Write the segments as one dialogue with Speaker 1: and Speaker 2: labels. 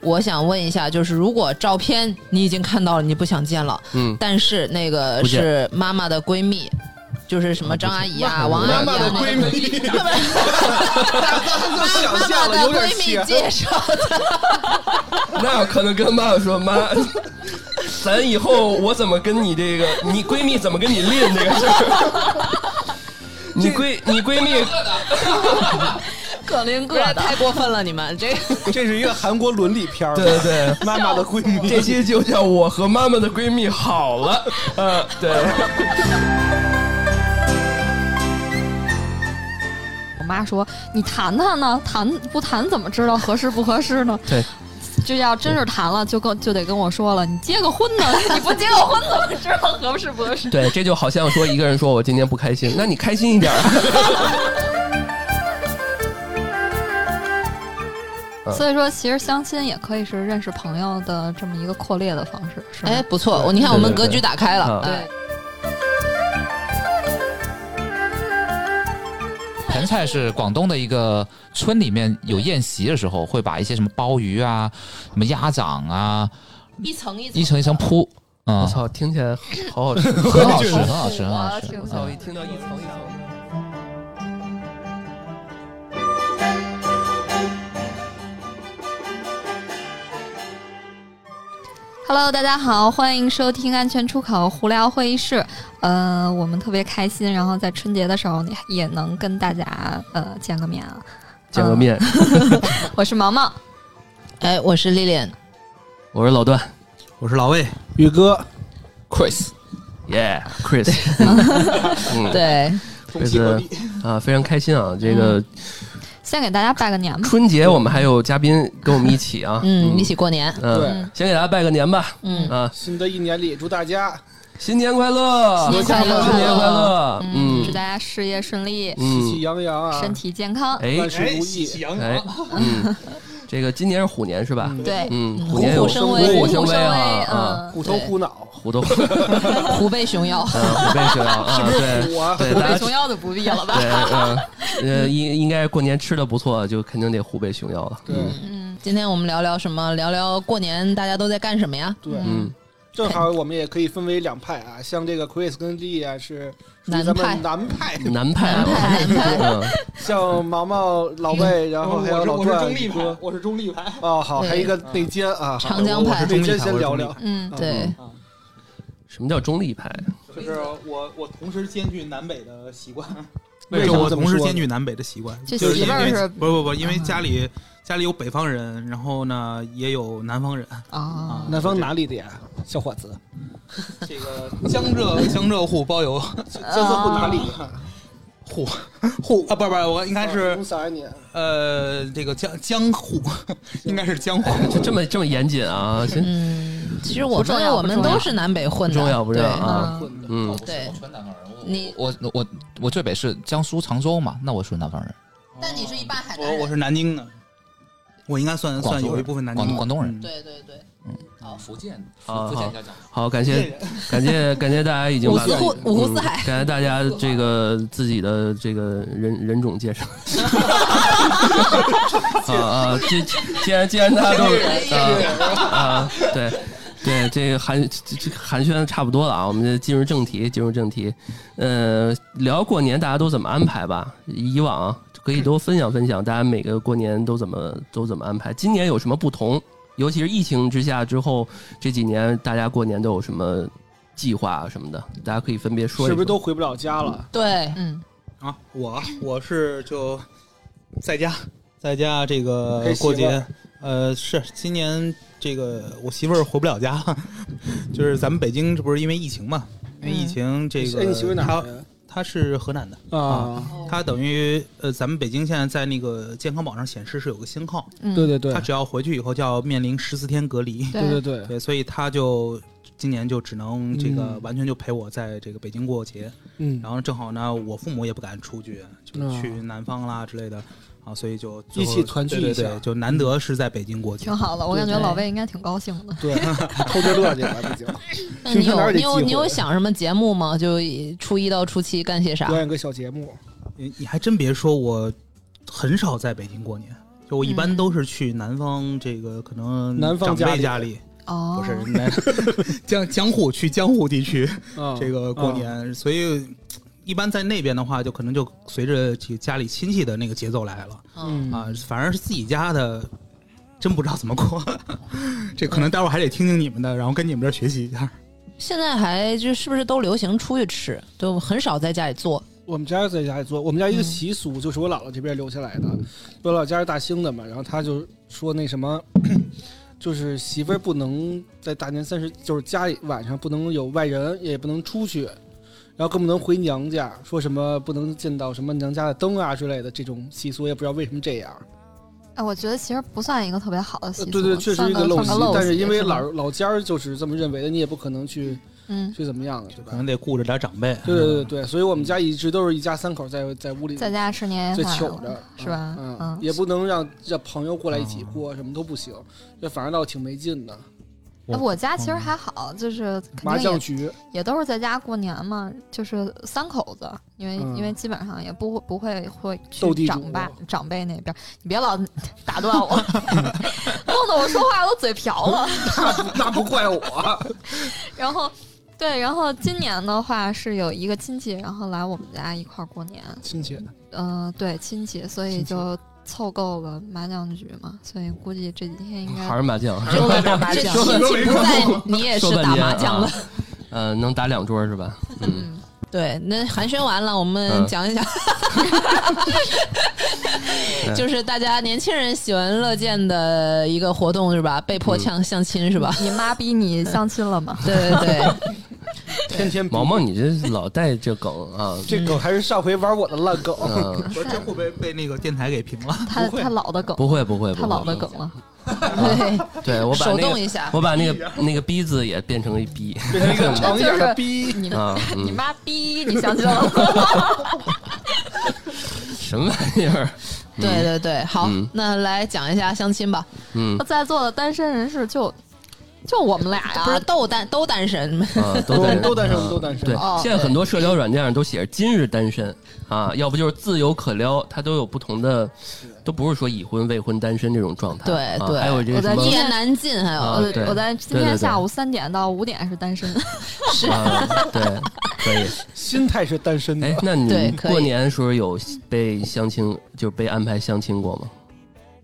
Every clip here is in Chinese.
Speaker 1: 我想问一下，就是如果照片你已经看到了，你不想见了，
Speaker 2: 嗯，
Speaker 1: 但是那个
Speaker 2: 不见
Speaker 1: 是妈妈的闺蜜，就是什么张阿姨啊、王阿
Speaker 3: 妈
Speaker 1: 姨
Speaker 3: 妈的
Speaker 1: 啊，
Speaker 3: 闺蜜，
Speaker 1: 那个
Speaker 3: 想
Speaker 1: 妈妈
Speaker 3: 象
Speaker 1: 的
Speaker 3: 了有点
Speaker 1: 闺蜜
Speaker 3: 邪。
Speaker 1: 介绍的，
Speaker 2: 那可能跟妈妈说妈， 咱以后我怎么跟你这个，你闺蜜怎么跟你练这个事儿？ 你闺你闺蜜
Speaker 1: 各邻各的，太过分了，你们这个
Speaker 3: 这是一个韩国伦理片儿，
Speaker 2: 对对对，
Speaker 3: 妈妈的闺蜜，
Speaker 2: 这期就叫我和妈妈的闺蜜好 了，呃，对，
Speaker 4: 我妈说：“你谈谈呢，谈不谈怎么知道合适不合适呢？”
Speaker 2: 对，
Speaker 4: 就要真是谈了，就跟就得跟我说了，你结个婚呢， 你不结个婚怎么知道合适不合适？
Speaker 2: 对，这就好像说一个人说我今天不开心，那你开心一点儿。嗯
Speaker 4: 所以说，其实相亲也可以是认识朋友的这么一个扩列的方式，是吗
Speaker 1: 哎不错，我你看我们格局打开了，
Speaker 4: 对
Speaker 1: 哎，
Speaker 5: 盆菜是广东的一个村里面有宴席的时候，会把一些什么鲍鱼啊、什么鸭掌啊，
Speaker 1: 一层一层
Speaker 5: 一层一层铺。
Speaker 2: 我
Speaker 5: 啊、
Speaker 2: 操，听起来好好吃。
Speaker 5: 很好吃，很好吃，很好
Speaker 4: 我
Speaker 5: 吃。
Speaker 4: 挺
Speaker 2: 我操，一听到一层一层，
Speaker 4: Hello，大家好，欢迎收听安全出口胡聊会议室。呃，我们特别开心，然后在春节的时候也能跟大家呃见个面啊。
Speaker 2: 见个 面，
Speaker 4: 我是毛毛，
Speaker 1: 哎，我是 Lilian，
Speaker 2: 我是老段
Speaker 6: 我是老魏，
Speaker 3: 宇哥，
Speaker 2: ，Chris。耶、yeah,，Chris，嗯，
Speaker 1: 对，
Speaker 2: 这次啊，非常开心啊！这
Speaker 3: 嗯
Speaker 2: 个
Speaker 4: 先给大家拜个年吧。
Speaker 2: 春节我们还有嘉宾跟我们一起啊，
Speaker 1: 嗯，一起过年，
Speaker 2: 嗯，
Speaker 3: 对，
Speaker 2: 先给大家拜个年吧，
Speaker 1: 嗯，
Speaker 2: 啊，
Speaker 3: 新的一年里祝大家
Speaker 2: 新年快乐，
Speaker 1: 新年快乐
Speaker 2: 新年快乐，嗯
Speaker 4: 祝大家事业顺利，
Speaker 3: 喜
Speaker 2: 嗯，
Speaker 3: 气洋洋啊，
Speaker 4: 身体健康。
Speaker 2: 哎
Speaker 3: 万事如意，
Speaker 6: 洋
Speaker 2: 哎，嗯，这个今年是虎年是吧？
Speaker 4: 对，
Speaker 2: 嗯，
Speaker 1: 嗯
Speaker 2: 虎年有
Speaker 3: 虎
Speaker 4: 生
Speaker 3: 虎
Speaker 4: 虎
Speaker 2: 虎生
Speaker 4: 生
Speaker 2: 威啊
Speaker 4: 嗯，
Speaker 3: 虎头虎脑，
Speaker 2: 虎头，
Speaker 1: 虎背熊 腰，
Speaker 2: 嗯，虎背熊腰啊，对
Speaker 3: 虎啊，
Speaker 2: 对，
Speaker 4: 虎
Speaker 2: 大
Speaker 4: 背
Speaker 2: 家
Speaker 4: 熊腰就不必了吧？
Speaker 2: 对，嗯，呃，应应该过年吃的不错，就肯定得虎背熊腰了。嗯
Speaker 3: 对
Speaker 1: 今天我们聊聊什么？聊聊过年大家都在干什么呀？
Speaker 3: 对，
Speaker 2: 嗯，
Speaker 3: 正好我们也可以分为两派啊，像这个 Chris 跟 Lee 啊是属于咱们南派，
Speaker 2: 南派啊，嗯，
Speaker 3: 像毛毛、老魏，然
Speaker 6: 哦
Speaker 3: 后还有老段哥，
Speaker 6: 我是中立派。
Speaker 3: 哦好，
Speaker 1: 对
Speaker 3: 还有一个内奸啊，好
Speaker 1: 长江派
Speaker 3: 我是内奸先聊聊，
Speaker 4: 嗯，
Speaker 1: 对，
Speaker 2: 什么叫中立派？啊
Speaker 6: 就是我，我同时兼具南北的习惯。
Speaker 3: 为什
Speaker 6: 什
Speaker 3: 么
Speaker 6: 么
Speaker 3: 这么
Speaker 6: 同时
Speaker 3: 说
Speaker 6: 兼具南北的习惯？
Speaker 4: 这
Speaker 6: 就是
Speaker 4: 媳妇
Speaker 6: 因
Speaker 4: 儿
Speaker 6: 为
Speaker 4: 是
Speaker 6: 不不不，因为家里家里有北方人，然后呢也有南方人
Speaker 4: 啊
Speaker 1: 哦
Speaker 6: 啊，。
Speaker 3: 南方哪里的呀，小伙子？
Speaker 6: 这个江浙江浙沪包邮
Speaker 3: 江浙沪哪里？
Speaker 6: 沪 沪啊，不是不是，我应该
Speaker 3: 啊
Speaker 6: 是
Speaker 3: 从啥呀你？
Speaker 6: 呃这个江江沪，应该是江沪。
Speaker 2: 这这么这么严谨啊？行，
Speaker 1: 嗯，其实我
Speaker 4: 不重
Speaker 1: 们
Speaker 4: 要
Speaker 1: 我们
Speaker 4: 不重要
Speaker 1: 都是南北混
Speaker 2: 不
Speaker 1: 的，
Speaker 2: 重要不重要
Speaker 1: 对
Speaker 2: 啊？
Speaker 4: 嗯
Speaker 2: 嗯，
Speaker 1: 对
Speaker 5: 川南方人
Speaker 1: 你
Speaker 5: 我我我最北是江苏常州嘛，那我属于南方人。
Speaker 1: 但你是一半海南
Speaker 6: 我
Speaker 1: 人
Speaker 6: 我是南京的，我应该算
Speaker 5: 广
Speaker 6: 算
Speaker 5: 州
Speaker 6: 有一
Speaker 5: 人
Speaker 6: 部分南京
Speaker 5: 广
Speaker 6: 的
Speaker 5: 广东人
Speaker 6: 嗯
Speaker 1: 对对对，
Speaker 5: 啊，福建，
Speaker 2: 啊好
Speaker 5: 叫讲。
Speaker 2: 好，感谢 感谢感谢大家已经
Speaker 1: 五
Speaker 2: 把
Speaker 1: 湖四
Speaker 2: 嗯
Speaker 1: 五湖四海
Speaker 2: 感谢大家这个自己的这个人人 种介绍。啊啊，既既然既然大 家都啊啊，对对，这个寒这这寒暄差不多了啊，我们就进入正题，进入正题。呃，聊过年大家都怎么安排吧？以往可以都分享分享，大家每个过年都怎么都怎么安排？今年有什么不同？尤其是疫情之下之后，这几年大家过年都有什么计划什么的，大家可以分别说一说。
Speaker 3: 是不是都回不了家了？
Speaker 1: 对，
Speaker 4: 嗯，
Speaker 6: 啊，我我是就在家，在家这个
Speaker 3: 陪媳妇
Speaker 6: 过
Speaker 3: 儿
Speaker 6: 节，呃，是今年这个我媳妇儿回不了家 了，就是咱们北京这不是因为疫情嘛，因为疫情这个，
Speaker 3: 哎，你媳妇哪
Speaker 6: 她
Speaker 3: 儿人
Speaker 6: 她是河南的，
Speaker 3: 啊？
Speaker 6: 她等于呃，咱们北京现在在那个健康宝上显示是有个星号，
Speaker 4: 嗯
Speaker 3: 对对对
Speaker 6: 她，只要回去以后就要面临十四天隔离，
Speaker 1: 嗯
Speaker 4: 对
Speaker 3: 对对对，
Speaker 6: 对，所以她就。今年就只能这个
Speaker 3: 嗯
Speaker 6: 完全就陪我在这个北京过节，
Speaker 3: 嗯，
Speaker 6: 然后正好呢，我父母也不敢出去，就是去南方啦之类的，啊，所以就最后
Speaker 3: 啊一起团聚
Speaker 6: 对对
Speaker 3: 一下
Speaker 6: 对，就难得是在北京过节
Speaker 4: 挺。好的，我感觉
Speaker 1: 对
Speaker 4: 老魏应该挺高兴的。
Speaker 3: 对，嗯偷着乐去了，毕竟
Speaker 1: 那你
Speaker 3: 平时
Speaker 1: 有
Speaker 3: 哪有
Speaker 1: 你有
Speaker 3: 这机会
Speaker 1: 你有想什么节目吗？就以初一到初七
Speaker 3: 嗯
Speaker 1: 干些啥
Speaker 3: 表？演个小节目。
Speaker 6: 你你还真别说，我很少在北京过年，就我一般都是去南方这个可能
Speaker 3: 南方
Speaker 6: 长
Speaker 3: 家
Speaker 6: 辈家
Speaker 3: 里
Speaker 6: 里，
Speaker 4: 哦，
Speaker 6: 不是南江江户去江户地区
Speaker 3: 嗯
Speaker 6: 这个过年，所以一般在那边的话，就可能就随着这个家里亲戚的那个节奏来了
Speaker 1: 嗯，
Speaker 6: 啊，反而是自己家的。真不知道怎么过， 这可能待会儿还得听听你们的，然后跟你们这儿学习一下。
Speaker 1: 现在还就是不是都流行出去吃，就很少在家里做。
Speaker 3: 我们家在家里做，我们家一
Speaker 1: 嗯
Speaker 3: 个习俗就是我姥姥这边留下来的。我姥姥家是大兴的嘛，然后她就说那什么， 就是媳妇儿不能在大年三十，就是家里晚上不能有外人，也不能出去，然后更不能回娘家，说什么不能见到什么娘家的灯啊之类的这种习俗，也不知道为什么这样。
Speaker 4: 哎，我觉得其实不算一个特别好的习
Speaker 3: 呃
Speaker 4: 俗，
Speaker 3: 对对，确实
Speaker 4: 算
Speaker 3: 是一
Speaker 4: 个算
Speaker 3: 陋习
Speaker 4: 个，陋
Speaker 3: 但是
Speaker 4: 习
Speaker 3: 因为
Speaker 4: 吧
Speaker 3: 老老家儿就是这么认为的，你也不可能去
Speaker 4: 嗯，
Speaker 3: 去怎么样的，对
Speaker 6: 可
Speaker 3: 吧？
Speaker 6: 能得顾着点长辈。嗯
Speaker 3: 对对对对，所以我们家一直都是一家三口在在屋里
Speaker 4: 在家吃年夜
Speaker 3: 在
Speaker 4: 饭
Speaker 3: 糗
Speaker 4: 了
Speaker 3: 着，
Speaker 4: 是吧？
Speaker 3: 嗯，
Speaker 4: 嗯，
Speaker 3: 也不能让让朋友过来一起
Speaker 2: 嗯
Speaker 3: 过，什么都不行，这反而倒挺没劲的。
Speaker 4: 哎我家其实
Speaker 6: 嗯
Speaker 4: 还好，就是
Speaker 3: 麻
Speaker 4: 肯定
Speaker 3: 将
Speaker 4: 也
Speaker 3: 局，
Speaker 4: 也都是在家过年嘛，就是三口子，因为、
Speaker 3: 嗯
Speaker 4: 因为基本上也不会不会会
Speaker 3: 斗
Speaker 4: 去
Speaker 3: 地主
Speaker 4: 长辈长辈那边，你别老 打断我，弄得我说话都嘴瓢了。
Speaker 3: 那不怪我。啊
Speaker 4: 然后，对，然后今年的话是有一个亲戚，然后来我们家一块儿过年，
Speaker 3: 亲戚，
Speaker 4: 嗯、对亲戚，所以
Speaker 3: 亲戚
Speaker 4: 就凑够了麻将局嘛，所以估计这几天应该
Speaker 2: 嗯还是麻将，
Speaker 1: 又在打麻
Speaker 4: 这
Speaker 1: 将
Speaker 4: 亲，戚不在，你也是
Speaker 2: 说半
Speaker 4: 打
Speaker 2: 天
Speaker 4: 麻将了
Speaker 2: 啊。，呃，能打两桌是吧？嗯，
Speaker 4: 嗯，
Speaker 1: 对，那寒暄完了，我们
Speaker 2: 嗯
Speaker 1: 讲一讲，就是大家年轻人喜闻乐见的一个活动是吧？被迫相相亲是吧？
Speaker 4: 你妈逼你相亲了吗？
Speaker 1: 对对对，
Speaker 3: 天天比
Speaker 2: 毛毛，你这老带这梗啊，
Speaker 3: 这狗还是上回玩我的烂狗。
Speaker 2: 嗯，
Speaker 6: 我真会被被那个电台给评了。
Speaker 4: 他
Speaker 3: 不会
Speaker 4: 他老的梗，
Speaker 2: 不会不会，不
Speaker 4: 他
Speaker 2: 会
Speaker 4: 老的梗，了。
Speaker 1: 对，
Speaker 2: 对我把
Speaker 1: 手
Speaker 2: 那
Speaker 1: 动
Speaker 2: 个
Speaker 1: 一下，
Speaker 2: 我把那个那个逼字也变成一逼
Speaker 3: 变成一个长一点的逼，
Speaker 4: 你
Speaker 2: 啊，嗯
Speaker 4: 你妈逼你相亲了吗？
Speaker 2: 什么玩意儿？
Speaker 1: 对对对，好
Speaker 2: 嗯，
Speaker 1: 那来讲一下相亲吧，
Speaker 2: 嗯
Speaker 4: 在座的单身人士就就我们俩呀，
Speaker 1: 不是都单都单身，
Speaker 2: 啊，
Speaker 3: 都
Speaker 2: 都单身
Speaker 3: 都单身，
Speaker 2: 啊
Speaker 3: 都单身。
Speaker 2: 对
Speaker 1: 哦，
Speaker 2: 现在很多社交软件上都写着“今日单身”啊，要不就是自由可撩，它都有不同的，都不是说已婚、未婚、单身这种状态。
Speaker 1: 对
Speaker 2: 啊
Speaker 1: 对
Speaker 2: 还有这个
Speaker 4: 我在
Speaker 2: 什么
Speaker 1: 一言难尽，还有
Speaker 2: 啊对
Speaker 4: 我我在今
Speaker 2: 对
Speaker 4: 天
Speaker 2: 对
Speaker 4: 下午三点到五点是单身，
Speaker 2: 啊，对， 可以。
Speaker 3: 心态是单身
Speaker 2: 哎
Speaker 3: 的，，
Speaker 2: 那
Speaker 1: 对
Speaker 2: 你
Speaker 1: 可以
Speaker 2: 过年的时候有被相亲，就是被安排相亲过吗？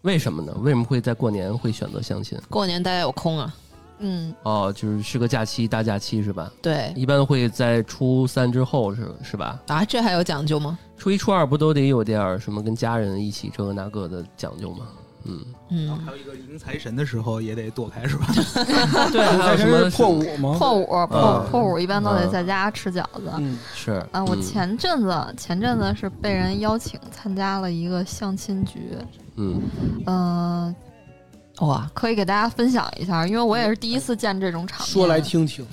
Speaker 2: 为什么呢？为什么会在过年会选择相亲？
Speaker 1: 过年大家有空啊，
Speaker 4: 嗯，
Speaker 2: 哦，就是是个假期，大假期是吧？
Speaker 1: 对
Speaker 2: 一般会在初三之后是是吧？
Speaker 1: 啊，这还有讲究吗？
Speaker 2: 初一、初二不都得有点儿什么跟家人一起这个那个的讲究吗？嗯，
Speaker 1: 嗯
Speaker 6: 还，有一个迎财神的时候也得躲开 是吧？
Speaker 4: 啊
Speaker 2: 对，还有
Speaker 3: 才
Speaker 2: 什
Speaker 3: 是
Speaker 2: 么
Speaker 3: 破五吗？
Speaker 4: 破五破
Speaker 2: 嗯
Speaker 4: 破五一般都得在家吃饺子。
Speaker 3: 嗯，
Speaker 2: 是
Speaker 4: 啊，我
Speaker 2: 嗯
Speaker 4: 前阵子前阵子是被人邀请参加了一个相亲局，
Speaker 2: 嗯
Speaker 4: 嗯、
Speaker 1: 哇，
Speaker 4: 可以给大家分享一下，因为我也是第一次见这种场面。
Speaker 3: 说来，听听，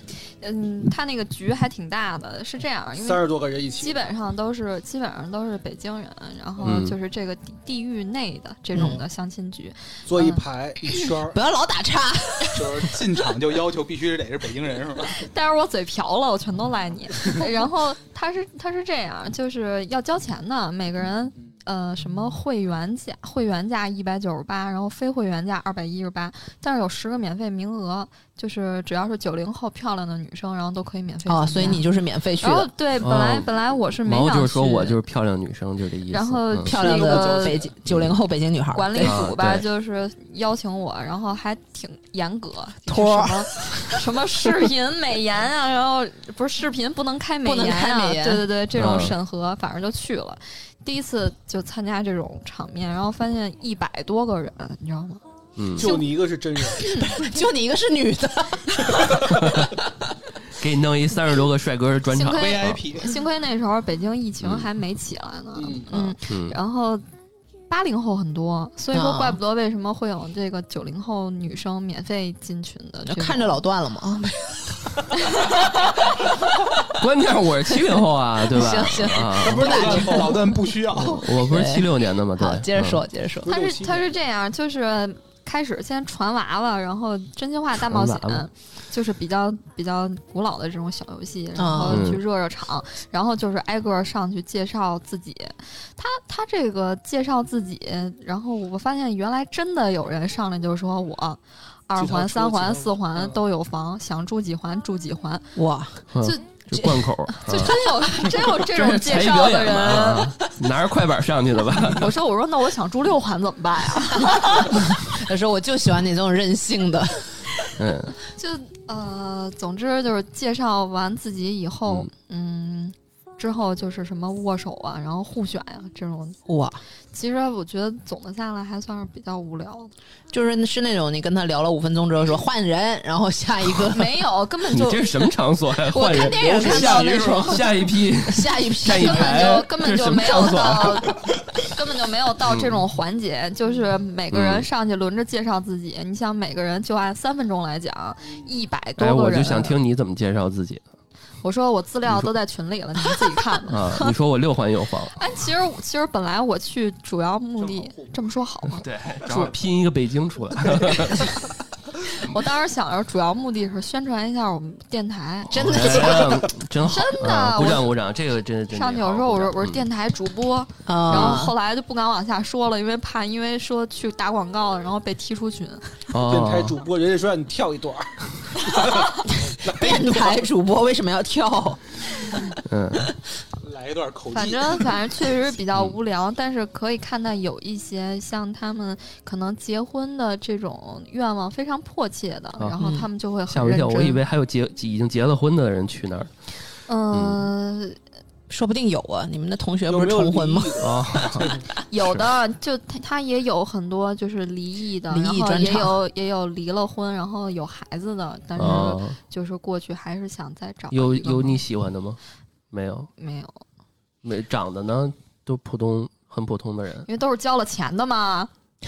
Speaker 4: 嗯，他那个局还挺大的，是这样，因为
Speaker 3: 三十多个人一起，
Speaker 4: 基本上都是基本上都是北京人，然后
Speaker 2: 嗯
Speaker 4: 就是这个地地域内的这
Speaker 3: 嗯
Speaker 4: 种的相亲局，
Speaker 3: 坐
Speaker 4: 嗯
Speaker 3: 一排一圈儿
Speaker 1: 不要老打岔，
Speaker 6: 就是进场就要求必须得是北京人是吧？
Speaker 4: 但是我嘴瓢了，我全都赖你。然后他是他是这样，就是要交钱的，每个人呃什么会员价会员价一百九十八，然后非会员价二百一十八，但是有十个免费名额，就是只要是九零后漂亮的女生，然后都可以免费
Speaker 1: 哦，
Speaker 4: 参加
Speaker 1: 所以你。就是免费去
Speaker 4: 然后
Speaker 1: 的，
Speaker 4: 对，本来、
Speaker 2: 哦
Speaker 4: 本来我是没
Speaker 2: 毛
Speaker 4: 想
Speaker 2: 就是说
Speaker 4: 去
Speaker 2: 我就是漂亮女生，就这意思。
Speaker 4: 然后
Speaker 2: 嗯
Speaker 1: 漂亮的北京九零后北京女孩，
Speaker 4: 管理
Speaker 1: 对
Speaker 4: 组吧，
Speaker 2: 啊对
Speaker 4: 就是邀请我，然后还挺严格，
Speaker 1: 托儿
Speaker 4: 什么什么视频美颜啊，然后不是视频不能开美
Speaker 1: 不能
Speaker 4: 颜
Speaker 1: 开
Speaker 4: 啊，
Speaker 1: 美颜
Speaker 4: 对对对，这种
Speaker 2: 嗯
Speaker 4: 审核，反正就去了。第一次就参加这种场面，然后发现一百多个人，你知道吗？
Speaker 2: 嗯，
Speaker 3: 就你一个是真人，
Speaker 1: 就你一个是女的，
Speaker 2: 给你弄一三十多个帅哥专场
Speaker 4: 幸亏
Speaker 2: VIP
Speaker 4: 幸亏那时候北京疫情
Speaker 2: 嗯
Speaker 4: 还没起来呢，
Speaker 3: 嗯
Speaker 4: 嗯，
Speaker 2: 嗯，
Speaker 4: 然后八零后很多，所以说
Speaker 1: 啊
Speaker 4: 怪不得为什么会有这个九零后女生免费进群的这种，
Speaker 1: 看着老段了啊吗？
Speaker 2: 关键我是七零后啊，对吧？
Speaker 1: 行行
Speaker 2: 啊，
Speaker 6: 不是嗯老段不需要，
Speaker 2: 我不是七六年的吗？对，
Speaker 1: 好，接着
Speaker 2: 嗯
Speaker 1: 说，接着说，
Speaker 4: 他是他是这样，就是开始先传娃娃，然后真心话大冒险
Speaker 2: 传娃娃，
Speaker 4: 就是比较比较古老的这种小游戏，然后
Speaker 2: 嗯
Speaker 4: 去热热场，然后就是挨个上去介绍自己。他他这个介绍自己，然后我发现原来真的有人上来就说我。二
Speaker 3: 几套
Speaker 4: 环、
Speaker 3: 车
Speaker 4: 三
Speaker 3: 几套
Speaker 4: 环、四环
Speaker 3: 嗯
Speaker 4: 都有房，想住几环住几环，
Speaker 1: 哇，
Speaker 2: 嗯
Speaker 4: 就
Speaker 2: 就贯口，
Speaker 4: 就
Speaker 2: 啊
Speaker 4: 真有真有 这种
Speaker 2: 是
Speaker 4: 介
Speaker 2: 才艺
Speaker 4: 绍
Speaker 2: 表
Speaker 4: 的
Speaker 2: 演嘛，
Speaker 4: 人。
Speaker 2: 啊拿着快板上去的 吧？
Speaker 4: 我说我说那我想住六环怎么办呀？
Speaker 1: 他说我就喜欢你这种任性的，
Speaker 2: 嗯，
Speaker 4: 就呃，总之就是介绍完自己以后，嗯。之后就是什么握手啊，然后互选呀、这种，
Speaker 1: 哇，
Speaker 4: 其实我觉得总的下来还算是比较无聊的，
Speaker 1: 就是是那种你跟他聊了五分钟之后说换人，然后下一 个
Speaker 4: 没有，根本
Speaker 2: 你
Speaker 4: 就
Speaker 2: 这是什么场所呀？
Speaker 1: 我
Speaker 2: 换
Speaker 1: 看
Speaker 2: 人，
Speaker 1: 电影看到
Speaker 2: 下
Speaker 1: 那
Speaker 2: 一
Speaker 1: 种
Speaker 2: 下一批，
Speaker 1: 下一批
Speaker 2: 下一
Speaker 4: 根
Speaker 2: 排
Speaker 4: 本就根
Speaker 2: 这
Speaker 4: 本
Speaker 2: 是
Speaker 4: 就
Speaker 2: 什么
Speaker 4: 没有
Speaker 2: 场所啊嗯
Speaker 4: 到，根本就没有到这种环节，就是每个人上去轮着介绍自己。你想，每个人就按三分钟来讲，一百多
Speaker 2: 哎，
Speaker 4: 个人。啊
Speaker 2: 我就想听你怎么介绍自己
Speaker 4: 我说我资料都在群里了，你们自己看 吧。
Speaker 2: 啊？你说我六环有房，
Speaker 4: 哎，其实其实本来我去主要目的这么说好吗？
Speaker 2: 对，然后拼一个北京出来，
Speaker 4: 我当时想着主要目的是宣传一下我们电台。
Speaker 1: 真的假的
Speaker 2: 哎真好，
Speaker 4: 真的
Speaker 2: 啊鼓掌
Speaker 4: 我
Speaker 2: 鼓掌，这个真的真的
Speaker 4: 上去有时
Speaker 2: 好嗯
Speaker 4: 候我
Speaker 2: 鼓
Speaker 4: 说
Speaker 2: 掌
Speaker 4: 我是电台主播，然后
Speaker 1: 啊
Speaker 4: 后来就不敢往下说了，因为怕因为说去打广告，然后被踢出群。
Speaker 2: 嗯哦
Speaker 3: 电台主播，人家说让你跳一段儿，
Speaker 1: 电台主播为什么要跳？
Speaker 2: 嗯
Speaker 6: 来一段口技，
Speaker 4: 反正反正确实比较无聊，但是可以看到有一些像他们可能结婚的这种愿望非常迫切的，
Speaker 2: 啊
Speaker 4: 然后
Speaker 1: 嗯
Speaker 4: 他们就会
Speaker 2: 吓我一
Speaker 4: 很认
Speaker 2: 跳，
Speaker 4: 真。
Speaker 2: 我以为还有结已经结了婚的人去那儿
Speaker 4: 嗯，
Speaker 1: 说不定有啊，你们的同学
Speaker 3: 有
Speaker 1: 不是
Speaker 3: 没有
Speaker 1: 重婚吗
Speaker 3: 离？异的？
Speaker 2: 哦，
Speaker 4: 有的，就他他也有很多就是离异的，
Speaker 1: 离
Speaker 4: 然
Speaker 1: 异
Speaker 4: 后
Speaker 1: 专
Speaker 4: 也
Speaker 1: 场
Speaker 4: 有也有离了婚，然后有孩子的，但是
Speaker 2: 哦，
Speaker 4: 就是过去还是想再找一个
Speaker 2: 有有你喜欢的吗？没有，
Speaker 4: 没有？
Speaker 2: 没长得呢都普通，很普通的人。
Speaker 4: 因为都是交了钱的嘛。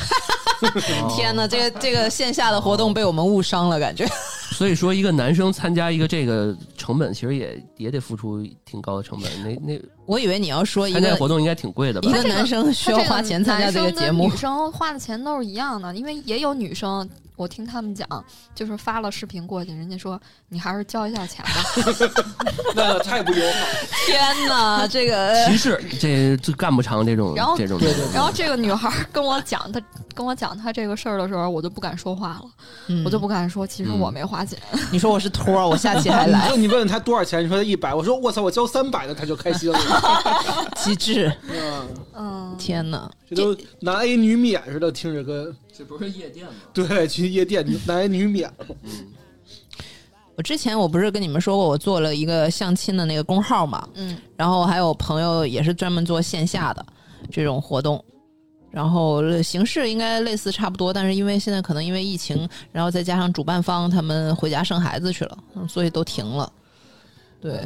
Speaker 1: 天哪，这个这个线下的活动被我们误伤了，感觉
Speaker 2: 所以说，一个男生参加一个这个成本，其实也也得付出挺高的成本。那那
Speaker 1: 我以为你要说一
Speaker 2: 参加
Speaker 1: 个
Speaker 2: 活动应该挺贵的吧
Speaker 1: 一？个
Speaker 4: 这个
Speaker 1: 男生需要
Speaker 4: 他这
Speaker 1: 花钱参加这个节目
Speaker 4: 男生 跟女生花的钱都是一样的，因为也有女生，我听他们讲，就是发了视频过去，人家说你还是交一 下钱吧。
Speaker 3: 那太不友好。
Speaker 1: 天哪，这个
Speaker 2: 歧视，这这干不长这种
Speaker 4: 然后
Speaker 2: 这种。
Speaker 4: 然后这个女孩儿跟我讲她跟我讲她这个事儿的时候，我就不敢说话了，我就不敢说，其实我没花钱。
Speaker 1: 嗯你说我是托儿，我下期还
Speaker 3: 你
Speaker 1: 来，
Speaker 3: 问你问他多少钱？你说他一百，我说我操，我交三百的，他就开心了。
Speaker 1: 极致！
Speaker 3: 嗯，
Speaker 4: 嗯，
Speaker 1: 天哪，
Speaker 3: 这都男 A 女免似的，听着跟
Speaker 2: 这不是夜店吗？
Speaker 3: 对去夜店男 A 女免，
Speaker 1: 我之前我不是跟你们说过，我做了一个相亲的那个公号嘛，
Speaker 4: 嗯，
Speaker 1: 然后还有朋友也是专门做线下的这种活动，然后形式应该类似差不多，但是因为现在可能因为疫情，然后再加上主办方他们回家生孩子去了，嗯所以都停了。对，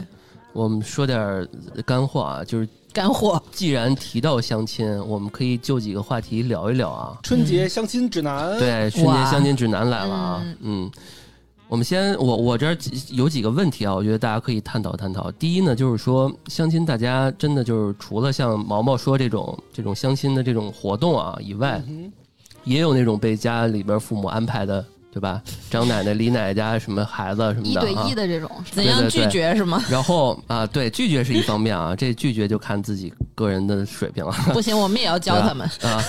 Speaker 2: 我们说点儿干货啊，就是
Speaker 1: 干货
Speaker 2: 既然提到相亲，我们可以就几个话题聊一聊啊。
Speaker 3: 春节相亲指南，
Speaker 2: 嗯对，瞬间
Speaker 1: 哇
Speaker 2: 相亲指南来了啊！嗯，我们先，我我这儿几有几个问题啊，我觉得大家可以探讨探讨。第一呢，就是说相亲，大家真的就是除了像毛毛说这种这种相亲的这种活动啊以外，
Speaker 3: 嗯
Speaker 2: 也有那种被家里边父母安排的，对吧？张奶奶、李奶奶家什么孩子什么
Speaker 4: 一
Speaker 2: 的、啊，
Speaker 4: 对一的这种，
Speaker 1: 怎样
Speaker 2: 对对
Speaker 1: 拒绝是吗？
Speaker 2: 然后啊，对，拒绝是一方面啊，这拒绝就看自己个人的水平了。
Speaker 1: 不行，我们也要教他 们。
Speaker 2: 啊，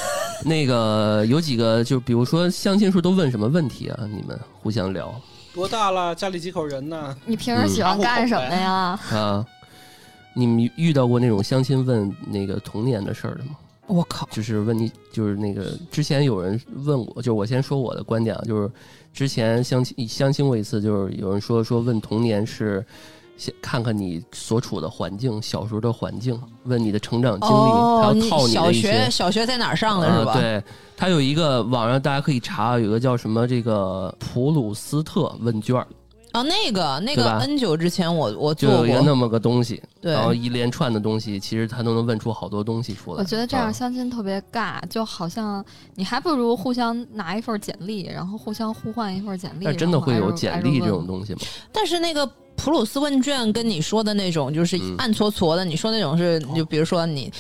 Speaker 2: 那个有几个，就比如说相亲时候都问什么问题啊？你们互相聊
Speaker 3: 多大了？家里几口人呢？
Speaker 4: 你平时喜欢干什么呀？
Speaker 2: 啊？你们遇到过那种相亲问那个童年的事儿的吗？
Speaker 1: 我靠，
Speaker 2: 就是问你，就是那个之前有人问我，就我先说我的观点啊，就是之前相亲相亲过一次，就是有人说说问童年是先看看你所处的环境，小时候的环境，问你的成长经历，
Speaker 1: 哦，
Speaker 2: 还有套你
Speaker 1: 小
Speaker 2: 的一些
Speaker 1: 学小学在哪儿上的是吧？
Speaker 2: 啊、对，它有一个网上大家可以查，有一个叫什么这个普鲁斯特问卷儿，
Speaker 1: 啊，那个那
Speaker 2: 对
Speaker 1: 个
Speaker 2: 吧
Speaker 1: N 九之前我我
Speaker 2: 就哦
Speaker 1: 做
Speaker 2: 有一个
Speaker 1: 过，
Speaker 2: 那么个东西，
Speaker 1: 对
Speaker 2: 然后一连串的东西，其实它都能问出好多东西出来。
Speaker 4: 我觉得这样
Speaker 2: 啊
Speaker 4: 相亲特别尬，就好像你还不如互相拿一份简历，然后互相互换一份简历。
Speaker 2: 但真的会有
Speaker 4: 然后挨着
Speaker 2: 简历这种
Speaker 4: 挨着问嗯
Speaker 2: 东西吗？
Speaker 1: 但是那个普鲁斯问卷跟你说的那种，就是
Speaker 2: 嗯哦
Speaker 1: 暗搓搓的，你说那种是，就比如说你。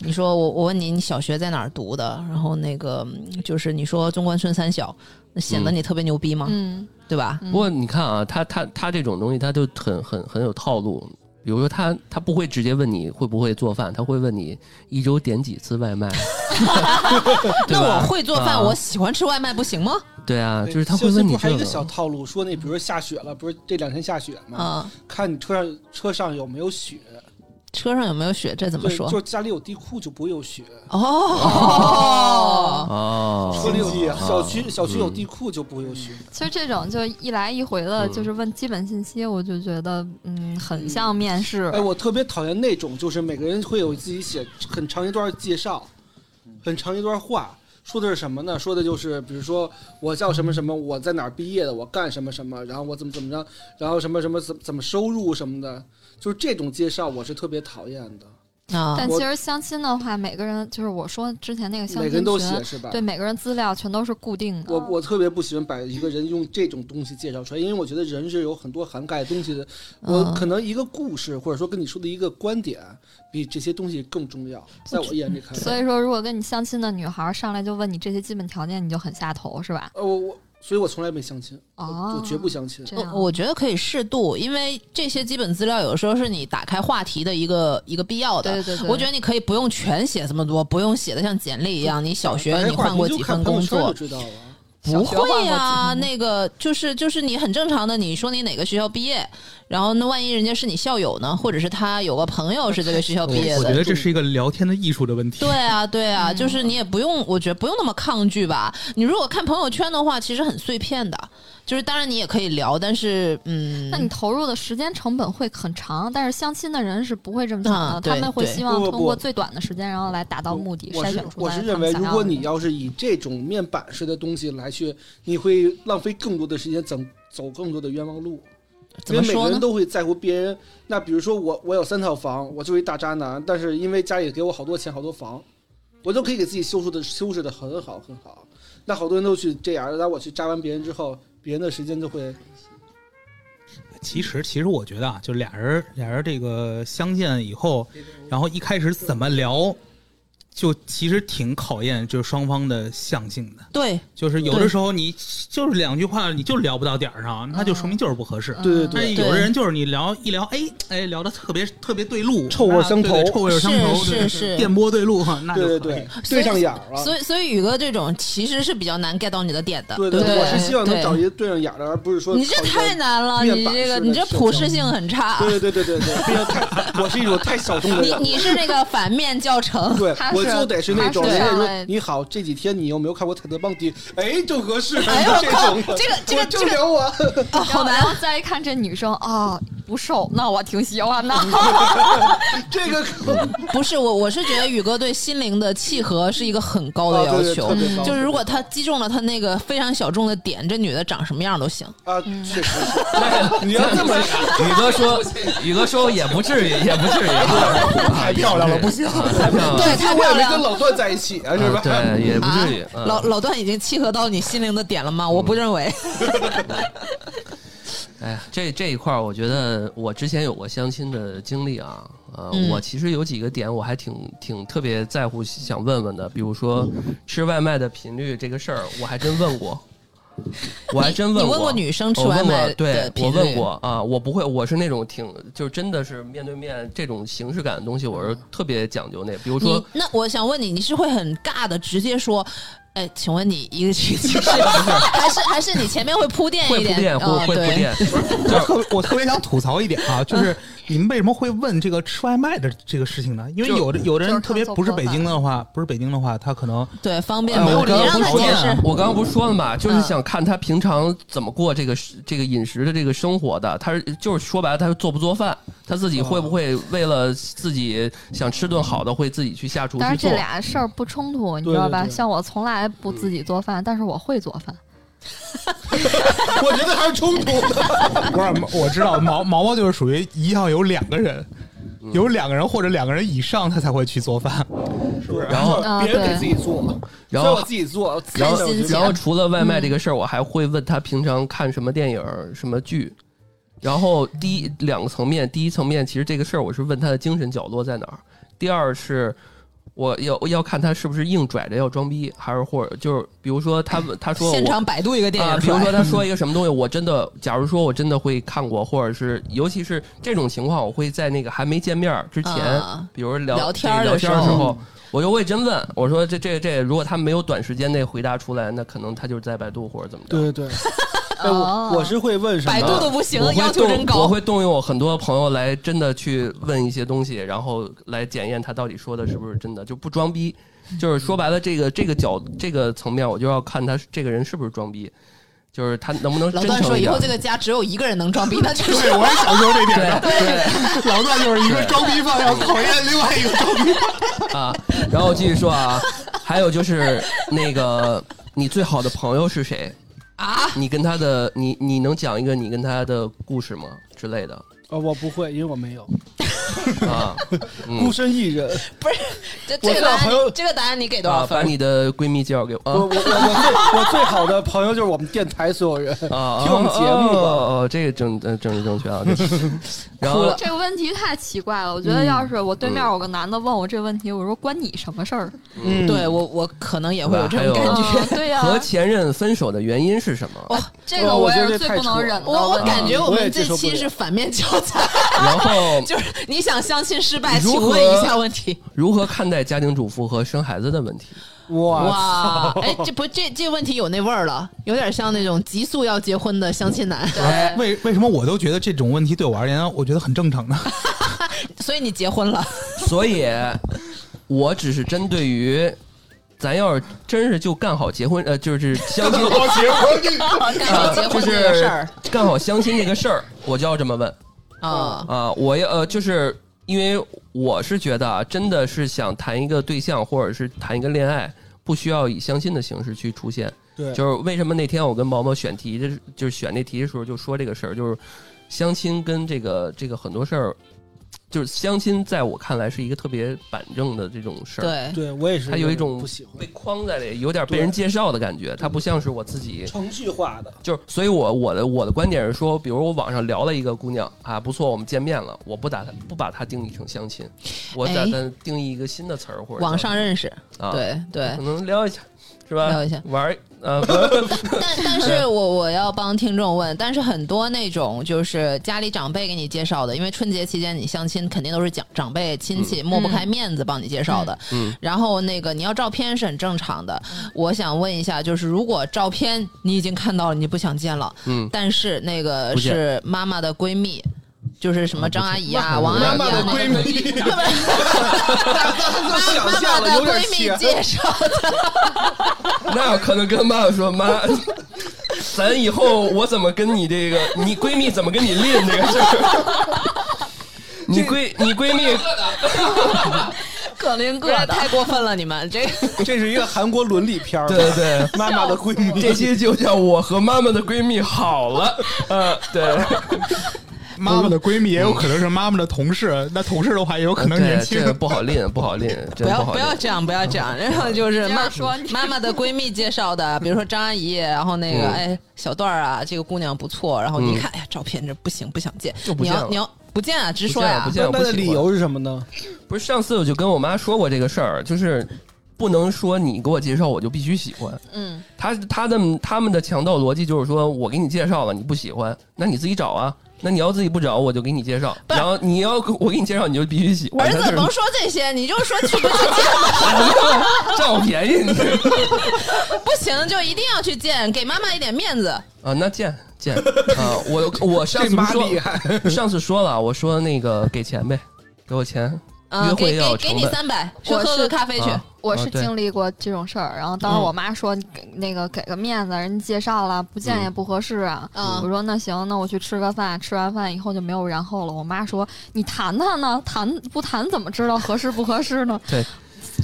Speaker 1: 你说我我问你，你小学在哪儿读的？然后那个嗯就是你说中关村三小，那显得
Speaker 2: 嗯
Speaker 1: 你特别牛逼吗？
Speaker 4: 嗯，
Speaker 1: 对吧？
Speaker 4: 嗯
Speaker 2: 不过你看啊，他他他这种东西，他就很很很有套路。比如说他，他不会直接问你会不会做饭，他会问你一周点几次外 卖，对
Speaker 1: 那我
Speaker 2: 吧？
Speaker 1: 会做饭，
Speaker 2: 啊
Speaker 1: 我喜欢吃外卖，不行吗？
Speaker 2: 对啊，
Speaker 3: 对
Speaker 2: 就是他会
Speaker 3: 哎现在
Speaker 2: 问你
Speaker 3: 不还有
Speaker 2: 这
Speaker 3: 一个小
Speaker 2: 个。
Speaker 3: 套路，说那比如说下雪了，不是这两天下雪
Speaker 2: 啊
Speaker 3: 吗？
Speaker 1: 嗯，
Speaker 3: 看你车上车上有没有雪，
Speaker 1: 车上有没有雪？这怎么
Speaker 3: 对，
Speaker 1: 说？
Speaker 3: 就是家里有地库就不会有雪。
Speaker 1: 哦，
Speaker 2: 哦，
Speaker 3: 说那个
Speaker 2: 啊
Speaker 3: 小区小区有
Speaker 2: 嗯
Speaker 3: 地库就不会有雪。
Speaker 4: 其实这种就一来一回的，
Speaker 2: 嗯
Speaker 4: 就是问基本信息，我就觉得嗯，很像面试
Speaker 3: 哎，。我特别讨厌那种，就是每个人会有自己写很长一段介绍，很长一段话，说的是什么呢？说的就是，比如说我叫什么什么，我在哪儿毕业的，我干什么什么，然后我怎么怎么着，然后什么什么怎么怎么收入什么的，就是这种介绍我是特别讨厌的。
Speaker 1: 啊
Speaker 4: 但
Speaker 3: 我
Speaker 4: 其实相亲的话，每个人就是我说之前那个相亲
Speaker 3: 每个人都
Speaker 4: 群
Speaker 3: 写，是吧？
Speaker 4: 对每个人资料全都是固定的。
Speaker 3: 我我特别不喜欢把一个人用这种东西介绍出来，因为我觉得人是有很多涵盖东西的。我
Speaker 1: 嗯
Speaker 3: 可能一个故事，或者说跟你说的一个观点，比这些东西更重要，在我眼里看来。
Speaker 4: 所以说，如果跟你相亲的女孩上来就问你这些基本条件，你就很下头，是吧？
Speaker 3: 呃，我我，所以我从来没相亲，我
Speaker 4: 哦
Speaker 3: 我绝不相亲。
Speaker 4: 这样
Speaker 1: 我我觉得可以适度，因为这些基本资料有时候是你打开话题的一个一个必要的。
Speaker 4: 对对对，
Speaker 1: 我觉得你可以不用全写这么多，不用写的像简历一样。你小学
Speaker 3: 反正
Speaker 1: 你
Speaker 3: 话
Speaker 1: 换过
Speaker 3: 哎就
Speaker 1: 几
Speaker 3: 看
Speaker 1: 份
Speaker 3: 朋友
Speaker 1: 工
Speaker 3: 圈
Speaker 1: 作
Speaker 3: 就，知道了。
Speaker 1: 不
Speaker 4: 小学换过
Speaker 1: 会
Speaker 4: 几
Speaker 1: 啊，
Speaker 4: 份
Speaker 1: 那个就是就是你很正常的，你说你哪个学校毕业，然后那万一人家是你校友呢，或者是他有个朋友是这个学校毕业
Speaker 6: 我觉
Speaker 1: 的。
Speaker 6: 得这是一个聊天的艺术的问题。
Speaker 1: 对啊，对
Speaker 4: 嗯
Speaker 1: 啊，就是你也不用，我觉得不用那么抗拒吧。你如果看朋友圈的话，其实很碎片的，就是当然你也可以聊，但是嗯，
Speaker 4: 那你投入的时间成本会很长，但是相亲的人是不会这么想
Speaker 1: 啊
Speaker 4: 的，
Speaker 1: 对
Speaker 4: 他们会
Speaker 1: 对
Speaker 4: 希望
Speaker 3: 不不
Speaker 4: 通
Speaker 3: 不
Speaker 4: 过最短的时间，然后来达到目的，
Speaker 3: 我
Speaker 4: 筛
Speaker 3: 是
Speaker 4: 选出
Speaker 3: 我
Speaker 4: 来
Speaker 3: 是
Speaker 4: 他
Speaker 3: 认
Speaker 4: 们
Speaker 3: 为，
Speaker 4: 想
Speaker 3: 如
Speaker 4: 要
Speaker 3: 果
Speaker 4: 的
Speaker 3: 你要是以这种面板式的东西来去，你会浪费更多的时间，走走更多的冤枉路。
Speaker 1: 怎
Speaker 3: 因为
Speaker 1: 么
Speaker 3: 每
Speaker 1: 说
Speaker 3: 个人
Speaker 1: 呢？
Speaker 3: 都会在乎别人。那比如说我，我有三套房，我就是一大渣男，但是因为家里给我好多钱、好多房，我都可以给自己修饰的修饰的很好很好。那好多人都去这样，那我去扎完别人之后，别人的时间就会
Speaker 6: 其实，其实我觉得啊，就俩人俩人这个相见以后，然后一开始怎么聊，就其实挺考验就是双方的相性的。
Speaker 1: 对，
Speaker 6: 就是有
Speaker 1: 对
Speaker 6: 的时候你就是两句话你就聊不到点儿上，那就说明就是不合适。
Speaker 4: 嗯
Speaker 3: 对对
Speaker 6: 但
Speaker 3: 对
Speaker 6: 是有的人就是你聊一聊，哎哎，聊的特别特别对路，
Speaker 3: 臭味
Speaker 6: 那
Speaker 3: 相投
Speaker 6: 对对臭味相投，
Speaker 1: 是
Speaker 6: 对
Speaker 1: 是是
Speaker 6: 电波对路，那就
Speaker 3: 对对
Speaker 6: 可以
Speaker 3: 对，
Speaker 1: 所以
Speaker 3: 对上眼儿了。
Speaker 1: 所以所以宇哥这种其实是比较难 get 到你的点的，
Speaker 3: 对
Speaker 1: 对不
Speaker 3: 对
Speaker 1: 对，
Speaker 3: 我是希望能
Speaker 1: 对
Speaker 3: 找一个对上眼儿的，而不是说
Speaker 1: 你这
Speaker 3: 靠一个
Speaker 1: 太难了，你
Speaker 3: 面板
Speaker 1: 这个
Speaker 3: 式的
Speaker 1: 你这
Speaker 3: 社
Speaker 1: 普
Speaker 3: 交
Speaker 1: 适性很差。
Speaker 3: 对对对对对，非常太，我是一种太小众的
Speaker 1: 你
Speaker 3: 人。
Speaker 1: 你是那个反面教程，
Speaker 3: 对
Speaker 4: 他，
Speaker 3: 我
Speaker 4: 是
Speaker 3: 就得是那种
Speaker 4: 他是
Speaker 3: 人家
Speaker 4: 上
Speaker 3: 说
Speaker 4: 来
Speaker 3: 你好，这几天你有没有看过《泰德邦迪》？哎，正合适，
Speaker 1: 哎呦我
Speaker 3: 这
Speaker 1: 靠
Speaker 3: 种的，
Speaker 1: 这个这个
Speaker 3: 我
Speaker 1: 这
Speaker 3: 正
Speaker 1: 个
Speaker 3: 聊我。
Speaker 1: 啊
Speaker 4: 然后
Speaker 1: 好难
Speaker 4: 然。后再一看这女生哦，不瘦，那我挺喜欢的。
Speaker 3: 嗯 这个可
Speaker 1: 不是我，我是觉得宇哥对心灵的契合是一个很高的
Speaker 3: 啊
Speaker 1: 要
Speaker 3: 对对
Speaker 1: 求
Speaker 3: 特，别高
Speaker 1: 就是如果他击中了他那个非常小众的点，这女的长什么样都行。
Speaker 3: 啊，确实是。
Speaker 2: 你要这么， 宇哥 说，宇哥说也不至于，也不至于， 太漂亮了，不行，太漂亮了，
Speaker 1: 对，太
Speaker 3: 我
Speaker 1: 漂
Speaker 3: 也没跟
Speaker 1: 亮。
Speaker 3: 老段在一起啊，是吧？
Speaker 2: 对，也不
Speaker 1: 啊
Speaker 2: 至于，嗯
Speaker 1: 老老段已经契合到你心灵的点了吗？我不认为。
Speaker 2: 哎呀，这这一块儿，我觉得我之前有过相亲的经历啊，呃，
Speaker 1: 嗯
Speaker 2: 我其实有几个点我还挺挺特别在乎，想问问的，比如说吃外卖的频率这个事儿，我还真问过，我还真
Speaker 1: 你
Speaker 2: 问
Speaker 1: 你
Speaker 2: 过，
Speaker 1: 问过女生吃
Speaker 2: 我
Speaker 1: 外
Speaker 2: 问
Speaker 1: 卖
Speaker 2: 过
Speaker 1: 的，
Speaker 2: 对
Speaker 1: 频
Speaker 2: 我问
Speaker 1: 率
Speaker 2: 过啊，我不会，我是那种挺就是真的是面对面这种形式感的东西，我是特别讲究那，比如说
Speaker 1: 你那我想问你，你是会很尬的直接说，哎，请问你一个星期是 还是还是你前面会铺垫
Speaker 2: 会
Speaker 1: 一
Speaker 2: 铺
Speaker 1: 点？
Speaker 2: 垫，
Speaker 1: 哦
Speaker 2: 会会铺
Speaker 1: 对
Speaker 2: 垫，
Speaker 6: 我特我特别想吐槽一点啊，就是你们为什么会问这个吃外卖的这个事情呢？因为
Speaker 2: 就
Speaker 6: 有的有的
Speaker 4: 就
Speaker 6: 人
Speaker 4: 是
Speaker 6: 特别
Speaker 4: 他做
Speaker 6: 不是
Speaker 4: 不
Speaker 6: 北
Speaker 4: 到
Speaker 6: 京的话，不是北京的话，他可能
Speaker 1: 对方便
Speaker 6: 哎
Speaker 1: 吗？
Speaker 6: 我
Speaker 1: 你
Speaker 6: 刚刚
Speaker 1: 让
Speaker 6: 不
Speaker 1: 他
Speaker 6: 是
Speaker 1: 解
Speaker 6: 说
Speaker 1: 释
Speaker 6: 了。
Speaker 2: 我刚刚不是说了嘛，就是
Speaker 1: 嗯
Speaker 2: 想看他平常怎么过这个是这个饮食的这个生活的。他是就是说白了，他是做不做饭，他自己会不会为了自己想吃顿好的，会自己去下厨
Speaker 4: 但
Speaker 2: 去
Speaker 4: 是
Speaker 2: 做
Speaker 4: 这？俩事儿不冲突，你
Speaker 3: 对
Speaker 4: 知道
Speaker 3: 对嗯
Speaker 4: 吧？
Speaker 3: 对
Speaker 4: 像我从来不自己做饭，但是我会做饭。
Speaker 3: 我觉得还是冲突 的。
Speaker 6: 不是，我知道毛毛毛就是属于一要有两个人，有两个人或者两个人以上，他才会去做饭。
Speaker 2: 然后
Speaker 4: 啊
Speaker 3: 别人
Speaker 4: 对
Speaker 3: 给自己做，
Speaker 2: 然
Speaker 3: 虽
Speaker 2: 后
Speaker 3: 我自己做，
Speaker 2: 然
Speaker 1: 看
Speaker 2: 后
Speaker 1: 心情嗯
Speaker 2: 然后除了外卖这个事儿，我还会问他平常看什么电影、什么剧。然后第一两个层面，第一层面其实这个事儿我是问他的精神角落在哪儿，第二是我要要看他是不是硬拽着要装逼，还是或者就是比如说他他说我
Speaker 1: 现场百度一个电
Speaker 2: 啊，
Speaker 1: 影
Speaker 2: 比
Speaker 1: 出
Speaker 2: 如
Speaker 1: 来，
Speaker 2: 说他说一个什么东西，我真的，假如说我真的会看过，或者是尤其是这种情况，我会在那个还没见面儿之前，
Speaker 1: 啊
Speaker 2: 比如聊
Speaker 1: 聊天儿
Speaker 2: 儿
Speaker 1: 的
Speaker 2: 聊天儿的
Speaker 1: 时
Speaker 2: 时
Speaker 1: 候
Speaker 2: 候，我就会真问我说这这这，如果他没有短时间内回答出来，那可能他就是在百度或者怎么着。
Speaker 3: 对对对，哎
Speaker 1: 哦
Speaker 3: 我我是会问什
Speaker 1: 百
Speaker 3: 么？
Speaker 1: 度都不行啊
Speaker 2: 我，
Speaker 1: 要
Speaker 2: 会
Speaker 1: 求真
Speaker 2: 动，
Speaker 1: 高。
Speaker 2: 我会动用我很多朋友来真的去问一些东西，然后来检验他到底说的是不是真的，就不装逼。就是说白了，这个这个角这个层面，我就要看他是这个人是不是装逼，就是他能不能
Speaker 1: 老
Speaker 2: 真
Speaker 1: 段
Speaker 2: 诚
Speaker 1: 说
Speaker 2: 一
Speaker 1: 以
Speaker 2: 点
Speaker 1: 后。这个家只有一个人能装逼，那就 是
Speaker 3: 对，我也想说这点
Speaker 2: 对
Speaker 3: 儿。对， 老段就是一个装逼犯，要考验另外一个装逼犯。
Speaker 2: 啊，然后我继续说啊，还有就是那个你最好的朋友是谁？
Speaker 1: 啊，
Speaker 2: 你跟他的你你能讲一个你跟他的故事吗之类的
Speaker 3: 啊，我不会，因为我没有，
Speaker 2: 啊？嗯
Speaker 3: 孤，身一人。
Speaker 1: 这
Speaker 3: 我
Speaker 1: 这个答
Speaker 3: 最好
Speaker 1: 案
Speaker 3: 朋友
Speaker 1: 你，这个答案你给多
Speaker 2: 啊
Speaker 1: 少，
Speaker 2: 把
Speaker 1: 分？
Speaker 2: 你的闺蜜介绍给我
Speaker 3: 我我我
Speaker 2: 啊
Speaker 3: 我最我最好的朋友就是我们电台所有人，
Speaker 2: 啊啊！
Speaker 3: 听我们节目吧
Speaker 2: 哦哦，这个正呃政治正确啊。这个然
Speaker 1: 哭
Speaker 2: 后
Speaker 1: 了
Speaker 4: 这个问题太奇怪了，我觉得要是我对面
Speaker 3: 嗯
Speaker 4: 有个男的问我这个问题，我说关你什么事儿？
Speaker 2: 嗯
Speaker 1: 对我我可能也会有这种
Speaker 2: 啊还
Speaker 1: 感
Speaker 2: 有啊哎
Speaker 1: 觉。
Speaker 4: 嗯， 对呀，
Speaker 2: 和前任分手的原因是 什么？
Speaker 4: 这个
Speaker 3: 哦我
Speaker 4: 我
Speaker 3: 觉
Speaker 4: 也
Speaker 3: 得
Speaker 4: 是
Speaker 3: 这
Speaker 4: 最
Speaker 3: 太
Speaker 4: 不能
Speaker 3: 扯
Speaker 4: 忍的。
Speaker 1: 我我
Speaker 4: 问题
Speaker 1: 感
Speaker 2: 啊
Speaker 1: 觉我
Speaker 3: 我也
Speaker 1: 们
Speaker 3: 接
Speaker 1: 这
Speaker 3: 受不
Speaker 1: 期
Speaker 3: 了
Speaker 1: 是反面教材，
Speaker 2: 然后
Speaker 1: 就是你想相亲失败，
Speaker 2: 如
Speaker 1: 请
Speaker 2: 何
Speaker 1: 问一下问题。
Speaker 2: 如何看待家庭主妇和生孩子的问题？
Speaker 3: 哇，
Speaker 1: 哇，哎，这不这这问题有那味儿了，有点像那种急速要结婚的相亲男。
Speaker 4: 对
Speaker 6: 为为什么我都觉得这种问题对我而言，我觉得很正常呢？
Speaker 1: 所以你结婚了，
Speaker 2: 所以，我只是针对于，咱要是真是就干好结婚，呃，就是相亲，
Speaker 1: 干好结婚这个事儿
Speaker 2: 就是干好相亲这个事儿，我就要这么问
Speaker 1: 啊，
Speaker 2: 啊、我要呃，就是因为我是觉得啊，真的是想谈一个对象，或者是谈一个恋爱，不需要以相亲的形式去出现。
Speaker 3: 对，
Speaker 2: 就是为什么那天我跟毛毛选题，就是就是选这题的时候就说这个事儿，就是相亲跟这个这个很多事儿，就是相亲在我看来是一个特别板正的这种事儿。
Speaker 1: 对，
Speaker 3: 对我也是，
Speaker 2: 他有一种
Speaker 3: 不喜欢
Speaker 2: 被框在里，有点被人介绍的感觉，它不像是我自己。
Speaker 3: 程序化的，
Speaker 2: 就是，所以我我的我的观点是说，比如我网上聊了一个姑娘啊，不错，我们见面了，我不打她不把她定义成相亲，我打
Speaker 1: 哎
Speaker 2: 算定义一个新的词儿或者
Speaker 1: 网
Speaker 2: 叫
Speaker 1: 上认识，
Speaker 2: 啊，，
Speaker 1: 对对
Speaker 2: 可。能聊一下，是吧？
Speaker 1: 聊一下
Speaker 2: 玩儿呃，不是
Speaker 1: 但但是我我要帮听众问，但是很多那种就是家里长辈给你介绍的，因为春节期间你相亲肯定都是长长辈亲
Speaker 3: 嗯
Speaker 1: 戚抹不开面子帮你介绍的，
Speaker 2: 嗯嗯
Speaker 1: 然后那个你要照片是很正常的。我想问一下，就是如果照片你已经看到了，你不想见了，
Speaker 2: 嗯，
Speaker 1: 但是那个
Speaker 2: 不见
Speaker 1: 是妈妈的闺蜜。就是什么张阿姨啊，王阿姨啊，
Speaker 3: 妈妈的
Speaker 1: 那个
Speaker 3: 闺 蜜
Speaker 1: 妈妈
Speaker 3: 想
Speaker 1: 妈
Speaker 3: 象的
Speaker 1: 的
Speaker 3: 有点
Speaker 1: 闺蜜
Speaker 3: 邪。
Speaker 1: 介绍
Speaker 2: 那可能跟妈妈说妈， 咱以后我怎么跟你这个你闺蜜怎么跟你练这个事儿？ 你闺你闺蜜
Speaker 4: 各邻各
Speaker 1: 有点
Speaker 4: 的，
Speaker 1: 太过分了，你们这个
Speaker 3: 这是一个韩国伦理片儿，
Speaker 2: 对对对，
Speaker 3: 妈妈的闺蜜，
Speaker 2: 这期就叫我和妈妈的闺蜜好了，呃，对，
Speaker 6: 妈妈的闺蜜也有可能是妈妈的同事，那同事的话也有可能年轻
Speaker 2: 对这。个 不好练，不好练，真
Speaker 1: 不要
Speaker 2: 好
Speaker 1: 不
Speaker 2: 练
Speaker 1: 要。这样，不要这样。然后就是
Speaker 4: 接着
Speaker 1: 妈
Speaker 4: 说你
Speaker 1: 妈妈的闺蜜介绍的，比如说张阿姨，然后那个、
Speaker 2: 嗯
Speaker 1: 哎小段儿啊，这个姑娘不错。然后你看，哎呀，照片这不行，不想见。
Speaker 2: 就不
Speaker 1: 你
Speaker 2: 见
Speaker 1: 要
Speaker 2: 了
Speaker 1: 你要不见啊，直
Speaker 2: 不
Speaker 1: 说
Speaker 2: 见
Speaker 1: 呀、
Speaker 2: 了不见
Speaker 3: 那
Speaker 2: 了
Speaker 3: 那的理由是什么呢？
Speaker 2: 不是上次我就跟我妈说过这个事儿，就是不能说你给我介绍我就必须喜欢。
Speaker 1: 嗯，
Speaker 2: 他他的他们的强盗逻辑就是说我给你介绍了你不喜欢，那你自己找啊。那你要自己不找，我就给你介绍。
Speaker 1: 不是
Speaker 2: 然后你要我给你介绍，你就必须喜 欢。
Speaker 1: 儿子
Speaker 2: 他就是
Speaker 1: 甭说这些，你就说去不去
Speaker 2: 占我便宜你
Speaker 1: 不行，就一定要去见，给妈妈一点面子。
Speaker 2: 啊！那见见啊！我我上次不
Speaker 3: 妈厉
Speaker 2: 说
Speaker 3: 害，
Speaker 2: 上次说了，我说那个给钱呗，给我钱，
Speaker 1: 啊
Speaker 2: 约，会
Speaker 1: 给
Speaker 2: 要
Speaker 1: 给
Speaker 2: 有
Speaker 1: 给
Speaker 2: 成
Speaker 1: 你
Speaker 2: 本
Speaker 1: 三百，去
Speaker 4: 我
Speaker 1: 喝
Speaker 4: 是
Speaker 1: 个咖啡去。
Speaker 2: 啊
Speaker 4: 我是
Speaker 2: 啊对
Speaker 4: 经历过这种事儿，然后
Speaker 5: 嗯
Speaker 4: 当时我妈说你给那个给个面子，人家介绍了，不见也不合适啊。
Speaker 1: 嗯
Speaker 4: 我说那行，那我去吃个饭，吃完饭以后就没有然后了。我妈说你谈谈呢，谈不谈怎么知道合适不合适呢？
Speaker 2: 对，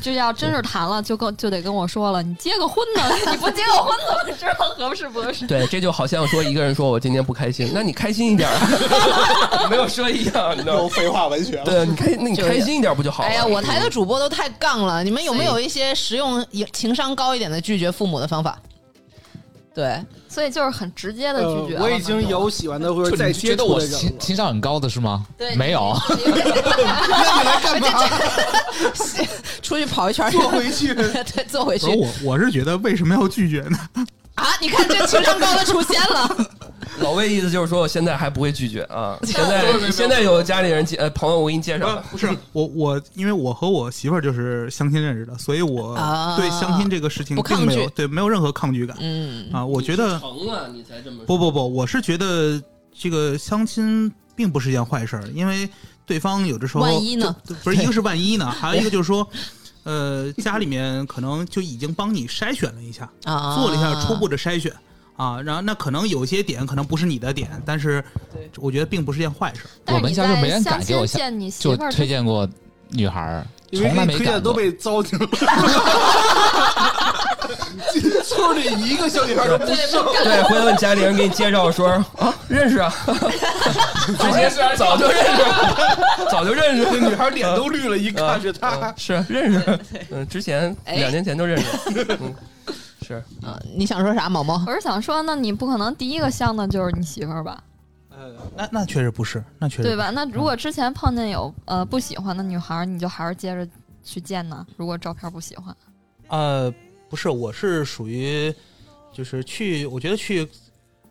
Speaker 4: 就要真是谈了，就跟就得跟我说了，你结个婚呢，你不结个婚怎么知道合适不合 适？
Speaker 2: 对，这就好像说一个人说我今天不开心，那你开心一点儿， 没有说一样，你知道吗？
Speaker 3: 废话文学 了。
Speaker 2: 对，你开那你
Speaker 1: 就是
Speaker 2: 开心一点不就好了？
Speaker 1: 哎呀，我台的主播都太杠了，你们有没有一些实用、情商高一点的拒绝父母的方法？对，
Speaker 4: 所以就是很直接的拒绝了
Speaker 3: 呃
Speaker 4: 嘛。
Speaker 3: 我已经有喜欢的或者
Speaker 5: 就
Speaker 3: 再
Speaker 5: 你觉
Speaker 3: 接
Speaker 5: 得
Speaker 3: 触
Speaker 5: 我
Speaker 3: 的人
Speaker 5: 情
Speaker 3: 了。
Speaker 5: 情商很高的是吗？
Speaker 1: 对
Speaker 5: 没有，
Speaker 1: 你你
Speaker 3: 那你来干嘛？
Speaker 1: 出去跑一圈儿，
Speaker 3: 坐回 去。
Speaker 1: 对，坐回去
Speaker 6: 不是我，我是觉得为什么要拒绝呢？
Speaker 1: 啊！你看这情商高的出现 了，
Speaker 2: 老魏意思就是说，我现在还不会拒绝 啊，现
Speaker 3: 没有
Speaker 2: 在
Speaker 3: 没有没有
Speaker 2: 现在有家里人介呃朋友，我给你介绍
Speaker 6: 不
Speaker 2: 的，
Speaker 6: 不是我我，因为我和我媳妇儿就是相亲认识的，所以我
Speaker 1: 啊
Speaker 6: 对相亲这个事情
Speaker 1: 不抗
Speaker 6: 并没有
Speaker 1: 拒
Speaker 6: 对没有任何抗拒感
Speaker 1: 嗯，
Speaker 6: 啊。我觉得
Speaker 2: 成了你才这么
Speaker 6: 不不不，我是觉得这个相亲并不是一件坏事儿，因为对方有的时候
Speaker 1: 万一呢
Speaker 6: 就，不是一个是万一呢，还有一个就是说。呃，家里面可能就已经帮你筛选了一下，
Speaker 1: 啊，
Speaker 6: 做了一下初步的筛选啊，然后那可能有些点可能不是你的点，但是我觉得并不是件坏事儿。
Speaker 4: 但
Speaker 5: 我
Speaker 4: 是
Speaker 5: 们
Speaker 4: 你
Speaker 5: 家就没
Speaker 4: 在
Speaker 5: 人
Speaker 4: 相
Speaker 5: 敢给我
Speaker 4: 亲
Speaker 5: 下
Speaker 4: 见你媳
Speaker 5: 就
Speaker 4: 妇儿之
Speaker 5: 推荐过女孩儿，
Speaker 3: 因为
Speaker 5: 从来
Speaker 3: 给
Speaker 5: 没
Speaker 3: 你推荐
Speaker 5: 敢
Speaker 3: 都
Speaker 5: 过。
Speaker 3: 被糟践 了。村里一个小女孩都不剩，
Speaker 2: 对，回头你家里人给你介绍说啊，认识啊， 之前早就认识，早就认识，
Speaker 3: 那女孩脸都绿了，一看是她
Speaker 2: 嗯。是认识，嗯，之前
Speaker 1: 哎
Speaker 2: 两年前就认 识，嗯，是
Speaker 1: 啊，你想说啥，毛毛？
Speaker 4: 我是想说，那你不可能第一个相的就是你媳妇儿吧，
Speaker 6: 呃，那那确实不是，那确实
Speaker 4: 对吧？那如果之前碰见有呃不喜欢的女孩儿，你就还是接着去见呢。如果照片不喜欢，
Speaker 6: 呃，不是，我是属于就是去，我觉得去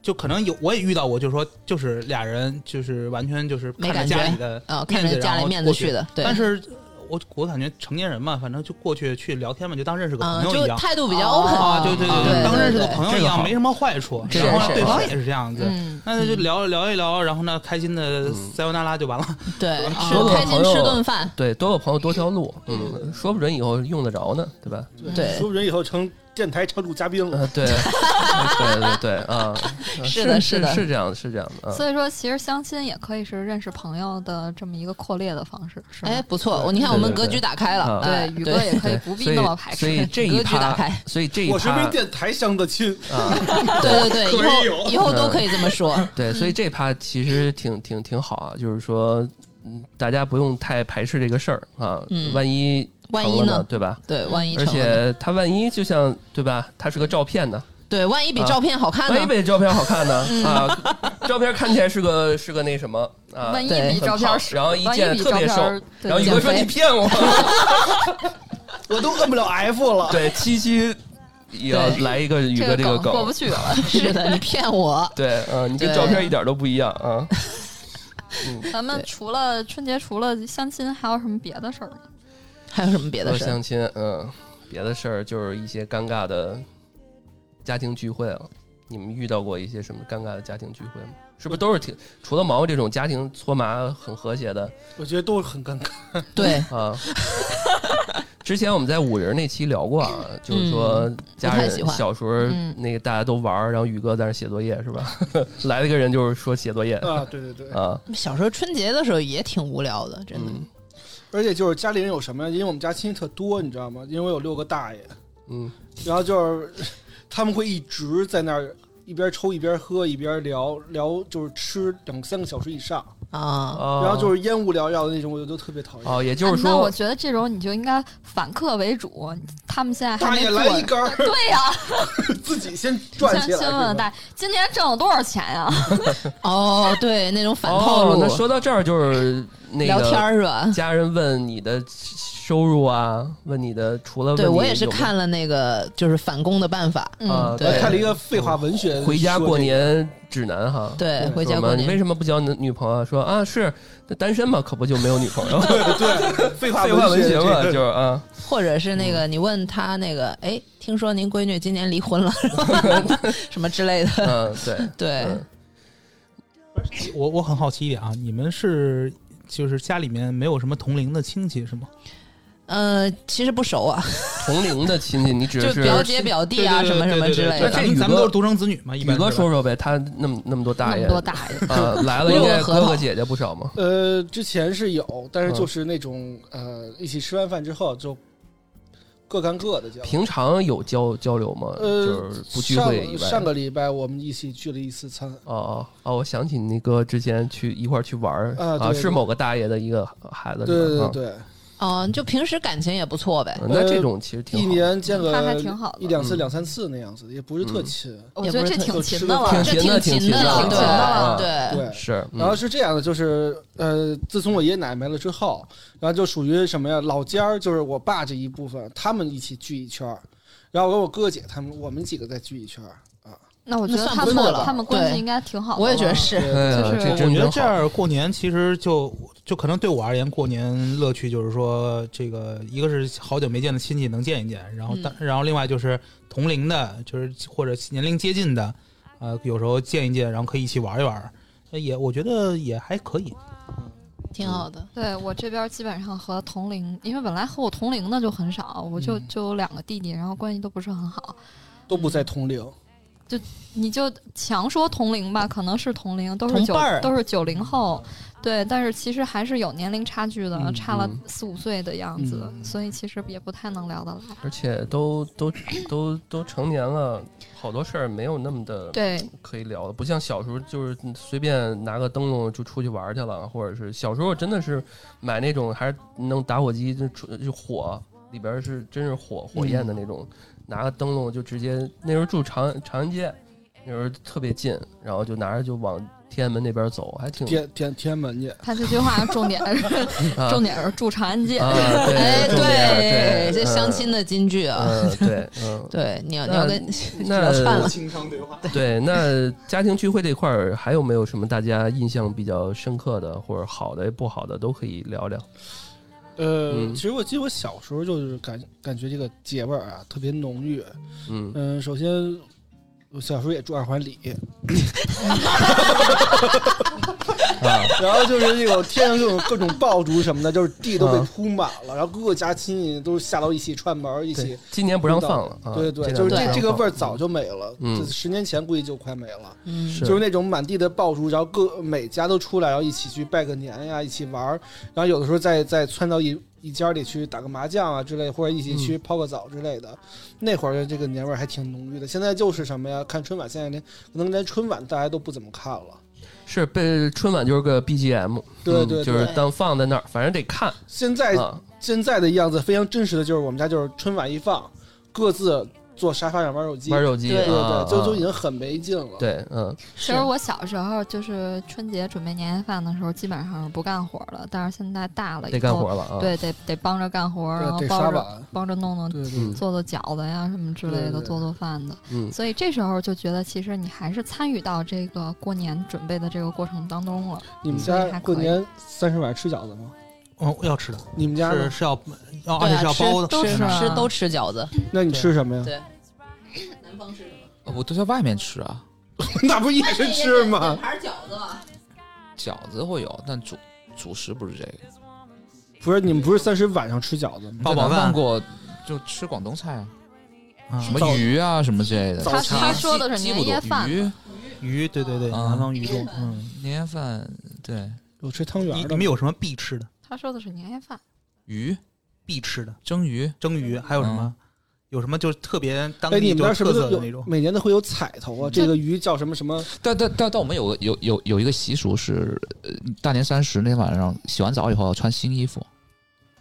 Speaker 6: 就可能有我也遇到过，就是说就是俩人就是完全就是
Speaker 1: 没
Speaker 6: 看着
Speaker 1: 感
Speaker 6: 家
Speaker 1: 觉
Speaker 6: 里的
Speaker 1: 啊，看着家里面子去
Speaker 6: 的，
Speaker 1: 的，对，
Speaker 6: 但是我我感觉成年人嘛，反正就过去去聊天嘛，就当认识个
Speaker 1: 啊，
Speaker 6: 朋友
Speaker 1: 就
Speaker 6: 一样。
Speaker 1: 态度比较
Speaker 4: 哦
Speaker 1: open，
Speaker 6: 啊，对对
Speaker 1: 对对
Speaker 6: 当认识个
Speaker 1: 对
Speaker 6: 朋友
Speaker 2: 这
Speaker 6: 一
Speaker 2: 个
Speaker 6: 样，
Speaker 2: 好
Speaker 6: 没什么坏处。
Speaker 1: 是
Speaker 6: 然后
Speaker 1: 是
Speaker 6: 呢，对方
Speaker 1: 是
Speaker 6: 也是这样子，
Speaker 4: 嗯，
Speaker 6: 那就聊聊一聊，然后呢，开心的
Speaker 2: 嗯
Speaker 6: 塞欧那拉就完了。
Speaker 1: 嗯对，
Speaker 6: 嗯
Speaker 2: 多
Speaker 1: 吃
Speaker 2: 个
Speaker 1: 开心
Speaker 2: 朋友
Speaker 1: 吃顿饭，
Speaker 2: 对，多个朋友多条路，嗯，说不准以后用得着呢，嗯对吧？
Speaker 1: 对
Speaker 3: 说不准以后成电台常驻嘉宾了。
Speaker 2: 呃，对， 对对对啊，
Speaker 1: 是的
Speaker 2: 是
Speaker 1: 是的
Speaker 2: 是这样的，是这样的啊。
Speaker 4: 所以说其实相亲也可以是认识朋友的这么一个扩列的方式，是吧？
Speaker 1: 哎，不错，我你看我们格局打开了，哎
Speaker 4: 对，
Speaker 6: 嗯
Speaker 4: 宇哥也可
Speaker 2: 对
Speaker 4: 以不必
Speaker 2: 所以
Speaker 4: 那么排斥，
Speaker 2: 所以这一
Speaker 1: 格局打
Speaker 2: 趴
Speaker 1: 开，
Speaker 2: 所以这一
Speaker 3: 我是被
Speaker 2: 趴
Speaker 3: 电台相的亲，
Speaker 2: 啊，
Speaker 1: 对对对，
Speaker 3: 可以
Speaker 1: 以后以
Speaker 6: 嗯
Speaker 1: 后都可以这么说，
Speaker 2: 对，所以这趴其实挺挺挺好啊，就是说，嗯，大家不用太排斥这个事儿啊，
Speaker 1: 嗯
Speaker 2: 万一
Speaker 1: 万
Speaker 2: 成
Speaker 1: 一
Speaker 2: 了
Speaker 1: 呢
Speaker 2: 呢，？对吧？
Speaker 1: 对，万一
Speaker 2: 而
Speaker 1: 成了呢，
Speaker 2: 且他万一就像对吧，他是个照片呢，
Speaker 1: 对，万一比
Speaker 2: 啊
Speaker 1: 照片好看
Speaker 2: 万一
Speaker 1: 呢？
Speaker 2: 被照片好看呢啊，照片看起来是个是个那什么啊，
Speaker 4: 万一
Speaker 1: 对
Speaker 4: 比
Speaker 2: 很
Speaker 4: 照片儿
Speaker 2: 胖然后一
Speaker 4: 万
Speaker 2: 见
Speaker 4: 比
Speaker 2: 特
Speaker 4: 照
Speaker 2: 别
Speaker 4: 片儿
Speaker 2: 瘦，
Speaker 4: 对
Speaker 2: 然后宇哥
Speaker 1: 减
Speaker 2: 说
Speaker 1: 肥
Speaker 2: 你骗我，
Speaker 3: 我都摁不了 F 了。
Speaker 2: 对，七夕也要
Speaker 1: 对
Speaker 2: 来一个宇哥
Speaker 4: 这
Speaker 2: 这个
Speaker 4: 梗过不
Speaker 2: 梗，
Speaker 4: 去了。
Speaker 1: 是的，你骗我，
Speaker 2: 对，嗯，你跟
Speaker 1: 对
Speaker 2: 照片一点都不一样啊，
Speaker 4: 咱们
Speaker 1: 对
Speaker 4: 除了春节，除了相亲，还有什么别的事儿吗？
Speaker 1: 还有什么 别的
Speaker 2: 说
Speaker 1: 事儿？
Speaker 2: 相亲，嗯，别的事儿就是一些尴尬的家庭聚会了。你们遇到过一些什么尴尬的家庭聚会吗？是不是都是挺除了毛毛这种家庭搓麻很和谐的
Speaker 3: 我觉得都是很尴尬。
Speaker 1: 对，
Speaker 2: 啊？之前我们在五人那期聊 过啊，就是说家
Speaker 1: 嗯不太
Speaker 2: 人
Speaker 1: 喜欢
Speaker 2: 小时候
Speaker 1: 嗯
Speaker 2: 那个大家都玩儿，然后宇哥在那儿写作业是吧？ 来了一个人就是说写作业
Speaker 1: 嗯
Speaker 3: 啊，对对对，
Speaker 2: 啊，
Speaker 1: 小时候春节的时候也挺无聊的，真的。
Speaker 2: 嗯
Speaker 3: 而且就是家里人有什么呀？因为我们家亲戚特多，你知道吗？因为我有六个大爷，
Speaker 2: 嗯，
Speaker 3: 然后就是 他们会一直在那儿一边抽一边喝一边聊聊，就是吃两三个小时以上，
Speaker 1: 啊，
Speaker 2: 然
Speaker 3: 然后就是烟雾缭绕的那种，我就特别讨厌。
Speaker 2: 哦，也就是
Speaker 4: 啊那
Speaker 2: 说
Speaker 4: 我觉得这种你就应该反客为主，他们现在还
Speaker 3: 大
Speaker 4: 没
Speaker 3: 爷
Speaker 4: 做
Speaker 3: 来一根儿，
Speaker 4: 对呀、
Speaker 3: 自己先
Speaker 4: 相
Speaker 3: 转起
Speaker 4: 亲
Speaker 3: 来。是
Speaker 4: 问
Speaker 3: 吧
Speaker 4: 问大，今年挣了多少钱呀、
Speaker 1: 哦，对，那种反套
Speaker 2: 哦
Speaker 1: 路
Speaker 2: 那，说到这儿就是那
Speaker 1: 聊
Speaker 2: 个
Speaker 1: 天儿是吧？
Speaker 2: 家人问你的收入啊，问你的除了问
Speaker 1: 对
Speaker 2: 你
Speaker 1: 我也是
Speaker 2: 有没有
Speaker 1: 看了那个就是返工的办法，
Speaker 2: 啊
Speaker 4: 嗯，
Speaker 2: 对
Speaker 3: 我看了一个废话文学，
Speaker 2: 回家过年指南哈。
Speaker 1: 对，回
Speaker 2: 说
Speaker 1: 家
Speaker 2: 嘛
Speaker 1: 过
Speaker 2: 你为
Speaker 1: 年。
Speaker 2: 什么不交女女朋友啊？说啊是单身嘛，可不就没有女 朋友？
Speaker 3: 对废话
Speaker 2: 废话文学嘛，
Speaker 3: 这
Speaker 2: 就 是啊，
Speaker 1: 或者是那
Speaker 2: 嗯
Speaker 1: 个你问他那个，哎，听说您闺女今年离婚 了，然后什么之类的，
Speaker 2: 嗯，对，
Speaker 1: 对，
Speaker 2: 嗯
Speaker 6: 我我很好奇一点啊，你们是就是家里面没有什么同龄的亲戚是吗？
Speaker 1: 呃，其实不熟啊，
Speaker 2: 同龄的亲戚，你指
Speaker 1: 就
Speaker 2: 的是
Speaker 1: 表姐表弟啊，
Speaker 6: 对
Speaker 1: 什
Speaker 6: 对
Speaker 1: 么什么之类
Speaker 2: 对对对
Speaker 1: 的
Speaker 2: 对。
Speaker 6: 咱们咱们都是独生子女嘛，一般
Speaker 2: 宇哥
Speaker 6: 是吧
Speaker 2: 说说呗，他那么那么多大
Speaker 4: 那
Speaker 2: 爷
Speaker 4: 么多大爷，
Speaker 2: 啊，来了应
Speaker 1: 六
Speaker 2: 该
Speaker 1: 个核桃
Speaker 2: 哥哥姐姐不少嘛。
Speaker 3: 呃，之前是有，但是就是那种呃，一起吃完饭之后就各干各的这样。
Speaker 2: 平常有交交流吗？
Speaker 3: 呃
Speaker 2: 就是不聚
Speaker 3: 上
Speaker 2: 会以外。
Speaker 3: 上个礼拜我们一起聚了一次餐，
Speaker 2: 哦哦哦！我想起你那个之前去一块儿去玩儿
Speaker 3: 啊对
Speaker 2: 是某个大爷的一个孩子，
Speaker 3: 对对
Speaker 2: 是吧
Speaker 3: 对，对，
Speaker 1: 嗯，就平时感情也不错呗，
Speaker 2: 嗯那这种其实挺
Speaker 3: 一
Speaker 2: 好的。
Speaker 3: 年见
Speaker 4: 他还
Speaker 3: 个
Speaker 4: 挺好的
Speaker 3: 一两次、
Speaker 2: 嗯
Speaker 3: 两三次那样子，也不是特
Speaker 2: 嗯
Speaker 3: 亲。
Speaker 4: 我
Speaker 1: 也
Speaker 4: 觉得
Speaker 1: 不
Speaker 4: 这
Speaker 1: 是
Speaker 4: 挺
Speaker 3: 特
Speaker 4: 勤
Speaker 3: 吃
Speaker 4: 的
Speaker 3: 得
Speaker 4: 了，
Speaker 2: 挺
Speaker 1: 这
Speaker 2: 勤的
Speaker 1: 勤
Speaker 2: 挺勤的啊
Speaker 1: 了，
Speaker 4: 挺勤的
Speaker 1: 对对，
Speaker 3: 对，
Speaker 2: 是，嗯
Speaker 3: 然后是这样的，就是呃，自从我爷爷奶奶没了之后，然后就属于什么呀？老家儿就是我爸这一部分，他们一起聚一圈儿，然后我跟我哥姐他们，我们几个再聚一圈儿啊。
Speaker 4: 那我觉得
Speaker 1: 那算
Speaker 4: 他
Speaker 1: 不错
Speaker 4: 们
Speaker 1: 了
Speaker 4: 他们关系
Speaker 1: 对
Speaker 4: 应该挺好的了。
Speaker 1: 我也觉得是。
Speaker 2: 哎呀
Speaker 4: 就是
Speaker 2: 这
Speaker 4: 我
Speaker 6: 我
Speaker 2: 真
Speaker 6: 觉得
Speaker 2: 真
Speaker 6: 这
Speaker 2: 好。
Speaker 6: 样过年其实就就可能对我而言，过年乐趣就是说，这个一个是好久没见的亲戚能见一见，然
Speaker 1: 嗯
Speaker 6: 后但、然后另外就是同龄的，就是或者年龄接近的，呃，有时候见一见，然后可以一起玩一玩，那也我觉得也还可以。
Speaker 1: 挺好的。
Speaker 4: 对我这边基本上和同龄，因为本来和我同龄的就很少，我就
Speaker 6: 嗯
Speaker 4: 就有两个弟弟，然后关系都不是很好。
Speaker 3: 都不 在同龄，
Speaker 4: 你就强说同龄吧，可能是同龄，都是
Speaker 1: 同
Speaker 4: 九
Speaker 1: 辈儿
Speaker 4: 都是九零后，对，但是其实还是有年龄差距的，
Speaker 6: 嗯
Speaker 4: 差了
Speaker 2: 嗯
Speaker 4: 四五岁的样子，
Speaker 6: 嗯
Speaker 4: 所以其实也不太能聊得来。
Speaker 2: 而且都都都都成年了，好多事儿没有那么的
Speaker 4: 对，
Speaker 2: 可以聊的，不像小时候就是随便拿个灯笼就出去玩去了，或者是小时候真的是买那种还是弄打火机就出就火里边是真是火火焰的那种，拿个灯笼就直接那时候住长长安街， 那时候特别近，然后就拿着就往天安门那边走，还挺
Speaker 3: 天天天安门去。
Speaker 4: 他这句话重点是
Speaker 2: 啊
Speaker 4: 重点是住长安街，
Speaker 2: 啊对
Speaker 1: 哎，
Speaker 2: 重点对
Speaker 1: 这相亲的金句啊，
Speaker 2: 嗯嗯对 嗯
Speaker 1: 对，你 要你
Speaker 2: 那
Speaker 1: 要跟
Speaker 2: 那
Speaker 1: 聊串了，
Speaker 3: 情商对话，
Speaker 2: 对，那家庭聚会这块儿还有没有什么大家印象比较深刻的，或者好的、不好的都可以聊聊。
Speaker 3: 呃，
Speaker 2: 嗯
Speaker 3: 其实我记得我小时候就是感感觉这个姐味儿啊特别浓郁。
Speaker 2: 嗯，
Speaker 3: 嗯、首先我小时候也住二环 里，
Speaker 2: 啊，
Speaker 3: 然后就是那种天上各种各种爆竹什么的，就是地都被
Speaker 2: 啊
Speaker 3: 铺满了，然后各家亲戚都下楼一起串门儿，一起
Speaker 2: 对，今年不让放了啊。
Speaker 3: 对对，
Speaker 2: 这
Speaker 3: 就是
Speaker 2: 两年不
Speaker 3: 这这个
Speaker 2: 让
Speaker 3: 味儿
Speaker 2: 放
Speaker 3: 早就没了，
Speaker 2: 嗯
Speaker 3: 这十年前估计就快没了。
Speaker 1: 嗯，
Speaker 2: 是
Speaker 3: 就是那种满地的爆竹，然后各每家都出来，然后一起去拜个年呀，一起玩儿，然后有的时候再再窜到一一家里去打个麻将啊之类，或者一起
Speaker 2: 嗯
Speaker 3: 去泡个澡之类的。那会儿的这个年味儿还挺浓郁的。现在就是什么呀？看春晚，现在连可能连春晚大家都不怎么看了。
Speaker 2: 是被春晚就是个 BGM，
Speaker 3: 对
Speaker 2: 嗯
Speaker 3: 对
Speaker 2: 就是
Speaker 1: 对
Speaker 2: 当放在那儿，反正得看
Speaker 3: 现在
Speaker 2: 啊。
Speaker 3: 现在的样子非常真实的就是我们家就是春晚一放，各自坐沙发上玩手机，
Speaker 2: 玩手机，
Speaker 1: 对
Speaker 3: 对对
Speaker 2: 啊
Speaker 3: 对，就就
Speaker 2: 啊
Speaker 3: 已经很没劲了。
Speaker 2: 对，嗯，
Speaker 4: 其实我小时候就是春节准备年夜饭的时候，基本上是不干活了，但是现在大了以后，
Speaker 2: 得干活了啊。
Speaker 4: 对，得得帮着干活，然后
Speaker 3: 对，得刷
Speaker 4: 帮啊着
Speaker 3: 碗。
Speaker 4: 帮着弄弄
Speaker 3: 对对
Speaker 2: 嗯
Speaker 4: 做做饺子呀什么之类
Speaker 3: 对
Speaker 4: 的，
Speaker 3: 对对
Speaker 4: 做做饭的。
Speaker 2: 嗯
Speaker 4: 所以这时候就觉得，其实你还是参与到这个过年准备的这个过程当中了。
Speaker 3: 你们
Speaker 4: 所以
Speaker 3: 家
Speaker 4: 还
Speaker 3: 过
Speaker 4: 可以
Speaker 3: 年三十晚吃饺子吗？
Speaker 6: 哦，要吃的
Speaker 3: 你们家呢
Speaker 6: 是是要要，而
Speaker 1: 对
Speaker 6: 且
Speaker 1: 啊，
Speaker 6: 是要包
Speaker 1: 吃
Speaker 6: 的，
Speaker 1: 都
Speaker 4: 是吗
Speaker 1: 吃都吃饺子，
Speaker 3: 那你吃什么呀？
Speaker 1: 对，南方是什么？
Speaker 5: 我都在外面吃啊，
Speaker 3: 那不也是吃吗？
Speaker 1: 还是饺子吧？
Speaker 5: 饺子会有，但主主食不是这个。
Speaker 3: 不是，你们不是三十晚上吃饺子吗？
Speaker 6: 八
Speaker 5: 在南
Speaker 6: 宝饭
Speaker 5: 方过就吃广东菜啊，
Speaker 6: 啊
Speaker 5: 什么鱼啊什么之类的。
Speaker 3: 早
Speaker 4: 他
Speaker 3: 餐
Speaker 4: 他说的是
Speaker 5: 鸡不
Speaker 4: 年
Speaker 5: 多
Speaker 4: 夜饭，
Speaker 5: 鱼
Speaker 6: 鱼，对对对，
Speaker 5: 啊
Speaker 6: 南方鱼多。嗯，
Speaker 5: 年夜饭对
Speaker 3: 有吃汤
Speaker 6: 你
Speaker 3: 圆
Speaker 6: 你
Speaker 3: 的
Speaker 6: 们
Speaker 3: 吗，
Speaker 6: 有什么必吃的？
Speaker 4: 他说的是年夜饭。
Speaker 5: 鱼
Speaker 6: 必吃的
Speaker 5: 蒸鱼，
Speaker 6: 蒸鱼，还有什么？有什么就是特别当
Speaker 3: 哎，你
Speaker 6: 地
Speaker 3: 们
Speaker 6: 就
Speaker 3: 那儿
Speaker 6: 有
Speaker 3: 是不
Speaker 6: 特
Speaker 3: 是
Speaker 6: 色的
Speaker 3: 有
Speaker 6: 那种？
Speaker 3: 每年都会有彩头啊？这个鱼叫什么什么？
Speaker 5: 但但但但我们有个有有有一个习俗是，呃大年三十那天晚上洗完澡以后要穿新衣服，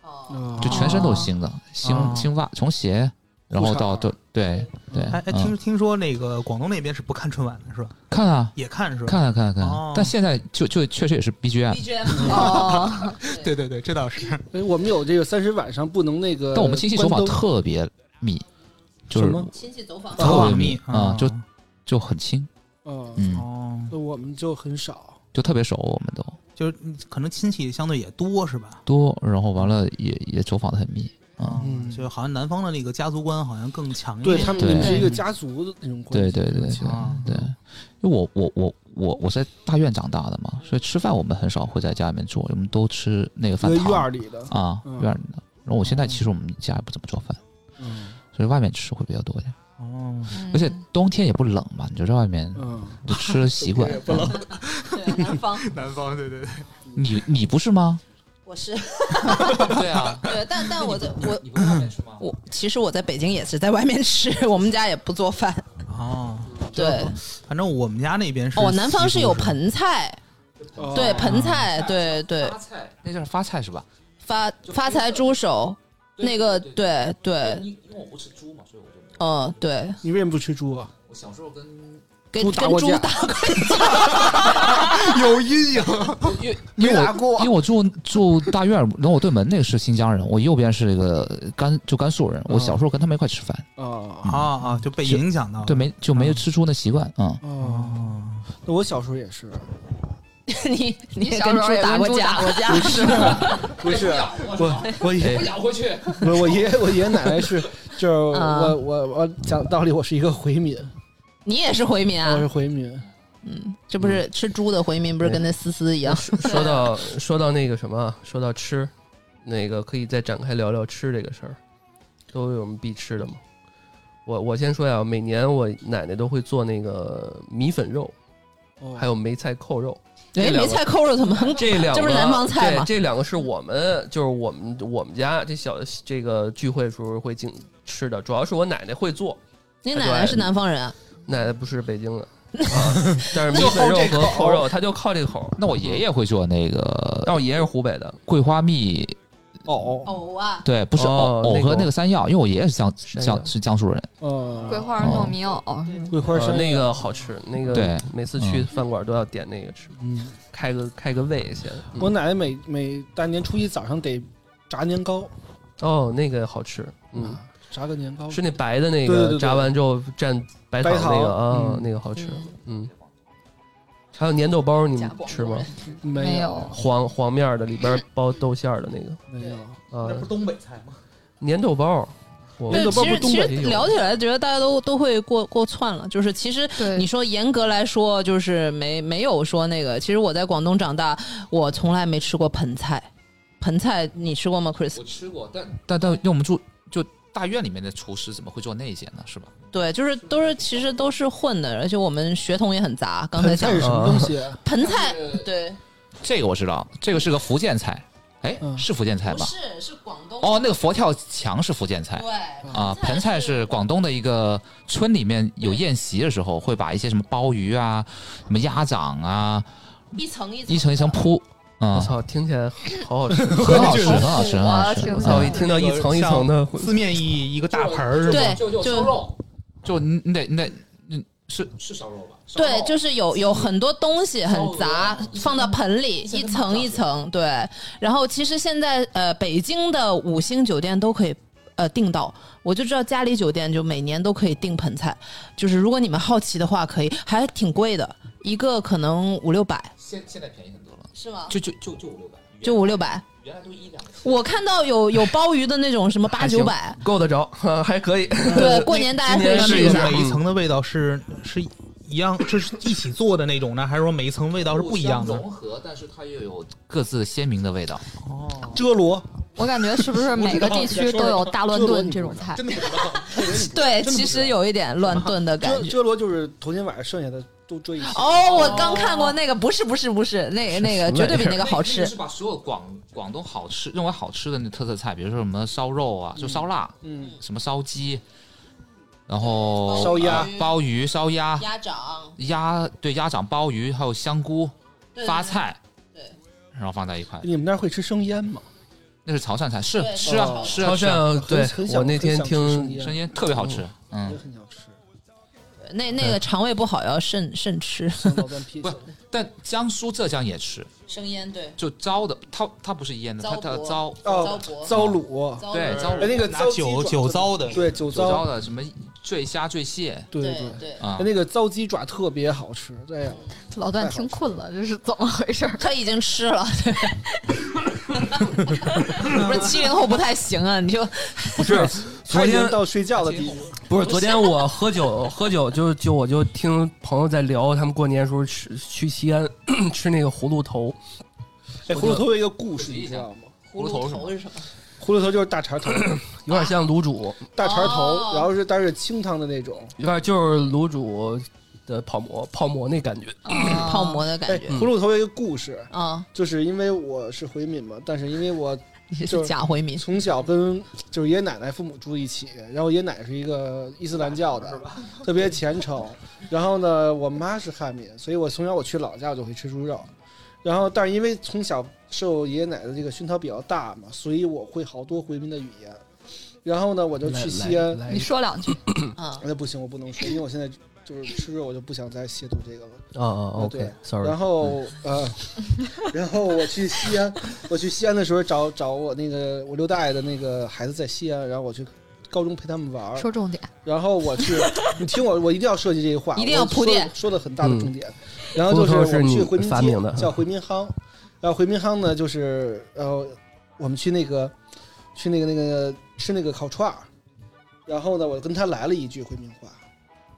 Speaker 1: 哦，
Speaker 3: 啊
Speaker 5: 就全身都是新的，新
Speaker 6: 哦
Speaker 5: 新袜，从鞋，然后到
Speaker 3: 裤
Speaker 5: 对
Speaker 3: 衩
Speaker 5: 对对，
Speaker 6: 哎
Speaker 5: 嗯
Speaker 6: 哎，听听说那个广东那边是不看春晚的是吧？
Speaker 5: 看啊
Speaker 6: 也看是吧？
Speaker 5: 看啊看啊看啊，
Speaker 6: 哦
Speaker 5: 但现在就就确实也是 BGM，
Speaker 1: 呃
Speaker 4: 哦，
Speaker 6: 对对对，这倒是。
Speaker 3: 哎，我们有这个三十晚上不能那个关灯。
Speaker 5: 但我们亲戚手法特别密，就
Speaker 3: 什
Speaker 5: 是
Speaker 3: 么？
Speaker 1: 亲戚走访
Speaker 5: 特别
Speaker 6: 哦
Speaker 5: 密
Speaker 6: 密
Speaker 5: 啊
Speaker 6: 啊，
Speaker 5: 就就很亲，
Speaker 3: 嗯，
Speaker 5: 嗯，
Speaker 6: 哦，
Speaker 3: 那我们就很少。
Speaker 5: 就特别熟，我们都
Speaker 6: 就是可能亲戚相对也多是吧？
Speaker 5: 多，然后完了也也走访的很密啊，
Speaker 3: 嗯
Speaker 6: 就好像南方的那个家族观好像更强一
Speaker 3: 对
Speaker 6: 点。
Speaker 3: 他们，
Speaker 5: 对
Speaker 3: 你们是一个家族的那种关
Speaker 5: 对
Speaker 3: 系。
Speaker 5: 对对对
Speaker 3: 哦
Speaker 6: 啊
Speaker 5: 对，因为我我我我我是在大院长大的嘛，所以吃饭我们很少会在家里面做，我们都吃那个
Speaker 3: 一
Speaker 5: 饭
Speaker 3: 个
Speaker 5: 堂
Speaker 3: 院儿里的。
Speaker 5: 啊
Speaker 3: 嗯
Speaker 5: 院儿里的。然后我现在其实我们家也不怎么做饭，
Speaker 3: 嗯
Speaker 5: 所以外面吃会比较多一点，
Speaker 6: 哦，
Speaker 5: 而且冬天也不冷嘛，你就在外面
Speaker 3: 嗯，
Speaker 5: 就吃了习 惯。啊
Speaker 1: 对南方，
Speaker 6: 南方对对对，
Speaker 5: 你你不是吗？
Speaker 1: 我是
Speaker 5: 对啊，
Speaker 1: 对，但但我在我
Speaker 5: 你不是外面吃吗？
Speaker 1: 我其实我在北京也是在外面吃， 我们家也不做饭。
Speaker 6: 哦，
Speaker 1: 对，
Speaker 6: 反正我们家那边是
Speaker 1: 哦，南方
Speaker 6: 习
Speaker 1: 是
Speaker 6: 俗
Speaker 1: 有盆菜，
Speaker 3: 哦
Speaker 1: 对盆菜，对对
Speaker 5: 呃发菜那叫发菜是吧？
Speaker 1: 发发财猪手，那个对对，
Speaker 5: 呃因因为我不吃猪嘛，所以我就
Speaker 1: 嗯对，
Speaker 3: 你为什么不吃猪啊？
Speaker 5: 我小时候跟
Speaker 1: 跟
Speaker 3: 猪打
Speaker 1: 跟
Speaker 3: 过
Speaker 1: 猪
Speaker 3: 架
Speaker 1: 打过，
Speaker 3: 有阴影，啊
Speaker 5: 因为因
Speaker 3: 没
Speaker 5: 为
Speaker 3: 打
Speaker 5: 我
Speaker 3: 过
Speaker 5: 因为。我住住大院儿，然后我对门那个是新疆人，我右边是一个甘就甘肃人，我小时候跟他们一块吃饭，
Speaker 3: 啊
Speaker 6: 啊啊，就被影响到了。
Speaker 5: 对没就没有吃猪的习惯啊。
Speaker 3: 啊！
Speaker 6: 哦，
Speaker 3: 那我小时候也是，
Speaker 1: 你你也
Speaker 4: 小
Speaker 1: 跟
Speaker 4: 时候
Speaker 1: 猪
Speaker 4: 也
Speaker 1: 打
Speaker 4: 跟
Speaker 1: 过
Speaker 4: 猪
Speaker 1: 架
Speaker 4: 打过架，
Speaker 3: 不是不是我我爷
Speaker 6: 哎
Speaker 5: 咬回去，
Speaker 3: 我我爷我爷爷奶奶是， 就是
Speaker 1: 啊
Speaker 3: 我我我讲道理，我是一个回民，
Speaker 1: 你也是回民
Speaker 3: 我是
Speaker 1: 啊？
Speaker 3: 回民，
Speaker 1: 嗯，这不是吃猪的回民，不是跟那思思
Speaker 2: 嗯
Speaker 1: 一样？ 哎
Speaker 2: 说到说到那个什么，啊说到吃，那个可以再展开聊聊吃这个事儿，都有什么必吃的吗？我我先说呀，每年我奶奶都会做那个米粉肉，
Speaker 3: 哦
Speaker 2: 还有梅菜扣肉。这
Speaker 1: 哎，
Speaker 2: 两
Speaker 1: 梅
Speaker 2: 个
Speaker 1: 菜扣肉怎么？
Speaker 2: 这两个
Speaker 1: 这不是南方菜吗
Speaker 2: 对，这两个是我们就是我们我们家这小这个聚会时候会经吃的，主要是我奶奶会做，
Speaker 1: 你奶奶是南方人啊？
Speaker 2: 奶奶不是北京的，啊、 但是 米粉肉和扣肉，她就靠这口儿。嗯
Speaker 5: 那我爷爷会做那
Speaker 2: 但
Speaker 5: 个
Speaker 2: 我爷爷是湖北的，
Speaker 5: 桂花蜜，
Speaker 3: 哦
Speaker 1: 藕啊，
Speaker 5: 对，不是
Speaker 2: 哦
Speaker 5: 藕藕
Speaker 2: 那个
Speaker 5: 和那个山药，因为我爷爷是江
Speaker 2: 山药
Speaker 5: 江是江苏人，
Speaker 3: 哦，
Speaker 4: 桂花
Speaker 5: 哦
Speaker 4: 糯米藕是吗？
Speaker 3: 桂花
Speaker 2: 呃
Speaker 3: 山
Speaker 2: 那个好吃，那个
Speaker 5: 对
Speaker 2: 每次去饭馆都要点那个吃，
Speaker 3: 嗯，
Speaker 2: 开个开个胃先。嗯
Speaker 3: 我奶奶每每大年初一早上得炸年糕，
Speaker 2: 哦，那个好吃，嗯，
Speaker 3: 啊，炸个年糕
Speaker 2: 是那白的那
Speaker 3: 对对对
Speaker 2: 个，
Speaker 3: 对
Speaker 2: 炸完之后蘸白糖
Speaker 3: 白糖
Speaker 2: 那个啊
Speaker 3: 嗯，
Speaker 2: 那个好吃，
Speaker 1: 嗯
Speaker 2: 嗯。还有粘豆包，你
Speaker 1: 假
Speaker 2: 们
Speaker 1: 广
Speaker 2: 吃
Speaker 1: 东
Speaker 2: 吗
Speaker 1: 人？
Speaker 3: 没
Speaker 4: 有
Speaker 2: 黄黄面儿的，里边包豆馅儿的那个
Speaker 3: 没有，
Speaker 2: 啊，
Speaker 6: 东北菜吗？
Speaker 2: 粘豆包，我
Speaker 1: 对，
Speaker 3: 那个包
Speaker 1: 其
Speaker 3: 括
Speaker 1: 实
Speaker 3: 东
Speaker 1: 其
Speaker 3: 北
Speaker 1: 实
Speaker 2: 也有
Speaker 1: 聊起来，觉得大家都都会过过窜了。就是其实
Speaker 4: 对，
Speaker 1: 你说严格来说，就是没没有说那个。其实我在广东长大，我从来没吃过盆菜。盆菜你吃过吗，Chris？
Speaker 5: 吃过，但但但因为我们住就大院里面的厨师怎么会做那些呢？是吧？
Speaker 1: 对，就是都是其实都是混的，而且我们血统也很杂。刚才
Speaker 3: 盆
Speaker 1: 讲
Speaker 3: 菜是什么东西？啊
Speaker 1: 盆菜，对，
Speaker 5: 这个我知道，这个是个福建菜，哎，
Speaker 3: 嗯
Speaker 5: 是福建菜吧？
Speaker 1: 是是广东
Speaker 5: 哦，那个佛跳墙是福建菜。
Speaker 1: 对
Speaker 5: 啊，盆菜是广东的一个村里面有宴席的时候，会把一些什么鲍鱼啊、什么鸭掌啊，
Speaker 1: 一层一
Speaker 5: 一层一层铺，
Speaker 2: 我
Speaker 5: 啊，
Speaker 2: 操，听起来好好吃，
Speaker 5: 很好吃，很好吃，很好吃。
Speaker 4: 我挺
Speaker 2: 我操！一
Speaker 5: 啊
Speaker 2: 听到一层一层的，
Speaker 6: 四面一一个大盆儿是吧？
Speaker 1: 对，就
Speaker 5: 就你你得你得你是是烧肉吧？
Speaker 1: 对，就是有有很多东西很杂，放到盆里一层一层。对，然后其实现在呃，北京的五星酒店都可以。呃，订到我就知道嘉里酒店就每年都可以订盆菜，就是如果你们好奇的话，可以还挺贵的，一个可能五六百，
Speaker 5: 现现在便宜很多了，
Speaker 1: 是吗？
Speaker 5: 就就就就五六百，
Speaker 1: 就五六百。
Speaker 5: 原来都一两千。
Speaker 1: 我看到有有鲍鱼的那种什么八
Speaker 2: 还行
Speaker 1: 九百，
Speaker 2: 够得着， 哈还可以。
Speaker 1: 对，过年大家
Speaker 2: 今
Speaker 1: 可以
Speaker 2: 年
Speaker 6: 那
Speaker 1: 试
Speaker 2: 是
Speaker 1: 一
Speaker 6: 哎那
Speaker 1: 下嗯
Speaker 6: 个。每一层的味道是是一样，这是一起做的那种呢，还是说每一层味道是不一样的？
Speaker 5: 融合，但是它又有各自鲜明的味道。
Speaker 3: 遮罗，
Speaker 4: 我感觉是不是哦每个地区都有大乱炖这种菜？
Speaker 1: 对，其实有一点乱炖的感
Speaker 3: 遮
Speaker 1: 觉。
Speaker 3: 遮罗就是头天晚上剩下的都遮一起。
Speaker 1: 哦，我刚看过那个，不是不是不是，那个那个
Speaker 2: 什么玩意
Speaker 1: 绝
Speaker 2: 儿
Speaker 1: 对比那个好
Speaker 5: 就
Speaker 1: 吃
Speaker 5: 是。把所有广广东好吃认为好吃的那特色菜，比如说什么烧肉啊，就烧腊，
Speaker 3: 嗯，
Speaker 5: 什么烧鸡，然后
Speaker 3: 烧鸭
Speaker 5: 啊鲍鱼、烧鸭、
Speaker 1: 鸭掌，
Speaker 5: 鸭对鸭掌、鲍鱼，还有香菇、发菜，
Speaker 1: 对，
Speaker 5: 然后放在一块，
Speaker 3: 你们那儿会吃生腌吗？
Speaker 5: 那是潮汕菜，是
Speaker 1: 对
Speaker 5: 吃啊
Speaker 3: 哦
Speaker 5: 吃啊
Speaker 2: 潮
Speaker 5: 吃啊，
Speaker 2: 汕，对
Speaker 3: 很想
Speaker 2: 我那天
Speaker 3: 很想吃生
Speaker 2: 听
Speaker 3: 腌
Speaker 5: 生腌特别好
Speaker 2: 哦
Speaker 5: 吃，嗯
Speaker 3: 也，很想吃，
Speaker 1: 那那个肠胃不好要慎慎吃。
Speaker 3: 像老干啤酒
Speaker 5: 不但江苏、浙江也吃，
Speaker 1: 生腌对，
Speaker 5: 就糟的，它它不是腌的，它它糟，
Speaker 3: 哦， 糟卤，
Speaker 5: 对糟
Speaker 3: 哎，那个
Speaker 6: 拿
Speaker 3: 糟鸡
Speaker 6: 酒
Speaker 3: 爪
Speaker 6: 酒糟的，
Speaker 3: 对
Speaker 5: 酒
Speaker 3: 酒
Speaker 5: 糟
Speaker 3: 糟，
Speaker 5: 的什么醉虾、醉蟹
Speaker 3: 对对。
Speaker 1: 对，
Speaker 5: 啊
Speaker 3: 哎，那个糟鸡爪特别好吃，对呀，
Speaker 4: 老段听困了，这是怎么回事？
Speaker 1: 他已经吃 了。对不是七零后不太行啊，你就
Speaker 2: 不是
Speaker 3: 他
Speaker 2: 昨
Speaker 3: 已经
Speaker 2: 天
Speaker 3: 到睡觉的地步。
Speaker 2: 不是昨天我喝酒喝酒就就我就听朋友在聊他们过年的时候吃去西安 吃那个葫芦头，
Speaker 3: 哎，葫芦头有一个故事，你知道 吗？
Speaker 5: 葫芦头是吗
Speaker 1: 是什么？
Speaker 3: 葫芦头就是大肠头，
Speaker 2: 有点像卤煮，
Speaker 3: 大肠
Speaker 1: 哦
Speaker 3: 头，然后是但是清汤的那种。
Speaker 2: 有点就是卤煮的泡馍泡馍那感觉。
Speaker 1: 嗯泡馍的
Speaker 3: 哎
Speaker 1: 感，觉
Speaker 3: 葫芦头有一个故事，
Speaker 1: 啊！
Speaker 3: 就是因为我是回民嘛，但是因为我
Speaker 1: 你
Speaker 3: 就是
Speaker 1: 假回民，
Speaker 3: 从小跟就是爷爷奶奶、父母住一起，然后爷爷奶奶是一个伊斯兰教的，特别虔诚。然后呢，我妈是汉民，所以我从小我去老家我就会吃猪肉。然后，但是因为从小受爷爷奶奶这个熏陶比较大嘛，所以我会好多回民的语言。然后呢，我就去西安，
Speaker 2: 哎
Speaker 4: 你说两 句，
Speaker 1: 啊，
Speaker 3: 那不行，我不能说，因为我现在就是吃肉，我就不想再亵渎这个了。
Speaker 2: 哦哦
Speaker 3: 啊对
Speaker 2: ，OK，sorry。
Speaker 3: 然
Speaker 2: 嗯
Speaker 3: 后呃，然后我去西安，我去西安的时候找找我那个我六大爷的那个孩子在西安，然后我去高中陪他们玩儿，
Speaker 4: 说重点。
Speaker 3: 然后我 去，你听我，我一定要设计这句话，
Speaker 1: 一定要
Speaker 3: 我
Speaker 1: 铺垫
Speaker 3: 说的说的很大的重点。
Speaker 2: 嗯
Speaker 3: 然后就
Speaker 2: 沟通
Speaker 3: 是
Speaker 2: 是
Speaker 3: 我们
Speaker 2: 你
Speaker 3: 去回民
Speaker 2: 发明的
Speaker 3: 街，叫回民夯，然后回民夯呢，就是呃，我们去那个去那个那个吃那个烤串儿，然后呢，我跟他来了一句回民话，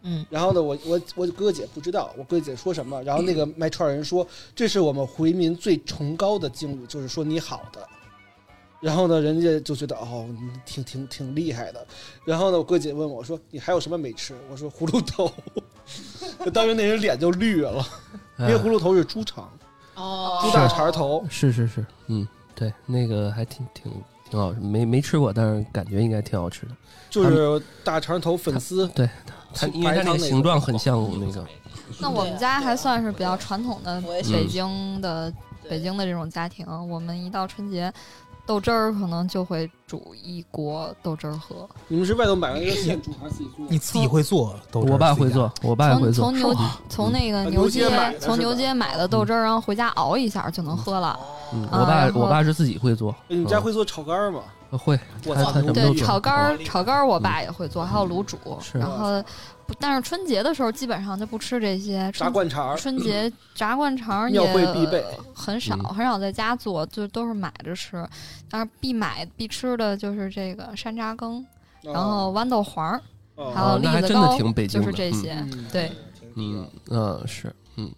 Speaker 1: 嗯，
Speaker 3: 然后呢，我我我哥哥姐不知道我哥哥姐说什么，然后那个
Speaker 2: 嗯
Speaker 3: 卖串儿人说，这是我们回民最崇高的敬语，就是说你好的。然后呢，人家就觉得哦，你挺挺挺厉害的。然后呢，我哥姐问我说：“你还有什么没吃？”我说：“葫 芦头。”当时那人脸就绿了，
Speaker 2: 嗯
Speaker 3: 因为葫芦头是猪肠，
Speaker 1: 哦
Speaker 3: 猪大肠头。
Speaker 2: 哎是是是，嗯，对，那个还挺挺挺好吃，没没吃过，但是感觉应该挺好吃的。
Speaker 3: 就是大肠头粉丝，
Speaker 2: 对它，因为它那个形状很像
Speaker 3: 嗯
Speaker 2: 那个，
Speaker 4: 那我
Speaker 3: 啊
Speaker 4: 们家还算是比较传统的
Speaker 2: 嗯
Speaker 1: 我也
Speaker 4: 北京的北京的这种家庭，我们一到春节，豆汁儿可能就会煮一锅豆汁儿喝，
Speaker 3: 你们是外头买 了一个现煮还是自己做？
Speaker 2: 嗯
Speaker 6: 你自己会做豆汁儿
Speaker 2: 我爸会
Speaker 6: 自己
Speaker 2: 做，我爸也会
Speaker 4: 从
Speaker 2: 做哦
Speaker 4: 从。牛从那个
Speaker 3: 啊
Speaker 4: 牛
Speaker 3: 牛街买的
Speaker 4: 从
Speaker 3: 是
Speaker 4: 牛
Speaker 3: 吧
Speaker 4: 街买的豆汁儿，然后回家熬一下就能喝了。
Speaker 3: 哦
Speaker 2: 嗯，
Speaker 4: 啊
Speaker 2: 我爸
Speaker 4: 然后
Speaker 2: 我爸是自己会做，
Speaker 3: 哎你们
Speaker 2: 嗯
Speaker 3: 家
Speaker 2: 呃
Speaker 3: 会做炒肝儿吗？
Speaker 2: 会，
Speaker 3: 我
Speaker 2: 他
Speaker 3: 操
Speaker 2: 他什么
Speaker 4: 对
Speaker 2: 都，
Speaker 4: 炒
Speaker 2: 做。嗯
Speaker 4: 肝儿，
Speaker 3: 嗯
Speaker 4: 炒肝儿我爸也会做，还有卤煮。
Speaker 2: 是
Speaker 4: 然后，不但是春节的时候基本上就不吃这些。
Speaker 3: 炸
Speaker 4: 春
Speaker 3: 灌肠儿，嗯
Speaker 4: 春节炸灌肠儿也
Speaker 3: 庙会必备。
Speaker 4: 很少
Speaker 2: 嗯
Speaker 4: 很少在家做，就都是买着吃。但是必买必吃的就是这个山楂羹，然后豌豆黄儿，
Speaker 3: 哦
Speaker 4: 还有
Speaker 2: 啊那还
Speaker 4: 栗子
Speaker 2: 真的
Speaker 4: 糕
Speaker 2: 挺北，京
Speaker 4: 就
Speaker 2: 的
Speaker 4: 是这些。
Speaker 3: 嗯
Speaker 4: 对，
Speaker 2: 嗯嗯是嗯，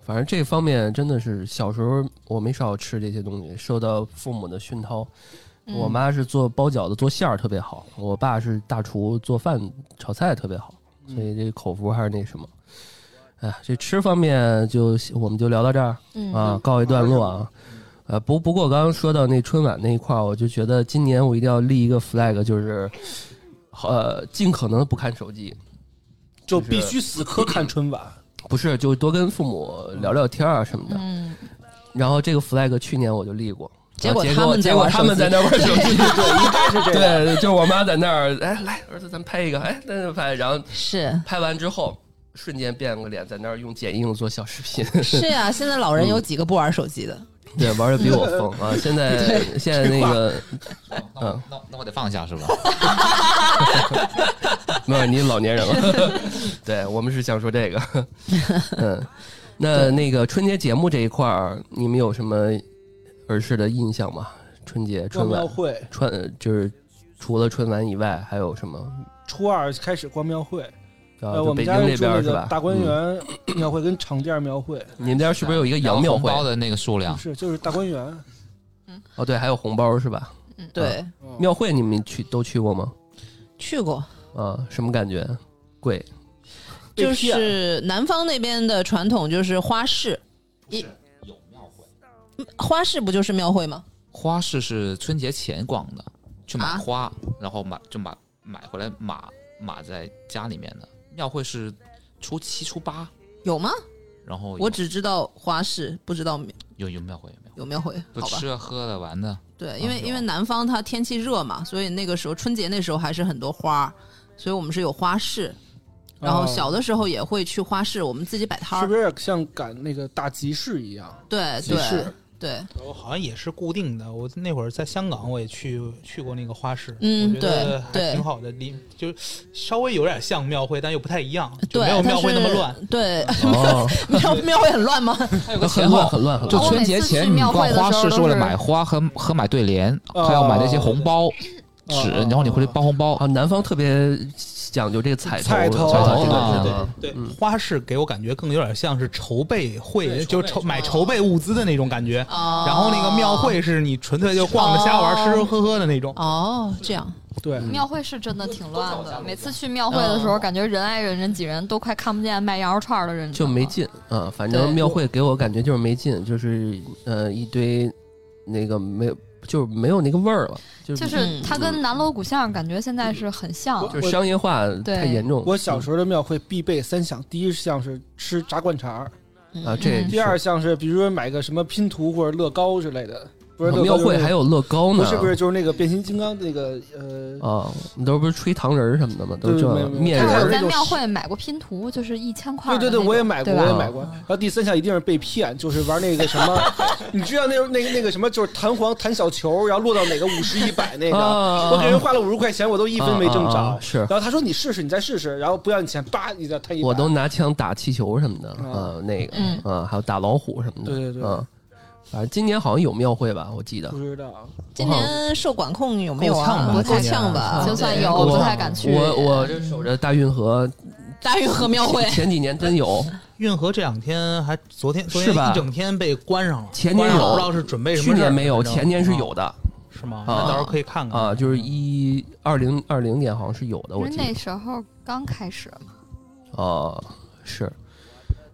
Speaker 2: 反正这方面真的是小时候我没少吃这些东西，受到父母的熏陶。
Speaker 4: 嗯
Speaker 2: 我妈是做包饺子、做馅儿特别好，我爸是大厨，做饭、炒菜特别好，
Speaker 3: 嗯
Speaker 2: 所以这个口福还是那什么。哎，这吃方面就我们就聊到这儿
Speaker 4: 嗯
Speaker 2: 啊，告一段落啊。呃，不不过刚刚说到那春晚那一块儿，我就觉得今年我一定要立一个 flag，就是呃，尽可能不看手机，
Speaker 3: 就必须死磕看春晚。
Speaker 2: 不是就多跟父母聊聊天啊什么的。
Speaker 4: 嗯，
Speaker 2: 然后这个 flag 去年我就立过，
Speaker 1: 结果
Speaker 2: 啊
Speaker 1: 他们在
Speaker 2: 结果
Speaker 1: 玩
Speaker 2: 他们
Speaker 1: 手机
Speaker 2: 在那儿玩手机，
Speaker 3: 对，应该是这样。
Speaker 2: 对，就是我妈在那儿，哎，来儿子，咱拍一个，哎，咱就拍，然后
Speaker 1: 是
Speaker 2: 拍完之后瞬间变个脸，在那儿用剪映做小视频，
Speaker 1: 是呀，现在老人有几个不玩手机的？
Speaker 2: 对，玩的比我疯啊！现 在现在那个
Speaker 5: 那我那那我得放下是吧？
Speaker 2: 没有，你老年人 了，对我们是想说这 个，嗯，那那个春节节目这一块儿，你们有什么儿时的印象吗？春节春
Speaker 3: 逛庙
Speaker 2: 晚
Speaker 3: 会，
Speaker 2: 春呃就是除了春晚以外，还有什么？
Speaker 3: 初二开始逛庙会。
Speaker 2: 啊，
Speaker 3: 呃，
Speaker 2: 就
Speaker 3: 我
Speaker 2: 北
Speaker 3: 们
Speaker 2: 京这
Speaker 3: 家住
Speaker 2: 边儿
Speaker 3: 那
Speaker 2: 是
Speaker 3: 个
Speaker 2: 吧？
Speaker 3: 大观
Speaker 2: 嗯，
Speaker 3: 园庙会跟厂甸庙会，
Speaker 2: 你们 家是不是有一个
Speaker 5: 然后
Speaker 2: 洋庙
Speaker 5: 红
Speaker 2: 会？
Speaker 5: 包的那个数量
Speaker 2: 啊
Speaker 3: 不，是就是大观园。
Speaker 2: 哦，对，还有红包是吧？
Speaker 1: 对，
Speaker 2: 庙会你们去都去过吗？
Speaker 1: 去过，
Speaker 2: 啊，什么感觉？贵？
Speaker 3: 被
Speaker 1: 就
Speaker 3: 骗
Speaker 1: 是南方那边的传统就是花市，一有庙会，花市不就是庙会吗？
Speaker 5: 花市是春节前逛的，去买
Speaker 1: 啊
Speaker 5: 花，然后买就买买回来码码在家里面的。庙会是初七初八，
Speaker 1: 有吗？
Speaker 5: 然后有
Speaker 1: 我只知道花市，不知道庙
Speaker 5: 有有庙会有庙会，
Speaker 1: 有庙会，
Speaker 5: 都
Speaker 1: 好吧？
Speaker 5: 吃的喝的玩的。
Speaker 1: 对，因为、
Speaker 5: 有
Speaker 1: 因为南方它天气热嘛，所以那个时候春节那时候还是很多花儿，所以我们是有花市。然后小的时候也会去花市，我们自己摆摊
Speaker 3: 是
Speaker 1: 儿
Speaker 3: 不。是像赶那个大集市一样？
Speaker 1: 对
Speaker 3: 集
Speaker 1: 对
Speaker 3: 市
Speaker 1: 对，
Speaker 6: 我好像也是固定的。我那会儿在香港，我也去去过那个花市，
Speaker 1: 嗯
Speaker 6: 我觉得
Speaker 1: 对
Speaker 6: 还
Speaker 1: 对
Speaker 6: 挺好的，离就是稍微有点像庙会，但又不太一样，就
Speaker 1: 对，
Speaker 6: 没有庙会
Speaker 1: 它
Speaker 6: 那
Speaker 1: 是
Speaker 6: 么乱。。
Speaker 1: 对，
Speaker 2: 哦，
Speaker 1: 庙庙会很乱吗？
Speaker 5: 还有个
Speaker 2: 很乱，很乱，很
Speaker 5: 就
Speaker 2: 乱。
Speaker 4: 我
Speaker 5: 春
Speaker 4: 每
Speaker 5: 节
Speaker 4: 次
Speaker 5: 前
Speaker 4: 去
Speaker 5: 你
Speaker 4: 庙
Speaker 5: 逛
Speaker 4: 会的
Speaker 5: 花
Speaker 4: 时候
Speaker 5: 市是
Speaker 4: 都
Speaker 5: 为了
Speaker 4: 是
Speaker 5: 买花和和买对联，还要买那些红包纸，
Speaker 3: 哦
Speaker 5: 然后你回去包红包
Speaker 2: 啊，。南方特别讲究这个彩头，
Speaker 3: 彩头
Speaker 2: 头
Speaker 5: 彩头
Speaker 2: 这个
Speaker 5: 啊
Speaker 2: 是
Speaker 5: 对
Speaker 2: 吧
Speaker 6: 对
Speaker 2: 嗯，
Speaker 6: 花市给我感觉更有点像是筹备会，
Speaker 3: 对
Speaker 6: 就筹买筹备物资的那种感觉。
Speaker 1: 哦，
Speaker 6: 然后那个庙会是你纯粹就逛着瞎玩、
Speaker 1: 哦
Speaker 6: 吃吃喝喝的那种。
Speaker 1: 哦，这样
Speaker 2: 嗯
Speaker 3: 对，
Speaker 4: 庙会是真的挺乱的，每次去庙会的
Speaker 3: 哦
Speaker 4: 时候，
Speaker 1: 嗯
Speaker 4: 感觉人挨人，人挤人，都快看不见卖羊肉串儿的人了。
Speaker 2: 就没劲啊。反正
Speaker 1: 对
Speaker 2: 庙会给我感觉就是没劲，就是呃一堆那个没有，就是没有那个味儿了，就嗯
Speaker 4: 就是是它跟南锣鼓巷感觉现在是很像
Speaker 3: 我，
Speaker 2: 就是商业化
Speaker 4: 对
Speaker 2: 太严重。
Speaker 3: 我小时候的庙会必备三项，第一项是吃炸灌肠儿，
Speaker 2: 啊，这
Speaker 1: 嗯
Speaker 3: 第二项是，比如说买个什么拼图或者乐高之类的，不是乐
Speaker 2: 哦庙
Speaker 3: 高就
Speaker 2: 会
Speaker 3: 是那
Speaker 2: 还有乐高呢，
Speaker 3: 不是不是就是那个变形金刚那个呃，
Speaker 2: 啊，你都不是吹糖人儿什么的吗？都
Speaker 3: 对
Speaker 2: 这
Speaker 3: 没有没有
Speaker 2: 面
Speaker 3: 这
Speaker 4: 他
Speaker 2: 人
Speaker 4: 有
Speaker 3: 还有
Speaker 2: 儿
Speaker 3: 那
Speaker 4: 在
Speaker 3: 种
Speaker 4: 庙会买过拼图，就是一千块
Speaker 3: 对
Speaker 4: 儿的
Speaker 3: 嗯对
Speaker 4: 那
Speaker 3: 对，
Speaker 4: 种。
Speaker 3: 我也买过，
Speaker 4: 对吧
Speaker 3: 我也买
Speaker 2: 嗯
Speaker 3: 过。然后第三项一定是被骗，就是玩那个什么， 你知道那那那个什么，就是弹簧弹小球，然后落到哪个五十 一百那个，
Speaker 2: 啊，
Speaker 3: 我给人花了五十块钱，我都一分没挣
Speaker 2: 啊啊啊
Speaker 3: 着。
Speaker 2: 是
Speaker 3: 然后他说你试试，你再试试，然后不要你钱，叭，你再摊一百。
Speaker 2: 我都拿枪打气球什么的
Speaker 3: 啊
Speaker 2: 啊，那个
Speaker 1: 嗯
Speaker 2: 啊，还有打老虎什么的，
Speaker 3: 对对对
Speaker 2: 啊，反正今年好像有庙会吧，我记得
Speaker 3: 不。知道，
Speaker 1: 今年受管控有没有啊？
Speaker 5: 够呛吧
Speaker 1: 不
Speaker 5: 今年
Speaker 1: 呛吧？
Speaker 4: 就算
Speaker 3: 嗯
Speaker 1: 对
Speaker 4: 有，
Speaker 2: 我
Speaker 4: 不太敢去。
Speaker 2: 嗯我我这守着大运河，
Speaker 1: 大运河 庙 会，
Speaker 2: 前几年真有，
Speaker 6: 运河这两天还昨天昨
Speaker 2: 是
Speaker 6: 天
Speaker 2: 吧
Speaker 6: 一整天被关上了，
Speaker 2: 前
Speaker 6: 关
Speaker 2: 年
Speaker 6: 上了
Speaker 2: 有
Speaker 6: 不知道是准备什么事
Speaker 2: 去
Speaker 6: 儿。
Speaker 2: 年没有，
Speaker 6: 反正
Speaker 2: 前年是
Speaker 6: 啊
Speaker 2: 有的
Speaker 6: 是吗？
Speaker 2: 啊
Speaker 6: 那到时候可以看
Speaker 3: 嗯
Speaker 6: 看
Speaker 2: 啊，就是一二零二零年好像是有的，
Speaker 4: 不
Speaker 2: 我
Speaker 4: 是
Speaker 2: 记
Speaker 4: 那
Speaker 2: 得
Speaker 4: 时候刚开始，
Speaker 2: 哦，是，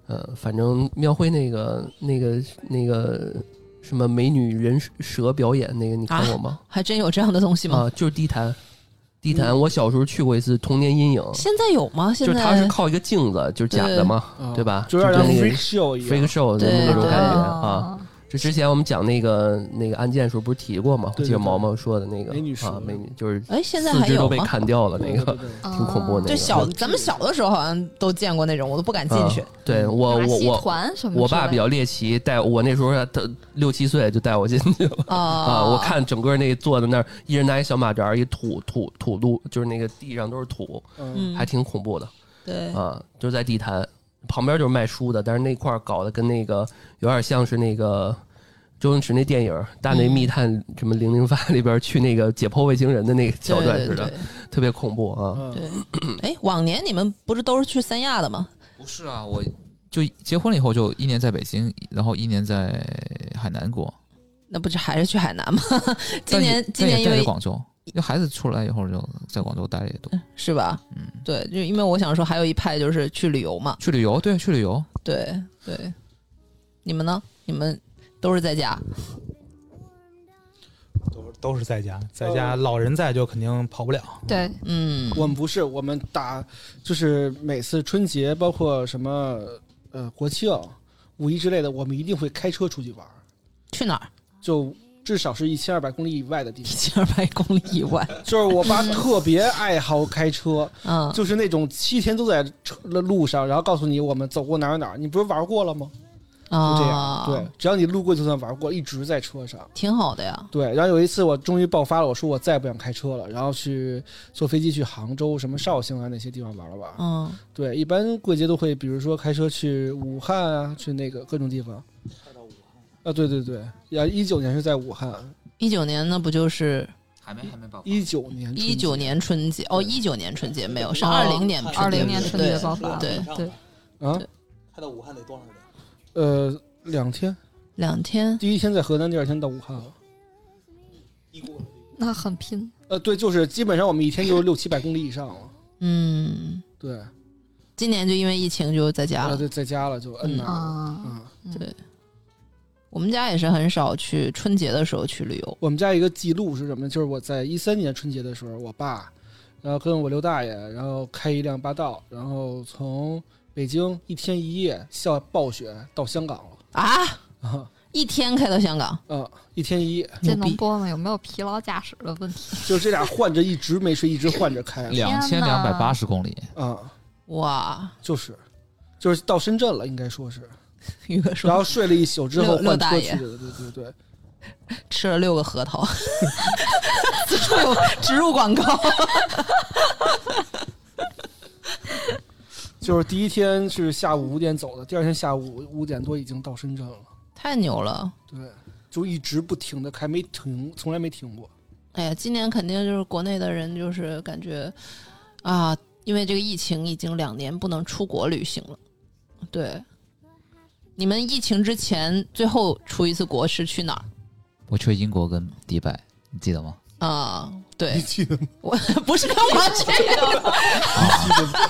Speaker 2: 呃，反正庙会那个那个那个什么美女人蛇表演那个，你看过吗？
Speaker 1: 还真有这样的东啊西吗？
Speaker 2: 啊，就是地坛，地坛，我小时候去过一次，童年阴影。
Speaker 1: 现在有吗？
Speaker 2: 啊
Speaker 1: 现
Speaker 2: 就是它是
Speaker 1: 在
Speaker 2: 靠一个镜子，就是假的嘛，对吧？
Speaker 3: 嗯就有点像
Speaker 2: 那个
Speaker 3: freak show 一
Speaker 2: freak
Speaker 3: 样。
Speaker 2: show 的
Speaker 1: 对
Speaker 2: 那种
Speaker 1: 对
Speaker 2: 感觉啊。
Speaker 4: 啊，
Speaker 2: 就之前我们讲那个那个案件的时候，不是提过吗？我
Speaker 3: 对
Speaker 2: 记得
Speaker 3: 对对
Speaker 2: 毛毛说的那个
Speaker 3: 美女蛇
Speaker 2: 啊，美女就是
Speaker 1: 哎，现在
Speaker 2: 四
Speaker 1: 还
Speaker 2: 肢
Speaker 1: 有
Speaker 2: 都被
Speaker 1: 吗？
Speaker 2: 砍掉了
Speaker 3: 对
Speaker 2: 那个
Speaker 3: 嗯
Speaker 2: 嗯
Speaker 3: 对。对对
Speaker 2: 挺恐怖的那
Speaker 1: 就
Speaker 2: 个
Speaker 1: 小，咱们小的时候好像都见过那种，我都不敢进去
Speaker 2: 啊。对我
Speaker 4: 马
Speaker 2: 我
Speaker 4: 戏
Speaker 2: 我
Speaker 4: 团
Speaker 1: 嗯
Speaker 4: 什么之类的？
Speaker 2: 我爸比较猎奇，带我那时候他六七岁就带我进去了
Speaker 1: 啊
Speaker 2: 啊！我看整个那坐在那儿，一人拿一小马扎儿，一土土土路，就是那个地上都是土，
Speaker 3: 嗯，
Speaker 1: 嗯，
Speaker 2: 还挺恐怖的
Speaker 1: 对，
Speaker 2: 啊！就是在地坛旁边就是卖书的，但是那块儿搞得跟那个有点像是那个周星驰那电影《大
Speaker 1: 嗯
Speaker 2: 内密探》什么零零发里边去那个解剖外星人的那个桥段
Speaker 1: 对
Speaker 2: 似
Speaker 1: 对
Speaker 2: 的，特别恐怖啊！
Speaker 3: 嗯
Speaker 1: 对对。哎，往年你们不是都是去三亚的吗？
Speaker 5: 不是啊，我就结婚了以后就一年在北京，然后一年在海南过，
Speaker 1: 那不是还是去海南吗？ 今
Speaker 5: 但也
Speaker 1: 年今年
Speaker 5: 但也
Speaker 1: 因
Speaker 5: 待在
Speaker 1: 为
Speaker 5: 广州，因为孩子出来以后就在广州待的也多，
Speaker 1: 是吧？
Speaker 5: 嗯，
Speaker 1: 对，就因为我想说，还有一派就是去旅游嘛。
Speaker 5: 去旅游，对，去旅游，
Speaker 1: 对对，你们呢？你们都是在家？
Speaker 6: 都都是在家，在家老人在就肯定跑不了。
Speaker 4: 对，
Speaker 1: 嗯，
Speaker 3: 我们不是，我们打就是每次春节，包括什么呃国庆、五一之类的，我们一定会开车出去玩儿，
Speaker 1: 去哪儿？
Speaker 3: 就至少是一千二百公里以外的地
Speaker 1: 一
Speaker 3: 方。
Speaker 1: 千二百公里以 外。
Speaker 3: 就是我爸特别爱好 开车，
Speaker 1: 嗯，
Speaker 3: 就是那种七天都在车路上，然后告诉你我们走过哪儿哪儿，你不是玩过了吗？就这
Speaker 1: 啊，
Speaker 3: 样，对，，只要你路过就算玩过，一直在车上。
Speaker 1: 挺好的呀。
Speaker 3: 对，然后有一次我终于爆发了，我说我再也不想开车了，然后去坐飞机去杭州、什么绍兴啊那些地方玩了玩。
Speaker 1: 嗯，
Speaker 3: 对，一般过节都会，比如说开车去武汉啊，去那个各种地方。啊，对对对，呀，一九年是在武汉，
Speaker 1: 一九年那不就是
Speaker 5: 还没还没报
Speaker 3: 一九年春节，
Speaker 1: 一九年春节？哦，一九年春节没有，是二零
Speaker 6: 哦
Speaker 1: 年春节
Speaker 4: 二零年春节
Speaker 1: 对
Speaker 4: 爆发，
Speaker 1: 对
Speaker 4: 对，
Speaker 3: 啊，
Speaker 6: 开到武汉得多少人？
Speaker 3: 呃，两天，
Speaker 1: 两天。
Speaker 3: 第一天在河南，第二天到武汉了。
Speaker 4: 那很拼。
Speaker 3: 呃，对，就是基本上我们一天就是六七百公里以上了。
Speaker 1: 嗯，
Speaker 3: 对，
Speaker 1: 今年就因为疫情就在家
Speaker 3: 然后
Speaker 1: 了。
Speaker 3: 就在家了，就摁那儿了。
Speaker 4: 啊，
Speaker 3: 嗯，
Speaker 1: 我们家也是很少去春节的时候去旅游。
Speaker 3: 我们家一个记录是什么呢？就是我在一三年春节的时候，我爸，然后跟我刘大爷，然后开一辆霸道，然后从北京一天一夜下暴雪到香港了
Speaker 1: 啊，
Speaker 3: 啊
Speaker 1: 一天开到香港，
Speaker 3: 啊！一天一夜，
Speaker 4: 这
Speaker 1: 牛
Speaker 4: 能
Speaker 1: 逼！
Speaker 4: 播吗？有没有疲劳驾驶的问题？
Speaker 3: 就是这俩换着一直没睡，一直换着开
Speaker 5: 两千两百八十公里，
Speaker 1: 嗯
Speaker 3: 啊，
Speaker 1: 哇，
Speaker 3: 就是。就是到深圳了，应该说是，
Speaker 1: 宇哥
Speaker 3: 然
Speaker 1: 说
Speaker 3: 后睡了一宿之后
Speaker 1: 乐乐
Speaker 3: 换
Speaker 1: 大
Speaker 3: 车
Speaker 1: 爷
Speaker 3: 去的，对对对，
Speaker 1: 吃了六个核桃， 此处有植入广告。
Speaker 3: 就是第一天是下午五点走的，第二天下午五点多已经到深圳了，
Speaker 1: 太牛了！
Speaker 3: 对，就一直不停的开，没停，从来没停过。
Speaker 1: 哎呀，今年肯定就是国内的人就是感觉啊，因为这个疫情已经两年不能出国旅行了。对，你们疫情之前最后出一次国是去哪儿？
Speaker 5: 我去英国跟迪拜，你记得吗？
Speaker 1: 啊、对，
Speaker 3: 记得
Speaker 1: 我 不是干嘛去？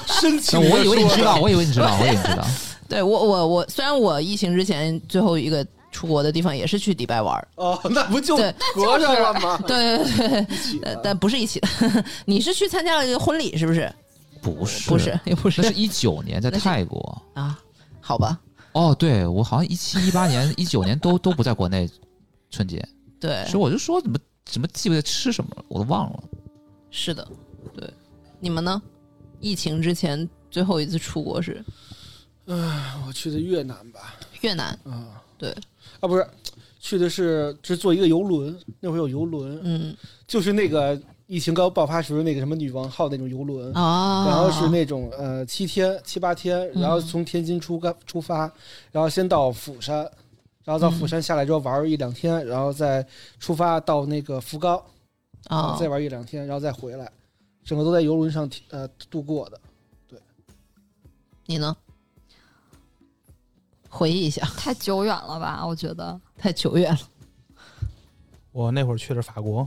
Speaker 3: 深
Speaker 5: 那
Speaker 3: 情地
Speaker 5: 我以为你知道，
Speaker 3: 说
Speaker 5: 我以为你知道，我以为你知道。
Speaker 1: 对我我我，虽然我疫情之前最后一个出国的地方也是去迪拜玩儿，
Speaker 3: 哦，那不就
Speaker 1: 对
Speaker 3: 合上了吗？
Speaker 1: 对对对，
Speaker 3: 一起啊
Speaker 1: 呃
Speaker 3: 的
Speaker 1: 但不是一起的。 你是去参加了一个婚礼，是不是？
Speaker 5: 不是，
Speaker 1: 不是，，也不
Speaker 5: 那
Speaker 1: 是
Speaker 5: 是一九年在泰国
Speaker 1: 啊？好吧，
Speaker 5: 哦，对我好像一七、一八年、一九年都都不在国内春节，
Speaker 1: 对，
Speaker 5: 所以我就说怎么怎么记不得吃什么了，我都忘了。
Speaker 1: 是的，对。你们呢？疫情之前最后一次出国是
Speaker 3: 我去的越南吧，
Speaker 1: 越南，
Speaker 3: 啊，
Speaker 1: 对，
Speaker 3: 啊不是，去的是是坐一个游轮，那会儿有游轮，
Speaker 1: 嗯
Speaker 3: 就是那个疫情刚爆发时候那个什么女王号那种游轮。
Speaker 1: 啊，
Speaker 3: 然后是那种呃七天七八天，然后从天津出发出发，然后先到釜山，然后到釜山下来之后玩一两天，然后再出发到那个福冈，
Speaker 1: 啊
Speaker 3: 再，玩一两天，然后再回来，整个都在游轮上呃度过的。
Speaker 1: 你呢？回忆一下，
Speaker 4: 太久远了吧？我觉得
Speaker 1: 太久远了。
Speaker 6: 我那会儿去了法国，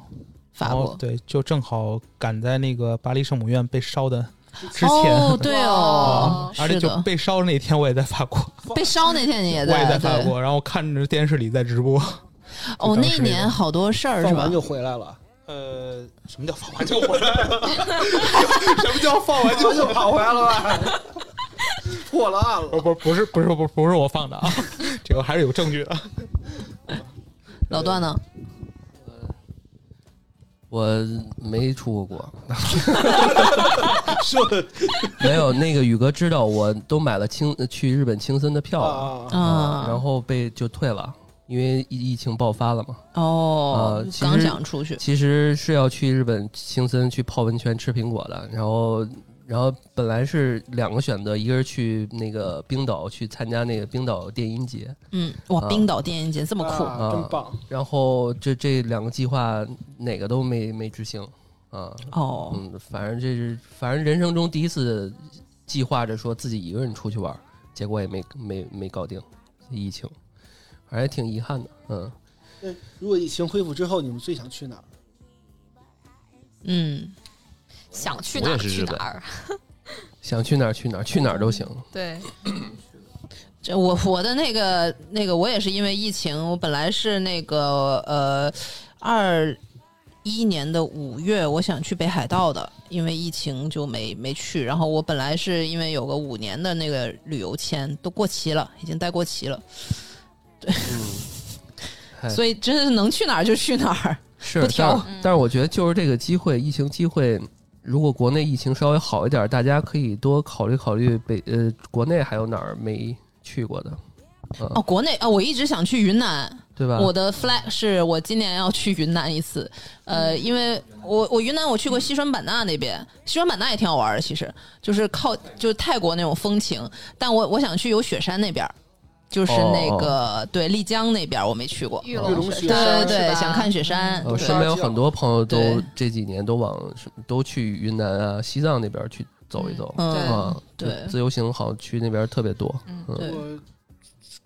Speaker 1: 法
Speaker 6: 然后
Speaker 1: 国
Speaker 6: 哦对，就正好赶在那个巴黎圣母院被烧的之前，
Speaker 1: 哦，对哦
Speaker 6: 啊，而且
Speaker 1: 是
Speaker 6: 就
Speaker 1: 的，
Speaker 6: 被烧的那天我也在法国，
Speaker 1: 被烧那天你也
Speaker 6: 我也
Speaker 1: 在
Speaker 6: 在法
Speaker 1: 对
Speaker 6: 国，然后看着电视里在直播。
Speaker 1: 哦，
Speaker 6: 当
Speaker 1: 那
Speaker 6: 时
Speaker 1: 一年好多事儿是
Speaker 3: 放
Speaker 1: 吧
Speaker 3: 完？就回来了，
Speaker 6: 呃，什么叫放完 就回来了？
Speaker 3: 什么叫放完就就跑回来了 吧？破了案了，
Speaker 6: 不不不是不是不不是我放的 啊，这个还是有证据的。
Speaker 1: 老段呢？
Speaker 2: 我没出过国，
Speaker 3: 说的
Speaker 2: 没有那个宇哥知道，我都买了青去日本青森的
Speaker 1: 哦
Speaker 2: 票了，
Speaker 3: 啊，
Speaker 2: 啊
Speaker 6: 呃
Speaker 1: 啊，
Speaker 2: 然后被就退了，因为疫疫情爆发了嘛。
Speaker 1: 哦
Speaker 2: 呃其，实
Speaker 1: 刚想出去，
Speaker 2: 其实是要去日本青森去泡温泉吃苹果的，然后然后本来是两个选择，一个是去那个冰岛去参加那个冰岛电音节，
Speaker 1: 嗯，哇，
Speaker 6: 呃
Speaker 2: 啊
Speaker 1: 冰岛电影节这么酷，
Speaker 3: 啊真棒！
Speaker 2: 然后这这两个计划哪个都没没执行啊。
Speaker 1: 哦，
Speaker 2: 嗯，反正这是反正人生中第一次计划着说自己一个人出去玩儿，结果也没没没搞定，疫情，反正也挺遗憾的。嗯，
Speaker 3: 那如果疫情恢复之后，你们最想去哪儿？
Speaker 1: 嗯，
Speaker 4: 想去
Speaker 5: 我
Speaker 4: 哪
Speaker 5: 也
Speaker 4: 儿
Speaker 5: 是
Speaker 4: 去
Speaker 5: 日
Speaker 4: 哪
Speaker 5: 本
Speaker 4: 儿。
Speaker 2: 想去哪儿去哪儿，去哪儿都行。
Speaker 4: 对，
Speaker 1: 这我我的那个那个，我也是因为疫情，我本来是那个呃二一年的五月，我想去北海道的，因为疫情就没没去。然后我本来是因为有个五年的那个旅游签都过期了，已经待过期了，
Speaker 2: 嗯，哎
Speaker 1: 所以真的是能去哪儿就去哪儿。
Speaker 2: 是
Speaker 1: 不，
Speaker 2: 但
Speaker 1: 挑嗯
Speaker 2: 但是我觉得就是这个机会，疫情机会，如果国内疫情稍微好一点，大家可以多考虑考虑北呃国内还有哪儿没去过的，啊
Speaker 1: 哦，国内啊、我一直想去云南。
Speaker 2: 对吧？
Speaker 1: 我的 flag 是我今年要去云南一次，呃，因为我我云南我去过西双版纳那边，西双版纳也挺好玩的，其实就是靠就是泰国那种风情，但我我想去有雪山那边儿，就是那个、对丽江那边儿我没去 过，
Speaker 4: 玉
Speaker 3: 龙
Speaker 4: 龙
Speaker 3: 雪
Speaker 1: 对
Speaker 3: 山
Speaker 1: 对
Speaker 4: 是
Speaker 1: 对，
Speaker 4: 吧嗯
Speaker 1: 想看雪山，
Speaker 2: 我
Speaker 1: 对
Speaker 2: 呃身边有很多朋友都
Speaker 1: 对
Speaker 2: 这几年都往什么都去云南啊、西藏那边去走一走，
Speaker 1: 嗯对
Speaker 2: 啊，
Speaker 1: 对
Speaker 2: 自由行好像去那边特别多，
Speaker 4: 嗯
Speaker 1: 对
Speaker 3: 我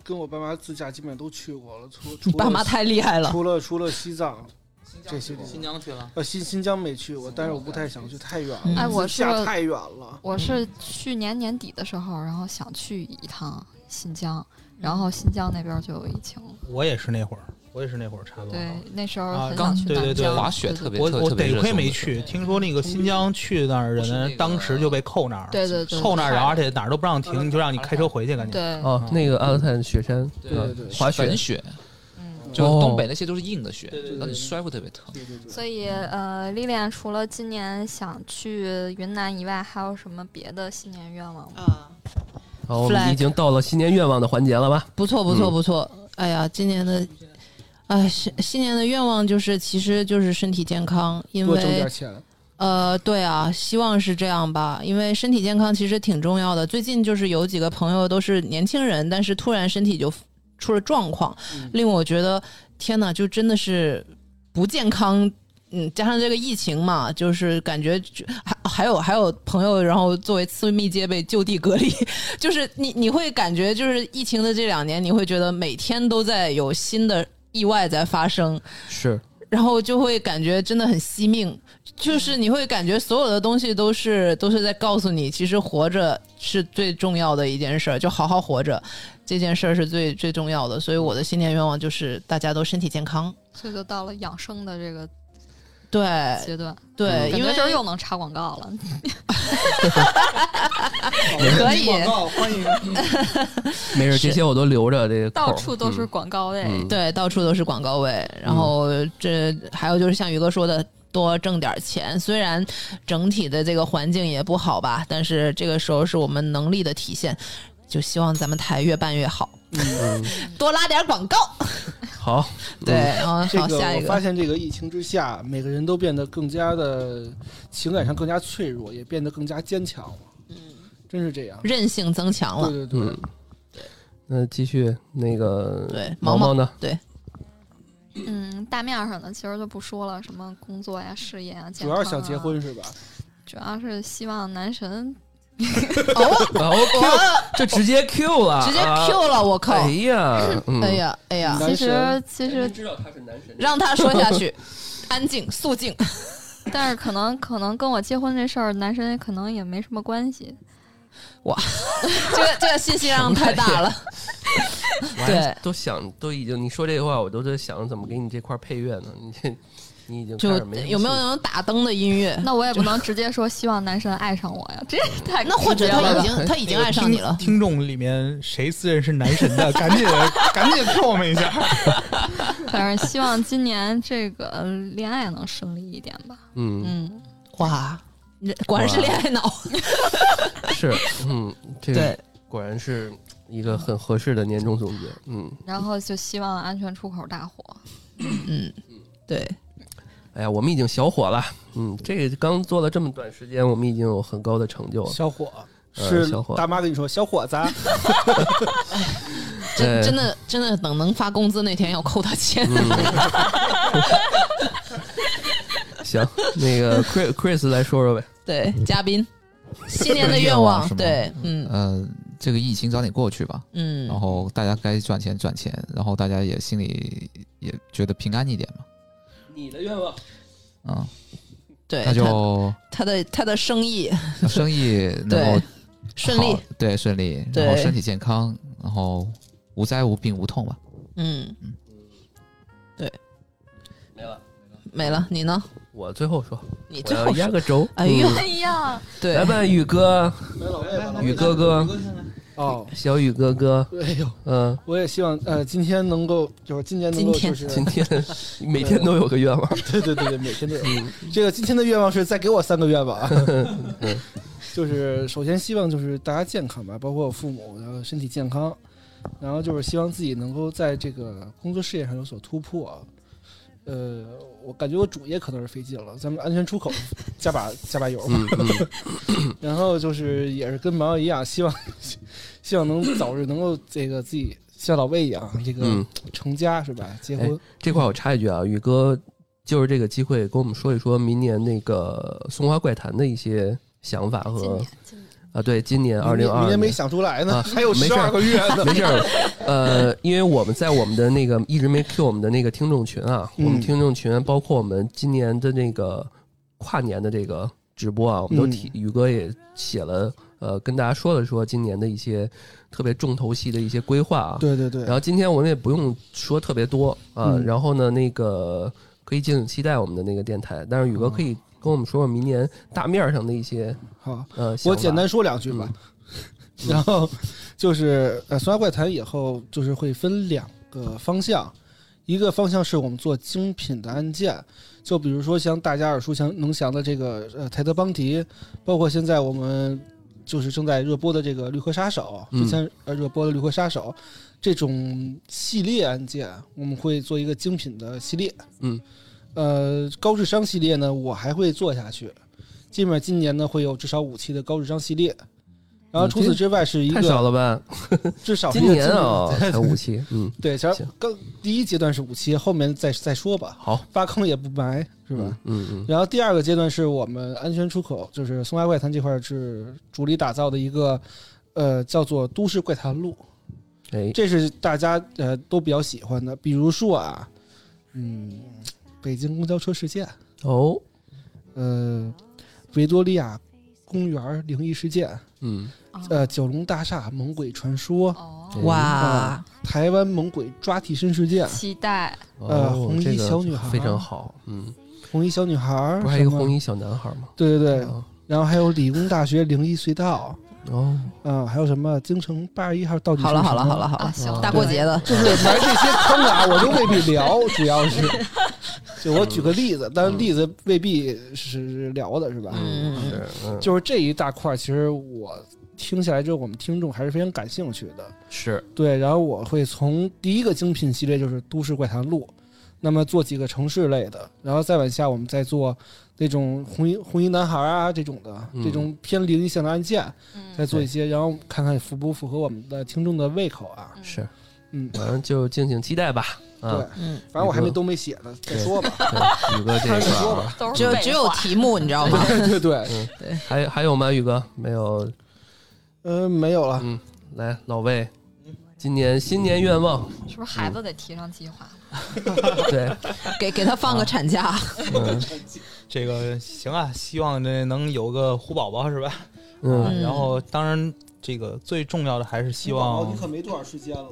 Speaker 3: 跟我爸妈自驾基本上都去过了，除除
Speaker 1: 你
Speaker 3: 了
Speaker 1: 爸妈太厉害了，
Speaker 3: 除了除了西藏，这些地方，
Speaker 6: 疆去了，
Speaker 3: 呃新新疆没去过，但是我不太想去，太远了，
Speaker 1: 嗯哎
Speaker 4: 我是
Speaker 3: 下太远了。
Speaker 4: 我是去年年底的时候，然后想去一趟新疆， 然
Speaker 2: 嗯
Speaker 4: 后新疆那边就有疫情了。
Speaker 6: 我也是那会儿，我也是那会儿差不多。
Speaker 4: 对，那时候
Speaker 6: 啊
Speaker 4: 很
Speaker 6: 刚
Speaker 4: 想去
Speaker 6: 对对
Speaker 4: 南
Speaker 6: 对
Speaker 4: 疆，
Speaker 5: 滑雪特别
Speaker 6: 我
Speaker 5: 特
Speaker 6: 我
Speaker 5: 特别
Speaker 6: 得
Speaker 5: 热
Speaker 6: 亏
Speaker 5: 衷
Speaker 6: 没
Speaker 5: 的
Speaker 6: 去，听说那个新疆去那儿的
Speaker 5: 不是那个
Speaker 6: 人当时就被扣那儿，
Speaker 4: 对对对，
Speaker 6: 扣那儿，然后而且哪儿都不让停，就让你开车回去，赶紧。
Speaker 4: 对，
Speaker 2: 哦，那个阿勒泰雪山，
Speaker 5: 对
Speaker 2: 啊
Speaker 3: 嗯对对对
Speaker 2: 滑雪
Speaker 5: 粉，雪，
Speaker 4: 嗯。
Speaker 5: 就
Speaker 2: 哦
Speaker 5: 东北那些都是硬的雪
Speaker 6: 对对对，
Speaker 5: 让你摔会特别疼。
Speaker 3: 对对对，
Speaker 4: 所以，呃，莉莉安除了今年想去云南以外，还有什么别的新年愿望吗？
Speaker 1: 啊，
Speaker 2: 好，我们
Speaker 1: Flag
Speaker 2: 已经到了新年愿望的环节了吧？
Speaker 1: 不错不错
Speaker 2: 嗯
Speaker 1: 不错，哎呀，今年的。哎，新新年的愿望就是，其实就是身体健康，因
Speaker 3: 多
Speaker 1: 为
Speaker 3: 挣点钱，
Speaker 1: 呃，对啊，希望是这样吧，因为身体健康其实挺重要的。最近就是有几个朋友都是年轻人，但是突然身体就出了状况，
Speaker 3: 嗯
Speaker 1: 令我觉得天哪，就真的是不健康。嗯，加上这个疫情嘛，就是感觉就还还有还有朋友，然后作为次密接被就地隔离， 就是你你会感觉就是疫情的这两年，你会觉得每天都在有新的意外在发生，
Speaker 2: 是，
Speaker 1: 然后就会感觉真的很惜命，就是你会感觉所有的东西都是都是在告诉你，其实活着是最重要的一件事儿，就好好活着这件事儿是最最重要的。所以我的新年愿望就是大家都身体健康。
Speaker 4: 所以就到了养生的这个
Speaker 1: 对
Speaker 4: 阶段，
Speaker 1: 对，
Speaker 4: 感
Speaker 1: 呃因
Speaker 4: 觉
Speaker 1: 为
Speaker 4: 这儿又能插广告了。
Speaker 1: 可以
Speaker 3: 广告欢迎。
Speaker 2: 没事，这些我都留着这个口儿。
Speaker 4: 到处都是广告位，
Speaker 2: 嗯嗯
Speaker 1: 对，到处都是广告位。然后这还有就是像宇哥说的，多挣点钱。虽然整体的这个环境也不好吧，但是这个时候是我们能力的体现。就希望咱们台越办越好，多拉点广告。
Speaker 2: 嗯 好，
Speaker 1: 对，然后
Speaker 3: 这
Speaker 1: 好
Speaker 3: 个
Speaker 1: 下一
Speaker 3: 我发
Speaker 1: 个，
Speaker 3: 现，这个疫情之下，每个人都变得更加的情感上更加脆弱，也变得更加坚强了。嗯，真是这样。
Speaker 1: 韧性增强
Speaker 3: 对
Speaker 1: 了。
Speaker 3: 对对，
Speaker 2: 嗯，那继续那个
Speaker 1: 对
Speaker 2: 毛
Speaker 1: 毛
Speaker 2: 毛 呢？
Speaker 4: 嗯，大面上的其实就不说了，什么工作呀、事业啊，健
Speaker 3: 主要是
Speaker 4: 康
Speaker 3: 想结
Speaker 4: 啊，
Speaker 3: 婚是吧？
Speaker 4: 主要是希望男神
Speaker 1: 哦，
Speaker 2: 哦 Q，这直接 Q 了，
Speaker 1: 直接
Speaker 2: 啊
Speaker 1: Q 了，我靠！
Speaker 2: 哎 呀，嗯
Speaker 1: 哎，呀，哎呀，
Speaker 3: 男
Speaker 4: 其
Speaker 3: 神
Speaker 4: 实其实，
Speaker 2: 知道他是男神
Speaker 1: 让他说下去，安静肃静。
Speaker 4: 但是可能可能跟我结婚这事儿，男神可能也没什么关 系。
Speaker 1: 这个这个信息量太大了。对，
Speaker 2: 都想都已经，你说这话我都在想怎么给你这块配乐呢？你这你已经
Speaker 1: 就
Speaker 2: 开始没什么
Speaker 1: 有没有
Speaker 2: 兴趣
Speaker 1: 那种打灯的音乐？
Speaker 4: 那我也不能直接说希望男神爱上我呀，这也太
Speaker 1: 那或者
Speaker 4: 直接
Speaker 1: 他
Speaker 4: 了
Speaker 1: 已
Speaker 4: 吧
Speaker 1: 经他已经爱上你了，
Speaker 6: 听众里面谁自认是男神的，赶紧赶紧 Q 我们一下。
Speaker 4: 反正希望今年这个呃恋爱能顺利一点吧。
Speaker 2: 嗯
Speaker 1: 嗯，哇，你这果然是恋爱脑，
Speaker 2: 是嗯这个果然是一个很合适的年终总结嗯
Speaker 4: 然后就希望安全出口大火。
Speaker 1: 嗯，对，
Speaker 2: 哎呀我们已经小火了嗯这个刚做了这么短时间我们已经有很高的成就了
Speaker 3: 小伙
Speaker 2: 呃
Speaker 3: 是
Speaker 2: 小伙
Speaker 3: 大妈跟你说，小伙 子，
Speaker 1: 真
Speaker 2: 对
Speaker 1: 真的真的等能发工资那天要扣他钱，
Speaker 2: 行那 个 Chris Chris 来说说呗
Speaker 1: 对，嘉宾。新年的
Speaker 5: 愿
Speaker 1: 愿
Speaker 5: 望
Speaker 1: 望
Speaker 5: 是，吗
Speaker 1: 对，嗯
Speaker 5: 呃，这个疫情早点过去吧，
Speaker 1: 嗯
Speaker 5: 然，后大家该赚钱赚钱，然后大家也心里也觉得平安一点嘛，
Speaker 2: 你的愿望
Speaker 5: 嗯，
Speaker 1: 对，
Speaker 5: 那
Speaker 1: 他
Speaker 5: 就呃
Speaker 1: 他的他的生意
Speaker 5: 生意能
Speaker 1: 对
Speaker 5: 够
Speaker 1: 顺利
Speaker 5: 好，，对顺利，然后
Speaker 1: 对
Speaker 5: 身体健康，然后无灾无病无痛吧。
Speaker 1: 嗯，
Speaker 2: 没了
Speaker 1: 没了，你呢？
Speaker 2: 我最后说
Speaker 1: 你
Speaker 2: 我
Speaker 1: 最
Speaker 2: 要
Speaker 1: 后
Speaker 2: 压
Speaker 1: 说，
Speaker 2: 个轴
Speaker 1: 哎呦
Speaker 2: 嗯
Speaker 4: 哎呀，
Speaker 1: 对
Speaker 2: 来，吧宇哥 宇哥哥
Speaker 3: 哦，
Speaker 2: 小宇哥哥
Speaker 3: 哎呦，
Speaker 2: 嗯。
Speaker 3: 我也希望呃，今天能够就是今年能够
Speaker 1: 今天
Speaker 3: 就是
Speaker 2: 今天每天都有个愿望，
Speaker 3: 对对对对，每天都有。
Speaker 2: 嗯
Speaker 3: 这个今天的愿望是再给我三个愿望 啊， 就是首先希望就是大家健康吧，包括我父母，然后身体健康，然后就是希望自己能够在这个工作事业上有所突破啊。呃，我感觉我主业可能是费劲了，咱们安全出口加把加把油吧。
Speaker 2: 嗯嗯，
Speaker 3: 然后就是也是跟毛一样，希望 希望能早日能够这个自己像老魏一样，这个
Speaker 2: 嗯，哎
Speaker 3: 成家是吧？结婚。
Speaker 2: 这块我插一句啊，宇哥就是这个机会跟我们说一说明年那个《松花怪谈》的一些想法
Speaker 4: 今
Speaker 2: 和
Speaker 4: 年今年
Speaker 2: 啊，对，今年二零
Speaker 3: 明年明
Speaker 2: 二
Speaker 3: 年没想出来呢，
Speaker 2: 啊
Speaker 3: 还有
Speaker 2: 没
Speaker 3: 十
Speaker 2: 事儿
Speaker 3: 二个月 呢。
Speaker 2: 没事 儿，呃，因为我们在我们的那个一直没 Q 我们的那个听众群啊，我们
Speaker 3: 嗯
Speaker 2: 听众群包括我们今年的那个跨年的这个直播啊，我
Speaker 3: 嗯
Speaker 2: 们都提，宇哥也写了，呃，跟大家说了说今年的一些特别重头戏的一些规划啊，
Speaker 3: 对对对，
Speaker 2: 然后今天我们也不用说特别多啊，
Speaker 3: 嗯
Speaker 2: 然后呢，那个可以敬请期待我们的那个电台。但是宇哥可以跟我们说说明年大面上的一些
Speaker 3: 好，
Speaker 2: 呃，
Speaker 3: 我
Speaker 2: 想法
Speaker 3: 简单说两句吧。
Speaker 2: 嗯
Speaker 3: 然后就是呃，松花怪谈以后就是会分两个方向，一个方向是我们做精品的案件，就比如说像大家耳熟详能详的这个呃泰德邦迪，包括现在我们就是正在热播的这个绿河杀手，
Speaker 2: 嗯
Speaker 3: 之前呃热播的绿河杀手这种系列案件，我们会做一个精品的系列。
Speaker 2: 嗯，
Speaker 3: 呃，高智商系列呢，我还会做下去。基本上今年呢会有至少五期的高智商系列，然后除此之外是一
Speaker 2: 嗯太少
Speaker 3: 个
Speaker 2: 了吧？
Speaker 3: 至少是一
Speaker 2: 今
Speaker 3: 个
Speaker 2: 年
Speaker 3: 精品
Speaker 2: 啊、才五 期，嗯，
Speaker 3: 对，其实
Speaker 2: 行
Speaker 3: 更第一阶段是五期，后面再再说吧，
Speaker 2: 好，
Speaker 3: 挖坑也不埋，是吧？
Speaker 2: 嗯嗯
Speaker 3: 然后第二个阶段是我们安全出口，就是松花怪谈这块儿是主力打造的一个，呃，叫做都市怪谈录，
Speaker 2: 嗯，哎，
Speaker 3: 这是大家呃都比较喜欢的。比如说啊，嗯，北京公交车事件，
Speaker 2: 哦，
Speaker 3: 呃，维多利亚公园灵异事件，
Speaker 2: 嗯，哎
Speaker 3: 呃，九龙大厦猛鬼传说，
Speaker 4: 哦，
Speaker 1: 哇，
Speaker 3: 台湾猛鬼抓替身事件，
Speaker 4: 期待
Speaker 2: 哦
Speaker 3: 呃红衣
Speaker 2: 这个
Speaker 3: 小女孩
Speaker 2: 非常好，嗯，
Speaker 3: 红衣小女孩儿，
Speaker 2: 不是还有一个
Speaker 3: 什么
Speaker 2: 红衣小男孩吗？
Speaker 3: 对对
Speaker 1: 哦
Speaker 3: 对，
Speaker 2: 啊
Speaker 3: 然后还有理工大学灵异隧道，
Speaker 2: 哦，
Speaker 3: 啊，还有什么京城八十一号
Speaker 2: 嗯
Speaker 3: 到底是
Speaker 1: 好了
Speaker 3: 什么
Speaker 1: 好了好了，好
Speaker 4: 啊，
Speaker 1: 了，
Speaker 4: 行
Speaker 2: 啊，
Speaker 1: 大过节的，
Speaker 3: 就是反正这些坑啊，我都未必聊，主要是， 就我举个例子，但例子未必是聊的是吧？
Speaker 1: 嗯嗯
Speaker 2: 是，嗯
Speaker 3: 就是这一大块儿，其实我听下来之后，我们听众还是非常感兴趣的。
Speaker 2: 是，
Speaker 3: 对，然后我会从第一个精品系列就是《都市怪谈录》，那么做几个城市类的，然后再往下我们再做那种红衣红衣男孩啊这种的，
Speaker 2: 嗯
Speaker 3: 这种偏灵异向的案件，再
Speaker 4: 嗯
Speaker 3: 做一些，然后看看符不符合我们的听众的胃口啊。
Speaker 4: 嗯
Speaker 2: 是，
Speaker 3: 嗯，
Speaker 2: 反正就敬请期待吧。啊，
Speaker 3: 对
Speaker 1: 嗯，
Speaker 3: 反正我还没都没写呢，再说吧。
Speaker 2: 对宇哥这一
Speaker 3: 再说
Speaker 2: 块
Speaker 3: 吧
Speaker 2: 啊，。
Speaker 4: 都是
Speaker 1: 只有
Speaker 4: 废
Speaker 1: 只有
Speaker 4: 话
Speaker 1: 题目，你知道吗？
Speaker 3: 对对对，
Speaker 2: 还有还有吗？宇哥没有，
Speaker 3: 嗯，没有了。
Speaker 2: 嗯，来老魏，今年新年愿望，
Speaker 4: 是不是孩子得提上计划？
Speaker 2: 对，
Speaker 1: 给给他
Speaker 2: 啊
Speaker 1: 放个产假，
Speaker 2: 嗯
Speaker 6: 这个行啊，希望这能有个虎宝宝是吧？啊
Speaker 2: 嗯，
Speaker 1: 嗯
Speaker 6: 然后当然这个最重要的还是希
Speaker 3: 宝宝
Speaker 6: 望
Speaker 3: 你可没多少时间了。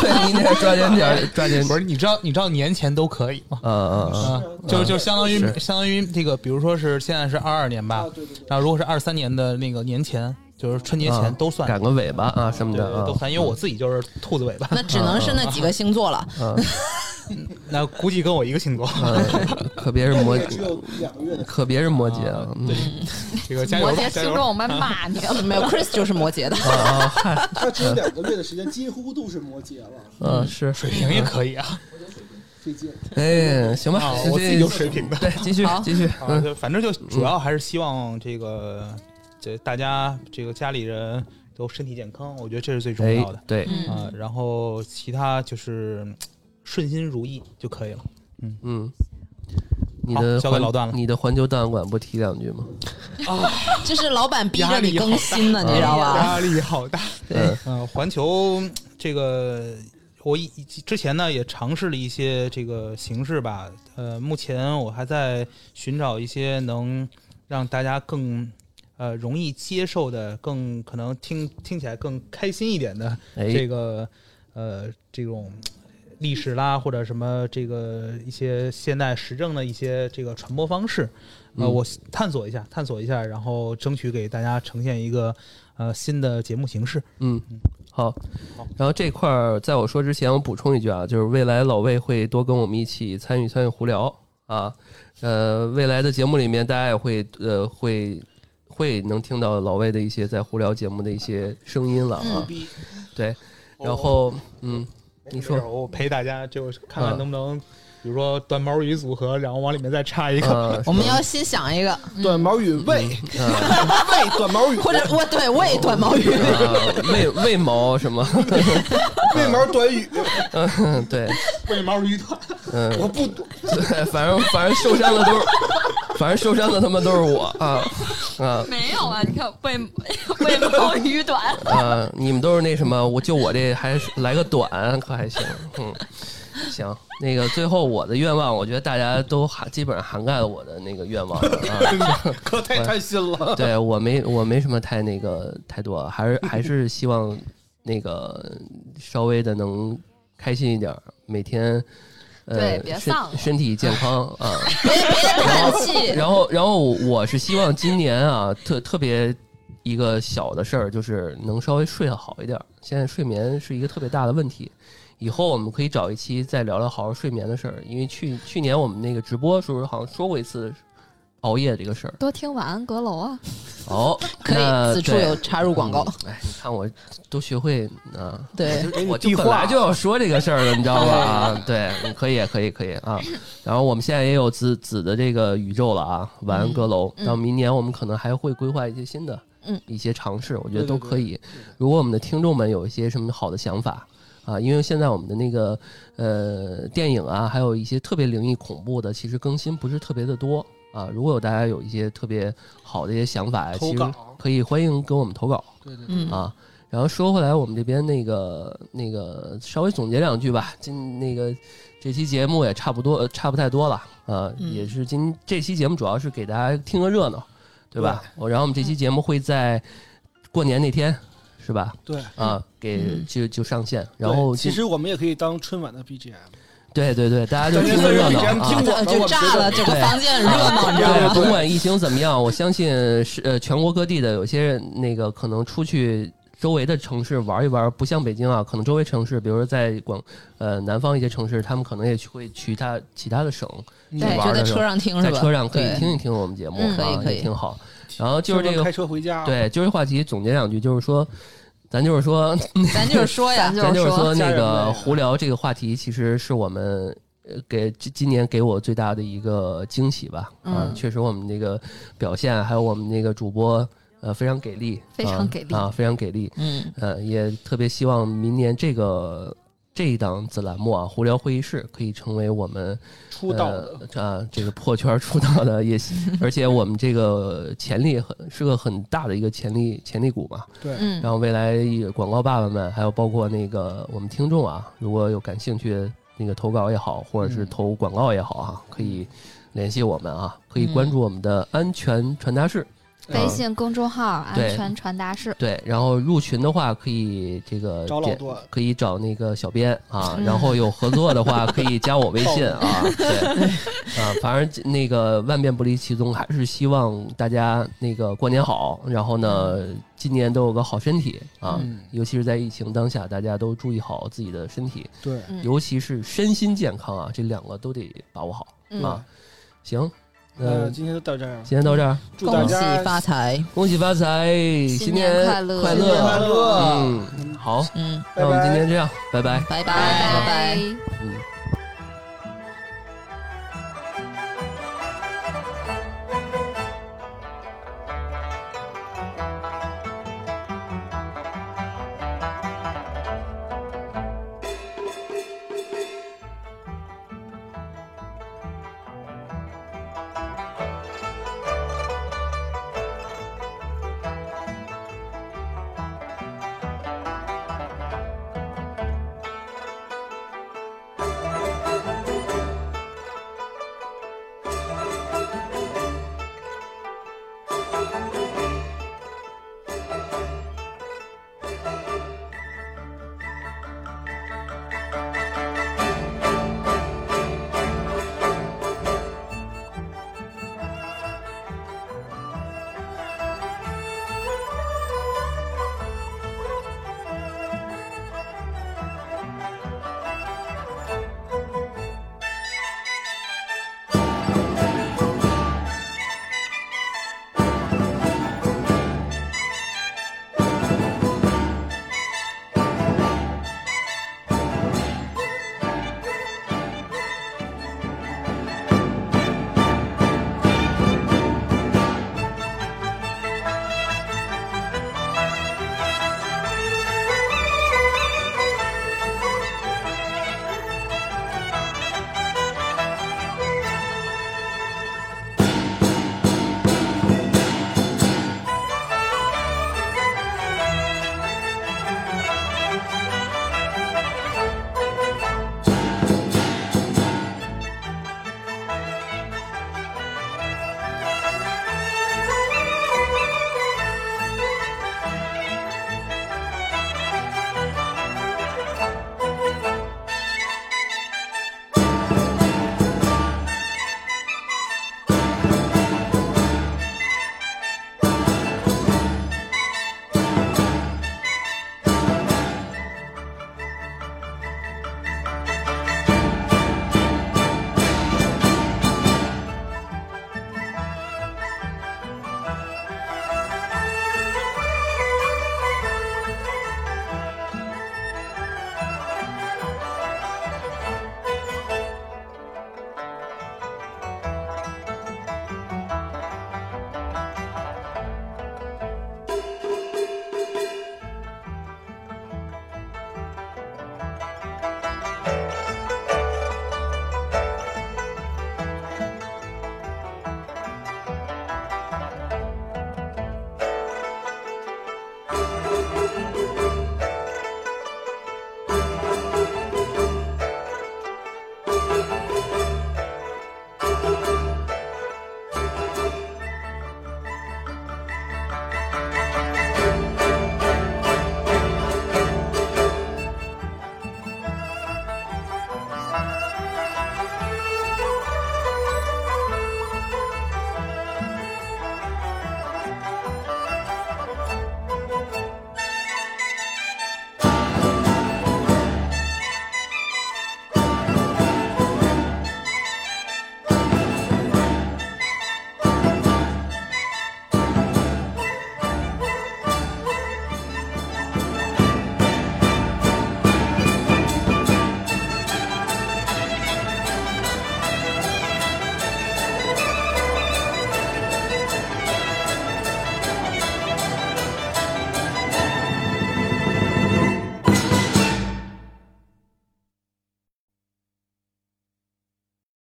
Speaker 2: 对你得抓紧点 儿，抓紧
Speaker 6: 不
Speaker 2: 点儿，
Speaker 6: 是你知道你知道年前都可以吗？
Speaker 2: 嗯嗯嗯，
Speaker 6: 啊，就就相当于相当于这个，比如说是现在是二二年吧，
Speaker 2: 啊
Speaker 3: 对对对，
Speaker 6: 然后如果是二三年的那个年前，就是春节
Speaker 2: 啊
Speaker 6: 前都算，
Speaker 2: 赶个尾巴啊什么
Speaker 6: 对
Speaker 2: 的啊
Speaker 6: 对，都算，因为我自己就是兔子尾巴，
Speaker 1: 那只能是那几个星座了。
Speaker 2: 嗯
Speaker 6: 那估计跟我一个星座。
Speaker 2: 嗯，可别是 摩，
Speaker 3: 两个月的。
Speaker 2: 可别是摩羯啊， 嗯
Speaker 6: 这个加油
Speaker 4: 摩
Speaker 6: 吧，
Speaker 4: 羯
Speaker 6: 加
Speaker 4: 听众
Speaker 6: 油吧！
Speaker 4: 我们骂你，
Speaker 1: 呃没有，Chris 就是摩羯的，
Speaker 2: 啊啊嗨，
Speaker 3: 他只有两个月的时间，几乎都是摩羯了，
Speaker 2: 嗯是，
Speaker 6: 水平也可以啊，
Speaker 3: 最近。
Speaker 2: 哎，行吧
Speaker 6: 啊，
Speaker 2: 这
Speaker 6: 我自己有水平的。
Speaker 2: 对， 继续
Speaker 1: 好
Speaker 2: 继续，
Speaker 6: 啊，
Speaker 2: 嗯
Speaker 6: 就反正就主要还是希望这个这大家这个家里人都身体健康，我觉得这是最重
Speaker 2: 哎
Speaker 6: 要的
Speaker 2: 对，
Speaker 6: 啊
Speaker 1: 嗯。，
Speaker 6: 然后其他就是嗯顺心如意就可以了。
Speaker 2: 嗯。你
Speaker 6: 好
Speaker 2: 的
Speaker 6: 交给
Speaker 2: 环
Speaker 6: 老段了
Speaker 2: 你的环球档案馆不提两句吗？
Speaker 1: 这是老板逼着你更新呢，
Speaker 2: 压力好大啊
Speaker 1: 你知道吧？
Speaker 6: 压力好大。
Speaker 2: 嗯
Speaker 6: 嗯、环球嗯这个我以之前呢也尝试了一些这个形式吧，呃，目前我还在寻找一些能让大家更呃容易接受的、更可能听听起来更开心一点的这
Speaker 2: 哎，
Speaker 6: 个呃这种。历史啦，或者什么这个一些现代时政的一些这个传播方式，呃，
Speaker 2: 嗯
Speaker 6: 我探索一下，探索一下，然后争取给大家呈现一个呃新的节目形式。
Speaker 2: 嗯，好
Speaker 6: 好。
Speaker 2: 然后这块儿，在我说之前，我补充一句啊，就是未来老魏会多跟我们一起参与参与胡聊啊。呃，未来的节目里面，大家也会呃会会能听到老魏的一些在胡聊节目的一些声音了啊。对，然后嗯，你说
Speaker 6: 没事我陪大家就看
Speaker 2: 啊
Speaker 6: 看能不能，比如说短毛鱼组合，然后往里面再插一个。
Speaker 2: 呃
Speaker 1: 我们要先想一个，
Speaker 3: 短毛与魏，
Speaker 2: 呃
Speaker 3: 魏短毛与
Speaker 1: 或者我对我也短毛 鱼，
Speaker 2: 呃魏魏毛什么？
Speaker 3: 魏毛短语，
Speaker 2: 嗯，对，
Speaker 6: 喂毛鱼团，
Speaker 2: 嗯，
Speaker 3: 我不懂。
Speaker 2: 对，反正反正受伤的都是，反正受伤的他妈都是我啊啊
Speaker 4: 没有啊，你看喂喂猫鱼短，
Speaker 2: 啊！你们都是那什么，我就我这还是来个短，可还行，嗯，行。那个最后我的愿望，我觉得大家都涵基本上涵盖了我的那个愿望了啊。
Speaker 3: 可太贪心了。
Speaker 2: 对我没我没什么太那个太多，还是还是希望那个稍微的能开心一点儿，每天呃
Speaker 4: 对别
Speaker 2: 身
Speaker 4: 丧了
Speaker 2: 身体健 康啊。
Speaker 1: 别别叹气，
Speaker 2: 然后，然后我是希望今年啊，特特别一个小的事儿，就是能稍微睡得好一点儿。现在睡眠是一个特别大的问题，以后我们可以找一期再聊聊好好睡眠的事儿。因为去去年我们那个直播时候好像说过一次熬夜这个事儿。
Speaker 4: 多听晚安阁楼啊，
Speaker 2: 哦，
Speaker 1: 可
Speaker 2: 那
Speaker 1: 以，此处
Speaker 2: 对
Speaker 1: 有插入广告。
Speaker 2: 嗯哎，你看我都学会啊，
Speaker 3: 哎
Speaker 1: 对，
Speaker 2: 我就
Speaker 3: 啊
Speaker 2: 本来就要说这个事儿了，你知道吧？啊，对，可以，可以，可以啊。然后我们现在也有子子的这个宇宙了啊，晚安阁楼。
Speaker 1: 嗯
Speaker 2: 到明年我们可能还会规划一些新的，
Speaker 1: 嗯，
Speaker 2: 一些尝试，我觉得
Speaker 3: 对对
Speaker 2: 都可以。如果我们的听众们有一些什么好的想法。啊，因为现在我们的那个呃电影啊，还有一些特别灵异恐怖的，其实更新不是特别的多啊。如果有大家有一些特别好的一些想法，
Speaker 6: 投
Speaker 2: 其实
Speaker 6: 稿
Speaker 2: 可以欢迎跟我们投稿。
Speaker 1: 嗯，
Speaker 2: 啊。然后说回来，我们这边那个那个稍微总结两句吧。今那个这期节目也差不多，呃差不太多了啊。
Speaker 1: 嗯
Speaker 2: 也是今这期节目主要是给大家听个热闹，对吧？我然后我们这期节目会在过年那天，是吧？
Speaker 3: 对
Speaker 2: 啊，给
Speaker 1: 嗯
Speaker 2: 就就上线。
Speaker 3: 对
Speaker 2: 然后
Speaker 3: 其
Speaker 2: 今
Speaker 3: 实我们也可以当春晚的 BGM，
Speaker 2: 对对对，大家就
Speaker 3: 咱
Speaker 2: 听
Speaker 3: 这
Speaker 2: 个
Speaker 3: 岁
Speaker 2: 热
Speaker 3: 数比
Speaker 2: 闹
Speaker 3: 咱们
Speaker 2: 啊
Speaker 3: 听。过，
Speaker 1: 就炸了，整个
Speaker 2: 对
Speaker 1: 房间热闹，你知道
Speaker 2: 对，
Speaker 1: 吗？
Speaker 2: 甭管疫情怎么样，我相信是呃全国各地的有些人那个可能出去周围的城市玩一玩，不像北京啊，可能周围城市，比如说在广呃南方一些城市，他们可能也去会去他其他的省，
Speaker 1: 对，就在车上听是
Speaker 2: 在
Speaker 1: 吧？
Speaker 2: 车上可以
Speaker 1: 对
Speaker 2: 听一听我们节目
Speaker 1: 嗯，可以
Speaker 2: 啊
Speaker 1: 可以
Speaker 2: 也挺好。然后就是这
Speaker 3: 开
Speaker 2: 个
Speaker 3: 车回家，，
Speaker 2: 对，就是话题总结两句，就是说，咱就是说
Speaker 1: 咱就是说 呀，
Speaker 2: 咱就是 说
Speaker 3: 家
Speaker 2: 那
Speaker 3: 人
Speaker 2: 个
Speaker 3: 们
Speaker 2: 胡聊这个话题，其实是我们呃给今今年给我最大的一个惊喜吧。啊
Speaker 1: 嗯，
Speaker 2: 确实我们那个表现，还有我们那个主播，呃，非常给力，
Speaker 4: 非
Speaker 2: 啊
Speaker 4: 常给力
Speaker 2: 啊，非常给力。
Speaker 1: 嗯，
Speaker 2: 呃，也特别希望明年这个。这一档子栏目啊，胡聊会议室可以成为我们
Speaker 3: 出道的，
Speaker 2: 呃啊，这个破圈出道的也希， 而且我们这个潜力很是个很大的一个潜力潜力股嘛，
Speaker 3: 对，
Speaker 1: 嗯
Speaker 2: 然后未来也广告爸爸们，还有包括那个我们听众啊，如果有感兴趣的那个投稿也好，或者
Speaker 3: 嗯
Speaker 2: 是投广告也好啊，可以联系我们啊，可以关注我们的安全传达室。
Speaker 4: 微信公众号“安
Speaker 2: 对
Speaker 4: 全传达室
Speaker 2: 对，然后入群的话可以这个
Speaker 3: 找老
Speaker 2: 点
Speaker 3: 段
Speaker 2: 可以找那个小编啊，
Speaker 4: 嗯
Speaker 2: 然后有合作的话可以加我微信啊，对，啊，反正那个万变不离其宗，还是希望大家那个过年好，然后呢，今年都有个好身体啊，
Speaker 3: 嗯
Speaker 2: 尤其是在疫情当下，大家都注意好自己的身体，
Speaker 3: 对，
Speaker 1: 嗯
Speaker 2: 尤其是身心健康啊，这两个都得把握好”。
Speaker 4: 嗯，
Speaker 2: 啊。行，那、
Speaker 3: 呃，今天就到这儿，
Speaker 2: 今天到这儿，
Speaker 3: 祝大
Speaker 1: 恭喜
Speaker 3: 家
Speaker 1: 发财，
Speaker 2: 恭喜发财，新
Speaker 4: 年快乐
Speaker 2: 快
Speaker 3: 新年快乐，
Speaker 2: 嗯，好。
Speaker 1: 嗯，
Speaker 2: 那我们今天这样，拜拜。
Speaker 1: 拜拜拜
Speaker 4: 拜
Speaker 1: 拜。
Speaker 4: 拜。
Speaker 2: 嗯。